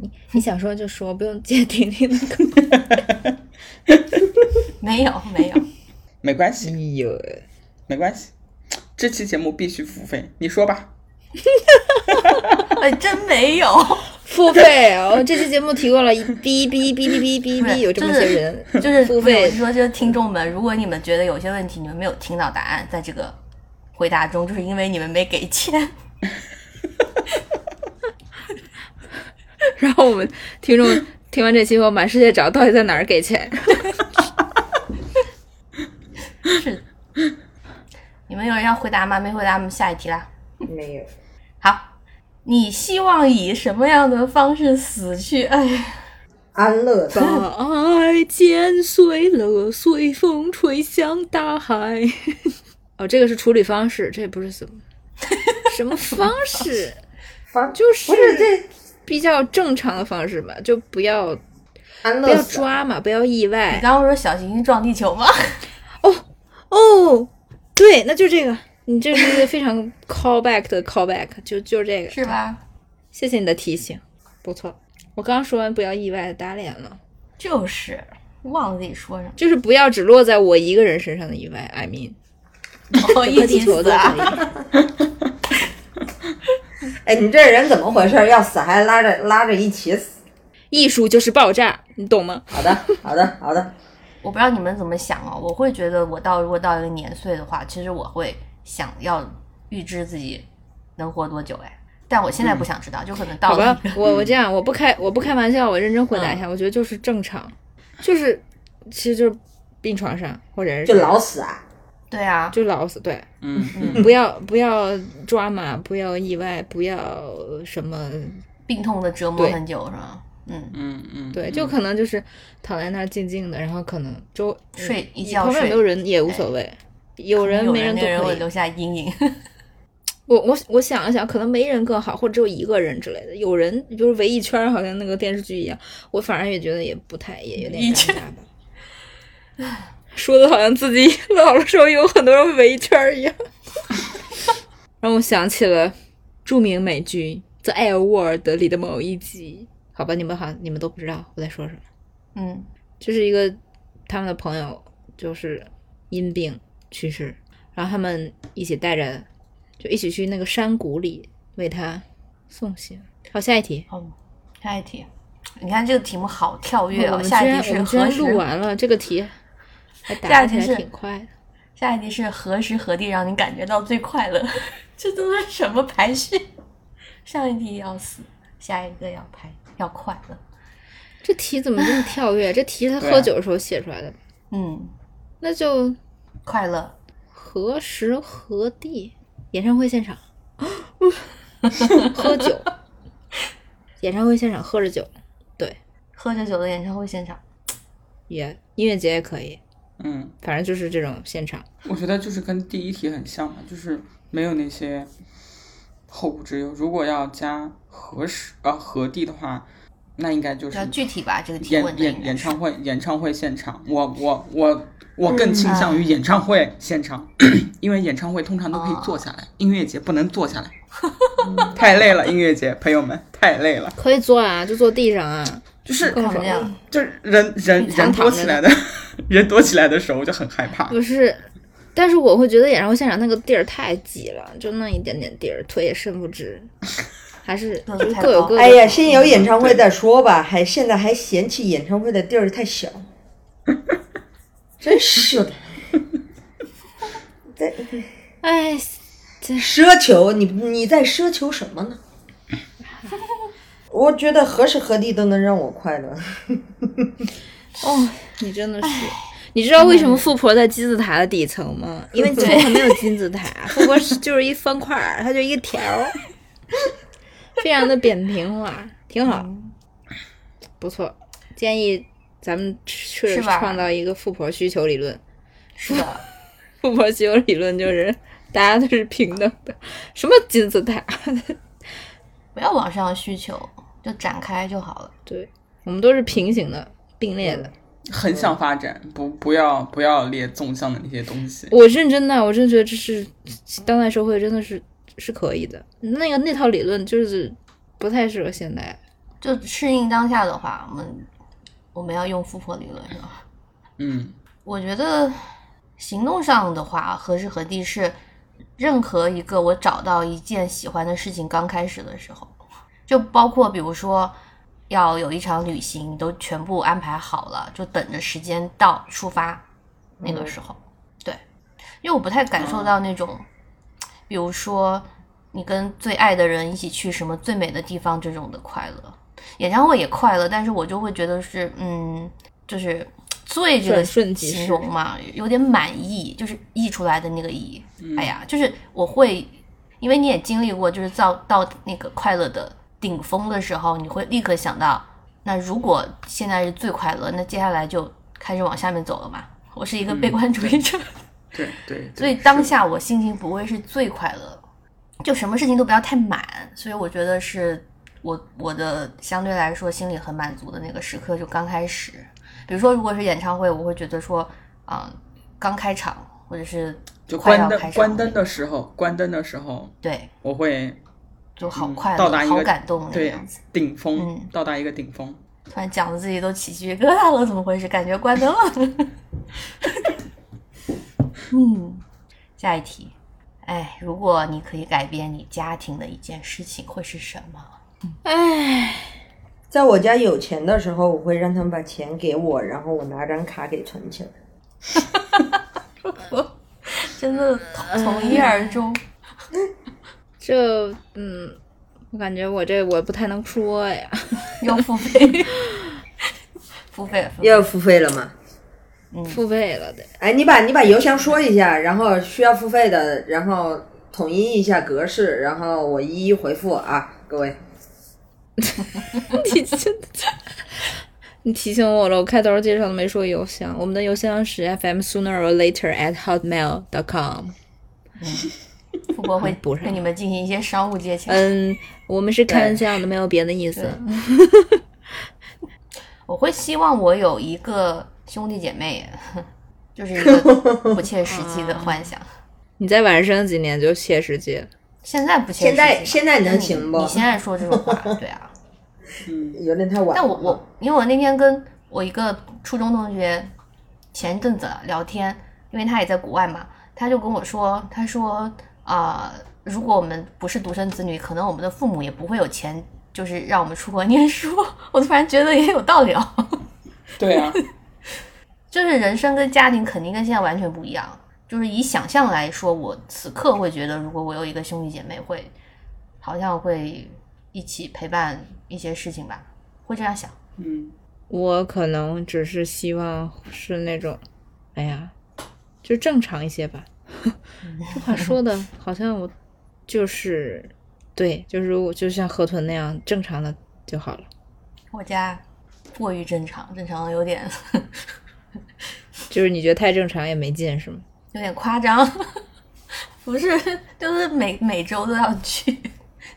S1: 你你想说就说，不用借婷婷的 梗。
S2: 没有没有，
S5: 没关系，
S1: 哎呦，
S5: 没关系，这期节目必须付费，你说吧，
S2: 哎，真没有。
S1: 付费哦！这期节目提过了，哔哔哔哔哔哔
S2: 不
S1: 哔，
S2: 是
S1: 有这么些人，
S2: 就是
S1: 付
S2: 不是我
S1: 费
S2: 是。说，就是听众们，如果你们觉得有些问题你们没有听到答案，在这个回答中，就是因为你们没给钱。
S1: 然后我们听众听完这期后，满世界找到底在哪儿给 钱？
S2: 你们有人要回答吗？没回答，我们下一题啦。
S4: 没有，
S2: 好，你希望以什么样的方式死去？哎，
S4: 安乐 死。
S1: 把爱剪碎了，随风吹向大海。 哦，这个是处理方式，这不是什么 什么方式，
S4: 反
S1: 就是
S4: 不是这
S1: 比较正常的方式吧，就不要
S4: 安
S1: 不
S4: 乐
S1: 要
S4: 死。啊
S1: 抓嘛，不要意
S2: 你
S1: 外。
S2: 刚刚不是说小行星撞地球吗？
S1: 哦，对，那就这个，你这是一个非常 callback 的 callback，就就是这个，
S2: 是吧？
S1: 谢谢你的提醒，不错。我刚说完不要意外的打脸了，
S2: 就是忘了自己说 什
S1: 就是不要只落在我一个人身上的意外。I mean，
S2: 么，我
S1: 整个
S2: 一
S1: 地
S2: 起
S1: 球
S2: 死
S1: 都
S2: 啊
S1: 可！以。
S4: 哎，你这人怎么回事？要死还拉着拉着一起死？
S1: 艺术就是爆炸，你懂吗？
S4: 好的，好的，好的。
S2: 我不知道你们怎么想哦，我会觉得我到如果到一个年岁的话，其实我会想要预知自己能活多久哎，但我现在不想知道，就可能
S1: 嗯
S2: 到
S1: 好
S2: 了
S1: 吧，我我这样，我不开我不开玩笑，我认真回答一下，我觉得就是正常，就是其实就是病床上或者是
S4: 就老死啊！
S2: 对啊，
S1: 就老死，对，
S5: 嗯，
S1: 不要不要抓马，不要意外，不要什么，
S2: 病痛的折磨
S1: 对
S2: 很久是吗？嗯，
S5: 嗯嗯，
S1: 对，就可能就是躺在那儿静静的，然后可能周嗯
S2: 睡一觉
S1: 旁边有没
S2: 睡，
S1: 有人也无所谓，有人
S2: 有
S1: 没人
S2: 那
S1: 都
S2: 个人
S1: 可
S2: 会
S1: 以
S2: 留。下阴影。
S1: 我我我想了想，可能没人更好，或者只有一个人之类的。有人就是围一圈儿，好像那个电视剧一样。我反而也觉得也不太，也有点
S2: 一
S1: 尴
S2: 圈
S1: 尬吧。说的好像自己 老了时候有很多人围一圈儿一样，让我想起了著名美剧《在《艾尔沃尔德》里的某一集。好吧，你们好，你们都不知道我在说什么。
S2: 嗯，
S1: 就是一个他们的朋友就是因病去世，然后他们一起带着，就一起去那个山谷里为他送行。好，下一题。
S2: 好，下一题。你看这个题目好跳跃
S1: 我
S2: 哦，
S1: 们
S2: 下
S1: 居然
S2: 一
S1: 我
S2: 题是
S1: 们居
S2: 何
S1: 然
S2: 时
S1: 录完了这个题，还
S2: 下
S1: 答
S2: 一
S1: 起
S2: 题
S1: 来
S2: 是
S1: 挺快的。
S2: 下一题是何时何地让你感觉到最快乐？这都是什么排序？上一题要死，下一个要拍要快乐。
S1: 这题怎么这么跳跃？这题他
S5: 对啊
S1: 喝酒的时候写出来的，
S2: 嗯，
S1: 那就
S2: 快乐。
S1: 何时何地演唱会现 场，喝酒，演唱会现场喝着酒，对，
S2: 喝着酒的演唱会现场，
S1: 也音乐节也可以，
S5: 嗯，
S1: 反正就是这种现场。
S5: 我觉得就是跟第一题很像嘛，就是没有那些后顾之忧。如果要加何时啊何地的话，那应该就
S2: 比
S5: 是
S2: 较具体吧？这个提
S5: 演
S2: 问的应
S5: 演
S2: 该
S5: 演
S2: 是嗯
S5: 唱会，演唱会现场，我我我我更倾向于
S2: 啊
S5: 演唱会现场， 因为演唱会通常都可以坐下
S2: 哦
S5: 来，音乐节不能 坐下来，太累了，音乐节朋友们太累了，
S1: 可以坐啊，就坐地上啊，
S5: 就是
S1: 更
S2: 看不
S1: 爽
S2: 见了。
S5: 就是人人
S2: 你
S5: 人
S2: 常
S5: 多起来的， 人多起来的时候我就很害怕，
S1: 不是，但是我会觉得演唱会现场那个地儿太挤了，就那一点点地儿，腿也伸不直，还是
S2: 嗯
S1: 就是
S2: 太
S1: 各有
S2: 高
S1: 各的。
S4: 哎呀，先有演唱会再说吧，还现在还嫌弃演唱会的地儿太小，真是的，在
S1: 哎，
S4: 奢求你你在奢求什么呢？ 我觉得何时何地都能让我快乐。
S1: 哦，你真的是。你知道为什么富婆在金字塔的底层吗？因为富婆没有金字塔，富婆是就是一方块儿，它就一条儿，非常的扁平化，挺好，不错。建议咱们去
S2: 是吧
S1: 创造一个富婆需求理论。
S2: 是的，
S1: 富婆需求理论就是大家都是平等的，什么金字塔？
S2: 不要往上需求，就展开就好了。
S1: 对，我们都是平行的、并列的。
S5: 横向发展，不不要不要列纵向的那些东西，
S1: 我认真的，我真觉得这是当代社会真的是是可以的。那个那套理论就是不太适合现代。
S2: 就适应当下的话，我们我们要用富婆理论是吧？
S5: 嗯，
S2: 我觉得行动上的话，何时何地是任何一个我找到一件喜欢的事情刚开始的时候，就包括比如说要有一场旅行，都全部安排好了，就等着时间到出发那个时候。对，因为我不太感受到那种，比如说你跟最爱的人一起去什么最美的地方这种的快乐。演唱会也快乐，但是我就会觉得是，嗯，就是“醉”这个
S1: 转瞬即逝
S2: 形容嘛，有点满意，就是溢出来的那个溢。
S5: 嗯
S2: 哎呀，就是我会，因为你也经历过，就是到到那个快乐的顶峰的时候，你会立刻想到，那如果现在是最快乐，那接下来就开始往下面走了嘛。我是一个悲观主义者，
S5: 对对，
S2: 所以
S5: 对
S2: 当
S5: 是
S2: 下我心情不会是最快乐，就什么事情都不要太满。所以我觉得是我我的相对来说心里很满足的那个时刻就刚开始。比如说，如果是演唱会，我会觉得说，嗯、刚开场或者是
S5: 就
S2: 快
S5: 关
S2: 要
S5: 灯
S2: 开场
S5: 关灯
S2: 那
S5: 的
S2: 个
S5: 时候，关灯的时候，
S2: 对，
S5: 我会
S2: 就好
S5: 嗯
S2: 快乐，
S5: 到达一
S2: 好
S5: 个
S2: 感动那个
S5: 对
S2: 样子。
S5: 顶峰，
S2: 嗯
S5: 到达一个顶峰。
S2: 突然讲的自己都起鸡皮疙瘩了，怎么回事？感觉关灯了。 嗯，下一题。哎，如果你可以改变你家庭的一件事情，会是什么？
S1: 哎，
S4: 在我家有钱的时候，我会让他们把钱给我，然后我拿张卡给存起来。
S2: 真的从从一而 终。
S1: 这嗯，我感觉我这我不太能说呀。
S2: 要付费，付费，付费
S4: 要付费了吗？
S1: 付费了得，
S4: 哎，你把你把邮箱说一下，然后需要付费的，然后统一一下格式，然后我一一回复啊，各位。
S1: 你真的。你提醒我了，我开头介绍都没说邮箱，我们的邮箱是 fm sooner or later at hotmail dot com。
S2: 富婆会
S1: 补上
S2: 跟你们进行一些商务接洽。
S1: 嗯，我们是开玩笑的，没有别的意思
S2: 对。我会希望我有一个兄弟姐妹，就是一个不切实际的幻想。
S1: 你在晚上几年就切实际了？
S2: 现在不切
S4: 现
S2: 实
S4: 在
S2: 际吧嗯
S4: 现在能行不
S2: 你你现在说这种话，对啊。
S5: 嗯
S4: 有点太晚了。
S2: 但我我因为我那天跟我一个初中同学前一阵子聊天，因为他也在国外嘛，他就跟我说，他说啊、呃如果我们不是独生子女，可能我们的父母也不会有钱，就是让我们出国念书。 我突然觉得也有道理哦，
S5: 对啊，
S2: 就是人生跟家庭肯定跟现在完全不一样。就是以想象来说，我此刻会觉得，如果我有一个兄弟姐妹会，好像会一起陪伴一些事情吧，会这样想。
S5: 嗯，
S1: 我可能只是希望是那种，哎呀，就正常一些吧。这话说的好像我就是对，就是如果就像河豚那样正常的就好了。
S2: 我家过于正常，正常的有点
S1: 就是你觉得太正常也没劲是吗？
S2: 有点夸张， 不是，就是每每周都要去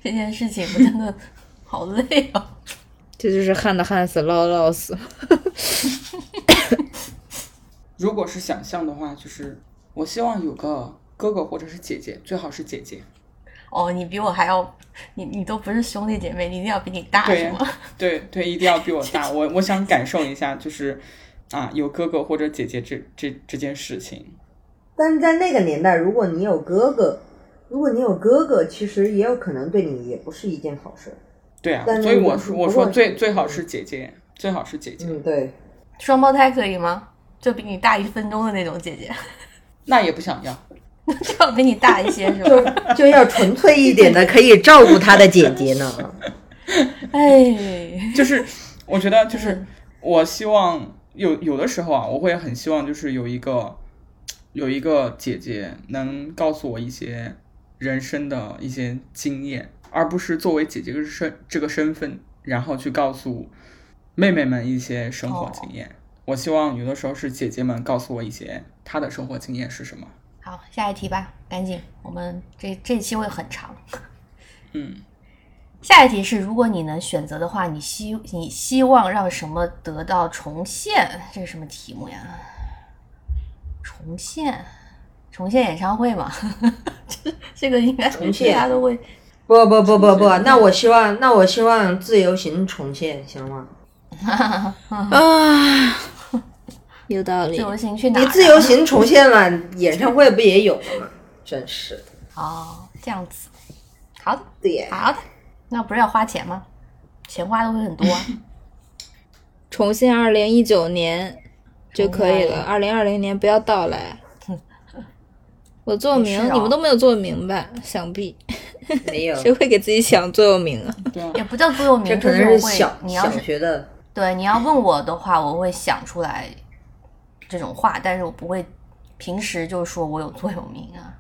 S2: 这件事情，我真的好累哦。
S1: 这就是旱的旱死，涝的涝死。
S5: 如果是想象的话，就是我希望有个哥哥或者是姐姐，最好是姐姐。
S2: 哦，你比我还要，你你都不是兄弟姐妹，你一定要比你大
S5: 对
S2: 是吗？
S5: 对对，一定要比我大。我我想感受一下，就是啊，有哥哥或者姐姐这这这件事情。
S4: 但是在那个年代，如果你有哥哥，如果你有哥哥，其实也有可能对你也不是一件好事。
S5: 对啊，
S4: 但
S5: 所以
S4: 如果
S5: 我
S4: 是
S5: 说我
S4: 不
S5: 说
S4: 过
S5: 最最好是姐姐，最好是姐姐。
S4: 嗯，对，
S2: 双胞胎可以吗？就比你大一分钟的那种姐姐，
S5: 那也不想要。
S2: 就要比你大一些是
S4: 就
S2: 吧？
S4: 就要纯粹一点的，可以照顾他的姐姐呢。
S2: 哎，
S5: 就是我觉得就是我希望有有的时候啊，我会很希望就是有一个有一个姐姐能告诉我一些人生的一些经验，而不是作为姐姐这个身这个身份，然后去告诉妹妹们一些生活经验。我希望有的时候是姐姐们告诉我一些她的生活经验是什么。
S2: 好，下一题吧，赶紧，我们这这一期会很长。
S5: 嗯，
S2: 下一题是，如果你能选择的话，你希你希望让什么得到重现？这是什么题目呀？重现，重现演唱会嘛？ 这这个应该
S4: 重现
S2: 大家都会。
S4: 不不不不不，那我希望，那我希望自由行重现，行吗？
S1: 啊，有道
S2: 自
S1: 理。
S2: 由行去哪儿
S4: 你
S2: 啊？
S4: 自由行重现了，演唱会不也有了吗？真是的，
S2: 哦，这样子。好的，
S4: 对呀，
S2: 好的。那不是要花钱吗？钱花的会很多啊、
S1: 重现二零一九年就可以了，二零二零年不要到来。我座
S2: 也
S1: 名、
S2: 是啊
S1: 你们都没有座名吧？想必
S4: 没有，
S1: 谁会给自己想座右铭啊？
S5: 对啊，
S2: 也不叫座右铭，
S4: 这可能
S2: 就是是会
S4: 小
S2: 你
S4: 小
S2: 要是
S4: 学的，
S2: 对，你要问我的话，我会想出来这种话，但是我不会平时就说我有座右铭啊。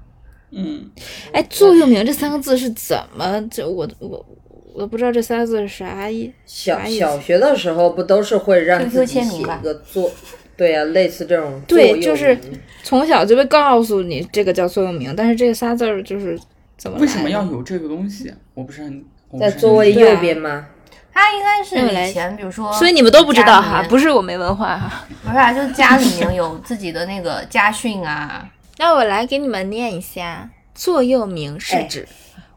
S5: 嗯，
S1: 哎，座右铭这三个字是怎么？这我我我都不知道这三个字是啥意。
S4: 小
S1: 啥意思
S4: 小学的时候不都是会让
S2: QQ
S4: 自己
S2: 签
S4: 写
S2: 名吧
S4: 一个作，对呀，类似这种
S1: 对
S4: 座右
S1: 就是
S4: 铭
S1: 从小就被告诉你这个叫座右铭，但是这仨字儿就是怎么来
S5: 为
S1: 的
S5: 什么要有这个东西？啊我不是很我不
S4: 在
S5: 是很
S4: 座位
S5: 理解
S1: 对啊
S4: 右边吗？
S2: 他应该是
S1: 那我来
S2: 以前，比如说，
S1: 所以你们都不知道哈，不
S2: 是
S1: 是我没文化哈。
S2: 不是啊，就是家里面有自己的那个家训啊，
S1: 那我来给你们念一下，座右铭是
S4: 哎
S1: 指、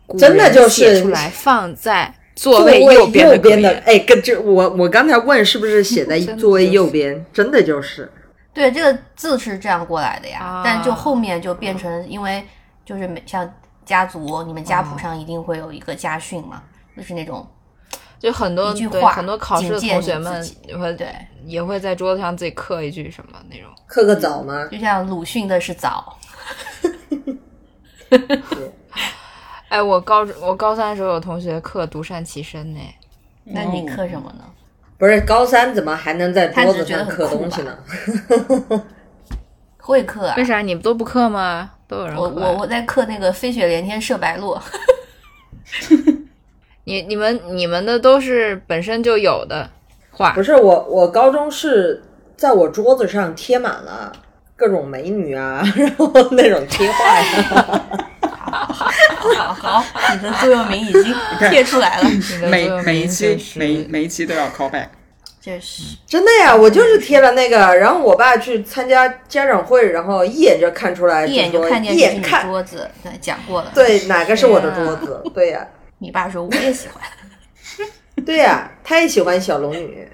S1: 古
S4: 真的
S1: 人
S4: 就是
S1: 写出来放在座
S4: 座
S1: 位
S4: 右
S1: 边的格
S4: 边的
S1: 言，
S4: 哎，跟这我我刚才问是不是写在
S1: 真的
S4: 座位
S1: 就是
S4: 右边，真的就是
S2: 对，这个字是这样过来的呀，
S1: 啊
S2: 但就后面就变成，因为就是每像家族，你们家谱上一定会有一个家训嘛，就是那种
S1: 就很多
S2: 一句
S1: 对
S2: 话
S1: 很多考试的
S2: 警戒
S1: 同学
S2: 你
S1: 们
S2: 自己
S1: 也会
S2: 对，
S1: 也会在桌子上自己刻一句什么那种。
S4: 刻个早吗？
S2: 就像鲁迅的是早，
S1: 哎，我高我高三的时候有同学刻独善其身呢，
S2: 那你刻什么呢？
S4: 不是高三怎么还能在桌子
S2: 他只是觉得
S4: 上
S2: 很
S4: 刻东西呢？
S2: 会刻啊
S1: 为，啥你们都不刻吗？都有人刻
S2: 我
S1: 啊、
S2: 我我在刻那个飞雪连天射白鹿，
S1: 你你们你们的都是本身就有的画
S4: 不，是我，我高中是在我桌子上贴满了各种美女啊， 然后那种贴画呀。
S2: 好好，你的座右铭已经 贴出来了。
S1: 你的座右
S5: 每
S1: 铭
S5: 每一
S1: 确
S5: 期
S1: 实
S5: 每每一期都要 call back。
S2: 这是
S4: 真的
S2: 嗯
S4: 呀，我就是贴了那个，然后我爸去参加家长会，然后一眼就看出来，
S2: 一眼就
S4: 说
S2: 看见
S4: 一
S2: 这是
S4: 眼
S2: 你
S4: 看
S2: 桌子，对，讲过了。
S4: 对哪个是我的
S2: 天
S4: 桌
S2: 啊
S4: 子，对呀、
S2: 你爸说我也喜 欢，
S4: 对呀、他也喜欢小龙女，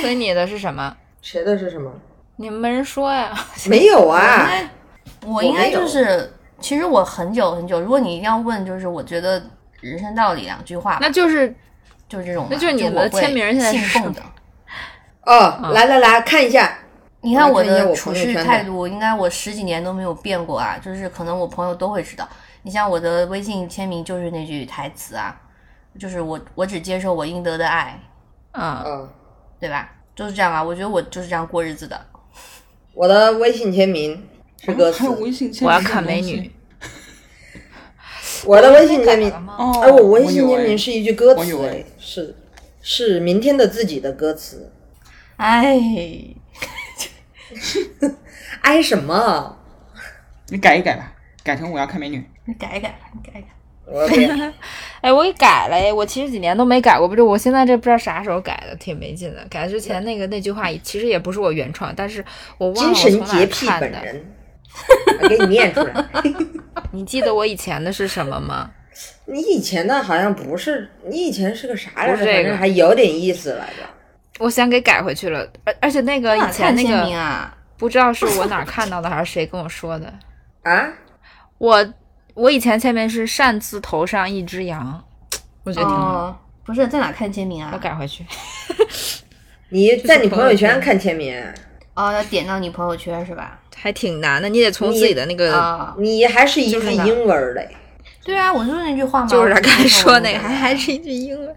S1: 所以你的是什么？
S4: 谁的是什么？
S1: 你们没人说呀？
S4: 没有啊，
S2: 我应该
S4: 没有
S2: 就是，其实我很久很久，如果你一定要问，就是我觉得人生道理两句话吧，
S1: 那就是
S2: 就是这种嘛，
S1: 那就是你
S2: 我
S1: 们
S2: 会
S1: 签名现在是
S2: 信奉的。
S4: 哦，来来来看一下，
S2: 你看我的
S4: 我
S2: 处
S4: 看一下
S2: 事
S4: 我朋友圈的
S2: 态度，应该我十几年都没有变过啊，就是可能我朋友都会知道。你像我的微信签名就是那句台词啊，就是我我只接受我应得的爱，
S1: 啊，
S4: 嗯，
S2: 对吧？就是这样啊，我觉得我就是这样过日子的。
S4: 我的微信签名是
S2: 哦
S4: 歌词
S5: 还有，微信签名
S1: 我要
S5: 这种
S1: 看美
S5: 东西
S1: 女。
S4: 我的微 信签名，
S1: 吗？
S5: 哦，
S4: 哎，我微信
S5: 有
S4: 签
S5: 哎
S4: 名是一句歌
S5: 我有
S4: 词，
S5: 哎
S4: 哎，是是明天的自己的歌词，
S2: 哎，
S4: 哎什么？
S5: 你改一改吧，改成我要看美女。
S2: 你改一改吧，你改一改。
S4: 我的天
S1: 哎，我给改了哎，我其实几年都没改过，不是，我现在这不知道啥时候改的，挺没劲的。改之前那个那句话其实也不是我原创，但是我忘了
S4: 精
S1: 我
S4: 神
S1: 从哪
S4: 洁
S1: 儿
S4: 癖
S1: 看
S4: 本
S1: 的。
S4: 人，我给你念出来。
S1: 你记得我以前的是什么吗？
S4: 你以前的好像不是，你以前是个啥来
S1: 不
S4: 着？
S1: 是这个
S4: 反正还有点意思来着。
S1: 我想给改回去了，而而且那个
S2: 哪
S1: 以前
S2: 看
S1: 那
S2: 签名
S1: 个
S2: 啊？
S1: 不知道是我哪儿看到的还是谁跟我说的，
S4: 啊，
S1: 我我以前签名是擅自头上一只羊，我觉得挺好，
S2: 哦，不是在哪看签名啊？
S1: 我改回去。
S4: 你在你
S1: 朋友
S4: 朋友圈
S1: 圈
S4: 看签名，
S2: 哦，要点到你朋友圈是吧？
S1: 还挺难的，你得从自己的那个，
S2: 啊、
S4: 你还是一
S1: 就
S4: 句
S1: 是呢
S4: 英文儿嘞。
S2: 对啊，我就是那句话嘛，
S1: 就是刚才说那个，
S2: 我
S1: 还还是一句英文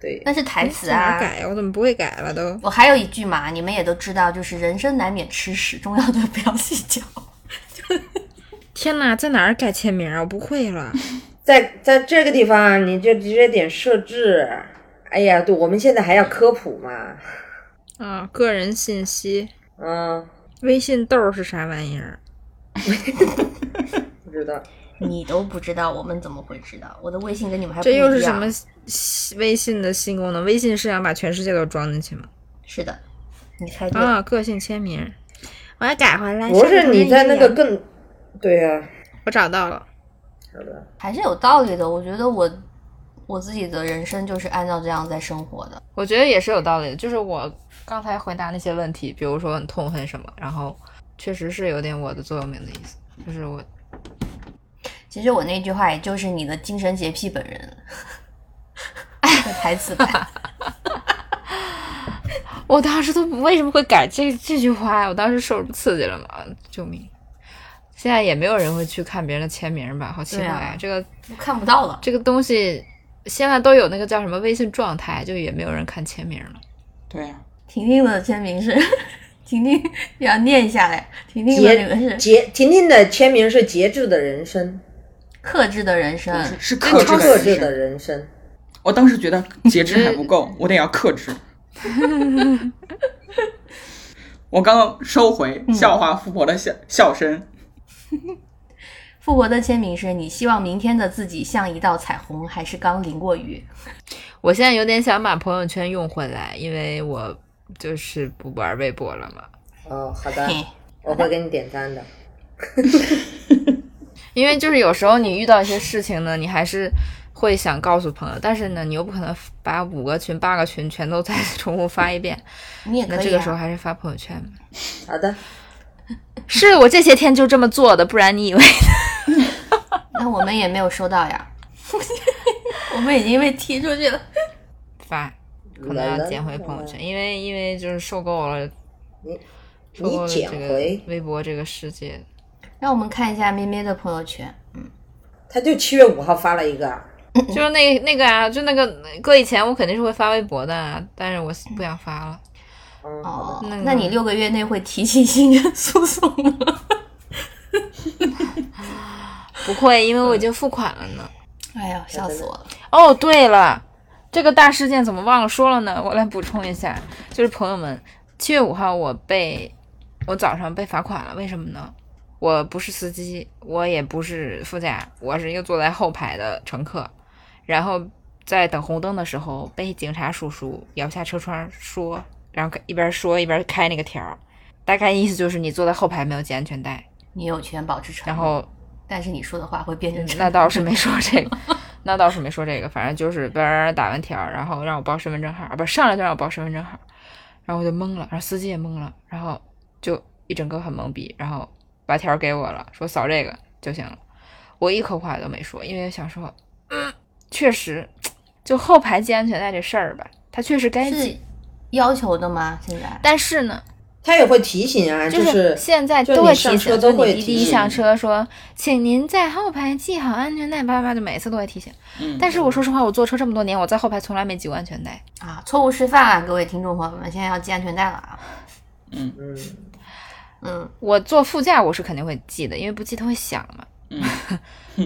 S4: 对，
S2: 那是
S1: 哎
S2: 台词
S1: 在哪
S2: 啊
S1: 儿。改呀？我怎么不会改了都？
S2: 我还有一句嘛，你们也都知道，就是人生难免吃屎，重要的不要计 较。
S1: 天哪，在哪儿改签名啊？我不会 了。
S4: 在在这个地方啊你就直接点设置。哎呀，对，我们现在还要科普嘛。
S1: 啊，个人信息，
S4: 嗯，
S1: 微信豆是啥玩意儿？
S4: 不知道。
S2: 你都不知道，我们怎么会知道？我的微信跟你们还不
S1: 这
S2: 一样
S1: 又是什么新微信的新功能？微信是想把全世界都装进去吗？
S2: 是的，你猜对了。
S1: 啊，个性签名，我要改回来。
S4: 不是
S1: 上面
S4: 你在那
S1: 一
S4: 个
S1: 样，
S4: 更，对啊呀、
S1: 我找到了。
S4: 好的。
S2: 还是有道理的。我觉得我我自己的人生就是按照这样在生活的。
S1: 我觉得也是有道理的，就是我刚才回答那些问题，比如说很痛恨什么，然后确实是有点我的座右铭的意思，就是我
S2: 其实我那句话也就是你的精神洁癖本 人，的台词吧。
S1: 我当时都不为什么会改这这句话呀？我当时受刺激了嘛，救命！现在也没有人会去看别人的签名吧？好奇怪
S2: 对啊
S1: 这个
S2: 我看不到了。
S1: 这个东西现在都有那个叫什么微信状态，就也没有人看签名了。
S5: 对啊，
S2: 婷婷的签名是 婷婷，要念一下来。婷婷的
S4: 节
S2: 那个是
S4: 节，婷婷的签名是节制的人生，
S2: 克制的人生，
S5: 是是
S1: 克制的
S5: 克
S4: 嗯克
S5: 制
S4: 制的人生。
S5: 我当时觉得节制还不 够，我得要克制。我刚刚收回
S1: 嗯
S5: 笑话富婆的笑笑声，
S2: 富婆的签名是你希望明天的自己像一道彩虹，还是刚淋过雨？
S1: 我现在有点想把朋友圈用回来，因为我就是不玩微博了嘛。
S4: 哦，好
S1: 啊
S4: 的，
S2: 嘿
S4: 我会给你点赞的。
S1: 因为就是有时候你遇到一些事情呢，你还是会想告诉朋友，但是呢，你又不可能把五个群、八个群全都再 重复发一遍，
S2: 你也可以、
S1: 那
S2: 啊。
S1: 这个时候还是发朋友圈吧。
S4: 好的，
S1: 是我这些天就这么做的，不然你以为？
S2: 那我们也没有收到呀， 我们已经被踢出去了。
S1: 发，可能要捡回朋友圈，因为因为就是受够了，受够
S4: 你
S1: 了
S4: 捡
S1: 这
S4: 回
S1: 个，微博这个世界。
S2: 让我们看一下咩咩的朋友圈，
S4: 他就七月五号发了一个，
S1: 就是那 那个啊，就那个搁以前我肯定是会发微博的啊，但是我不想发了。
S4: 嗯，好的
S2: 哦，
S1: 那个
S2: 那你六个月内会提起行政诉讼吗？
S1: 不会，因为我已经付款了呢。
S2: 哎呀，笑死我了！
S1: 哦，对了，这个大事件怎么忘了说了呢？我来补充一下，就是朋友们，七月五号我被我早上被罚款了，为什么呢？我不是司机，我也不是副驾，我是一个坐在后排的乘客，然后在等红灯的时候被警察叔叔摇下车窗说，然后一边说一边开那个条儿，大概意思就是你坐在后排没有系安全带，
S2: 你有权保持沉
S1: 然
S2: 默，
S1: 后嗯
S2: 但是你说的话会变成沉
S1: 那
S2: 默。
S1: 倒是没说这个， 那倒是没说这个，反正就是叭叭叭打完条儿，然后让我报身份证号儿，啊不是上来就让我报身份证号儿，然后我就懵了，然后司机也懵了，然后就一整个很懵逼，然后把条儿给我了，说扫这个就行了，我一口话都没说，因为想说，嗯确实，就后排系安全带这事儿吧，它确实该系，
S2: 是要求的吗？现在？
S1: 但是呢，
S4: 他也会提醒啊，
S1: 就是现在
S4: 就
S1: 都
S4: 你
S1: 会
S4: 上
S1: 提醒，
S4: 车都
S1: 就
S4: 会
S1: 你滴滴
S4: 提醒
S1: 上车说，请您在后排系好安全带，叭叭叭，就每次都会提醒。
S5: 嗯
S1: 但是我说实话，我坐车这么多年，我在后排从来没系过安全带。
S2: 啊，错误示范啊，各位听众朋友们，现在要系安全带了啊。
S4: 嗯，
S2: 嗯，
S1: 我坐副驾我是肯定会系的，因为不系它会响嘛。
S5: 嗯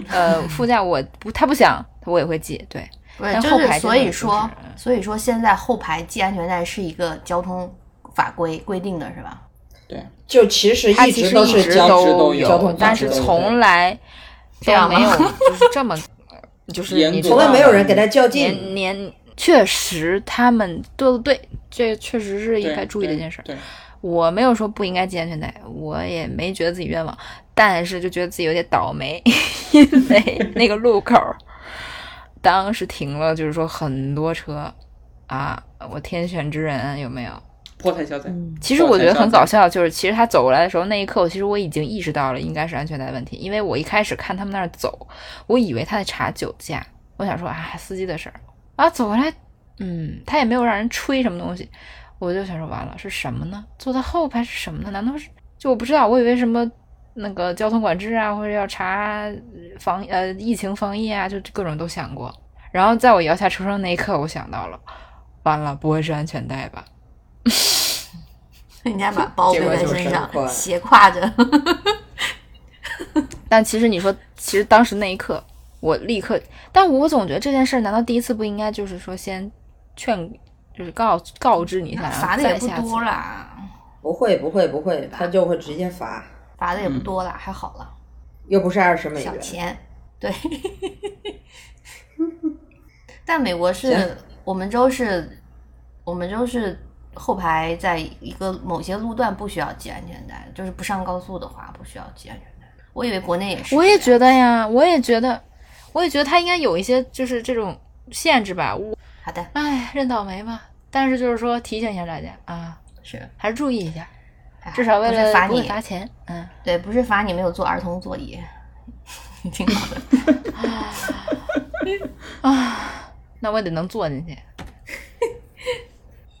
S1: 呃，副驾我不，它不响，我也会系。对，
S2: 不是，
S1: 但
S2: 就
S1: 后
S2: 是
S1: 排这
S2: 所
S1: 个
S2: 以
S1: 就是
S2: 说，所以说现在后排系安全带是一个交通法规规定的是吧？
S4: 就其实
S1: 它
S4: 一
S1: 其
S4: 直
S1: 实
S4: 都
S1: 一
S4: 是
S1: 直
S4: 交
S5: 直都有
S4: 交通法
S1: 但是
S4: 规的
S1: 从来
S2: 这样
S1: 都没有
S2: 吗
S1: 就是这么， 就是
S5: 严
S1: 你
S5: 格
S1: 知
S4: 从
S1: 道
S4: 来没有
S1: 吗
S4: 人给他较劲。
S1: 年年确实他们做的对，这确实是应
S5: 对
S1: 该注意的一件事儿。
S5: 对，对
S1: 我没有说不应该系安全带，我也没觉得自己冤枉，但是就觉得自己有点倒霉， 因为那个路口儿当时停了，就是说很多车啊，我天选之人有没有？
S5: 破财消灾，
S1: 其实我觉得很搞笑，就是其实他走过来的时候，那一刻我其实我已经意识到了应该是安全带问题，因为我一开始看他们那儿走，我以为他在查酒驾，我想说啊司机的事儿，啊走过来，嗯，他也没有让人吹什么东西，我就想说完了是什么呢？坐在后排是什么呢？难道是就我不知道，我以为什么那个交通管制啊，或者要查防呃疫情防疫啊，就各种都想过。然后在我摇下车窗那一刻，我想到了，完了不会是安全带吧？
S2: 人家把包
S1: 结
S2: 背
S1: 果
S2: 在
S1: 就是
S2: 身
S4: 很快
S2: 上，斜挎着。
S1: 但其实你说，其实当时那一刻，我立刻，但我总觉得这件事，儿，难道第一次不应该就是说先劝，就是告告知你一下，然后
S2: 罚的也
S1: 再
S2: 不
S1: 下次
S2: 多啦，
S4: 不会不会不会，他就会直接罚，
S2: 罚的也不
S1: 嗯
S2: 多啦，还好啦，
S4: 又不是二十美
S2: 小
S4: 元。
S2: 钱。对，但美国是
S4: 行
S2: 我们州是，我们州是后排在一个某些路段不需要系安全带，就是不上高速的话不需要系安全带。我以为国内也是，啊
S1: 我也觉得呀，我也觉得，我也觉得他应该有一些就是这种限制吧。我
S2: 好的，
S1: 哎，认倒霉吧。但是就是说提醒一下大家啊，
S2: 是
S1: 还是注意一下，
S2: 哎
S1: 至少为
S2: 不是
S1: 了
S2: 罚
S1: 不会
S2: 你，
S1: 罚钱。嗯，
S2: 对，不是罚你没有坐儿童座椅， 挺好的。
S1: 那我也得能坐进去。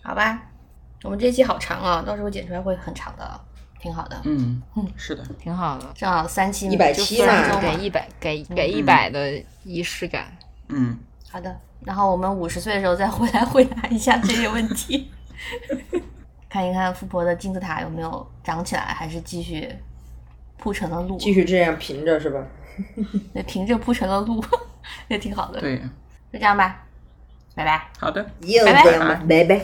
S2: 好吧，我们这期好长啊，到时候剪出来会很长的，啊挺好的。
S5: 嗯，是的，
S1: 挺好的，
S2: 正好三期
S4: 170
S2: 就
S4: 期
S2: 四
S4: 嘛
S2: 分钟
S1: 给
S2: 嘛。
S1: 一百给
S2: 嗯
S1: 给一百的仪式感。
S5: 嗯，
S2: 好的，然后我们五十岁的时候再回来回答一下这些问题， 看一看富婆的金字塔有没有长起来，还是继续铺成了路，
S4: 继续这样平着是吧？
S2: 对，凭着铺成了路 也挺好的。
S5: 对，
S2: 就这样吧，拜拜。
S5: 好的。
S4: 又
S2: 拜拜
S4: 这样吧，拜拜。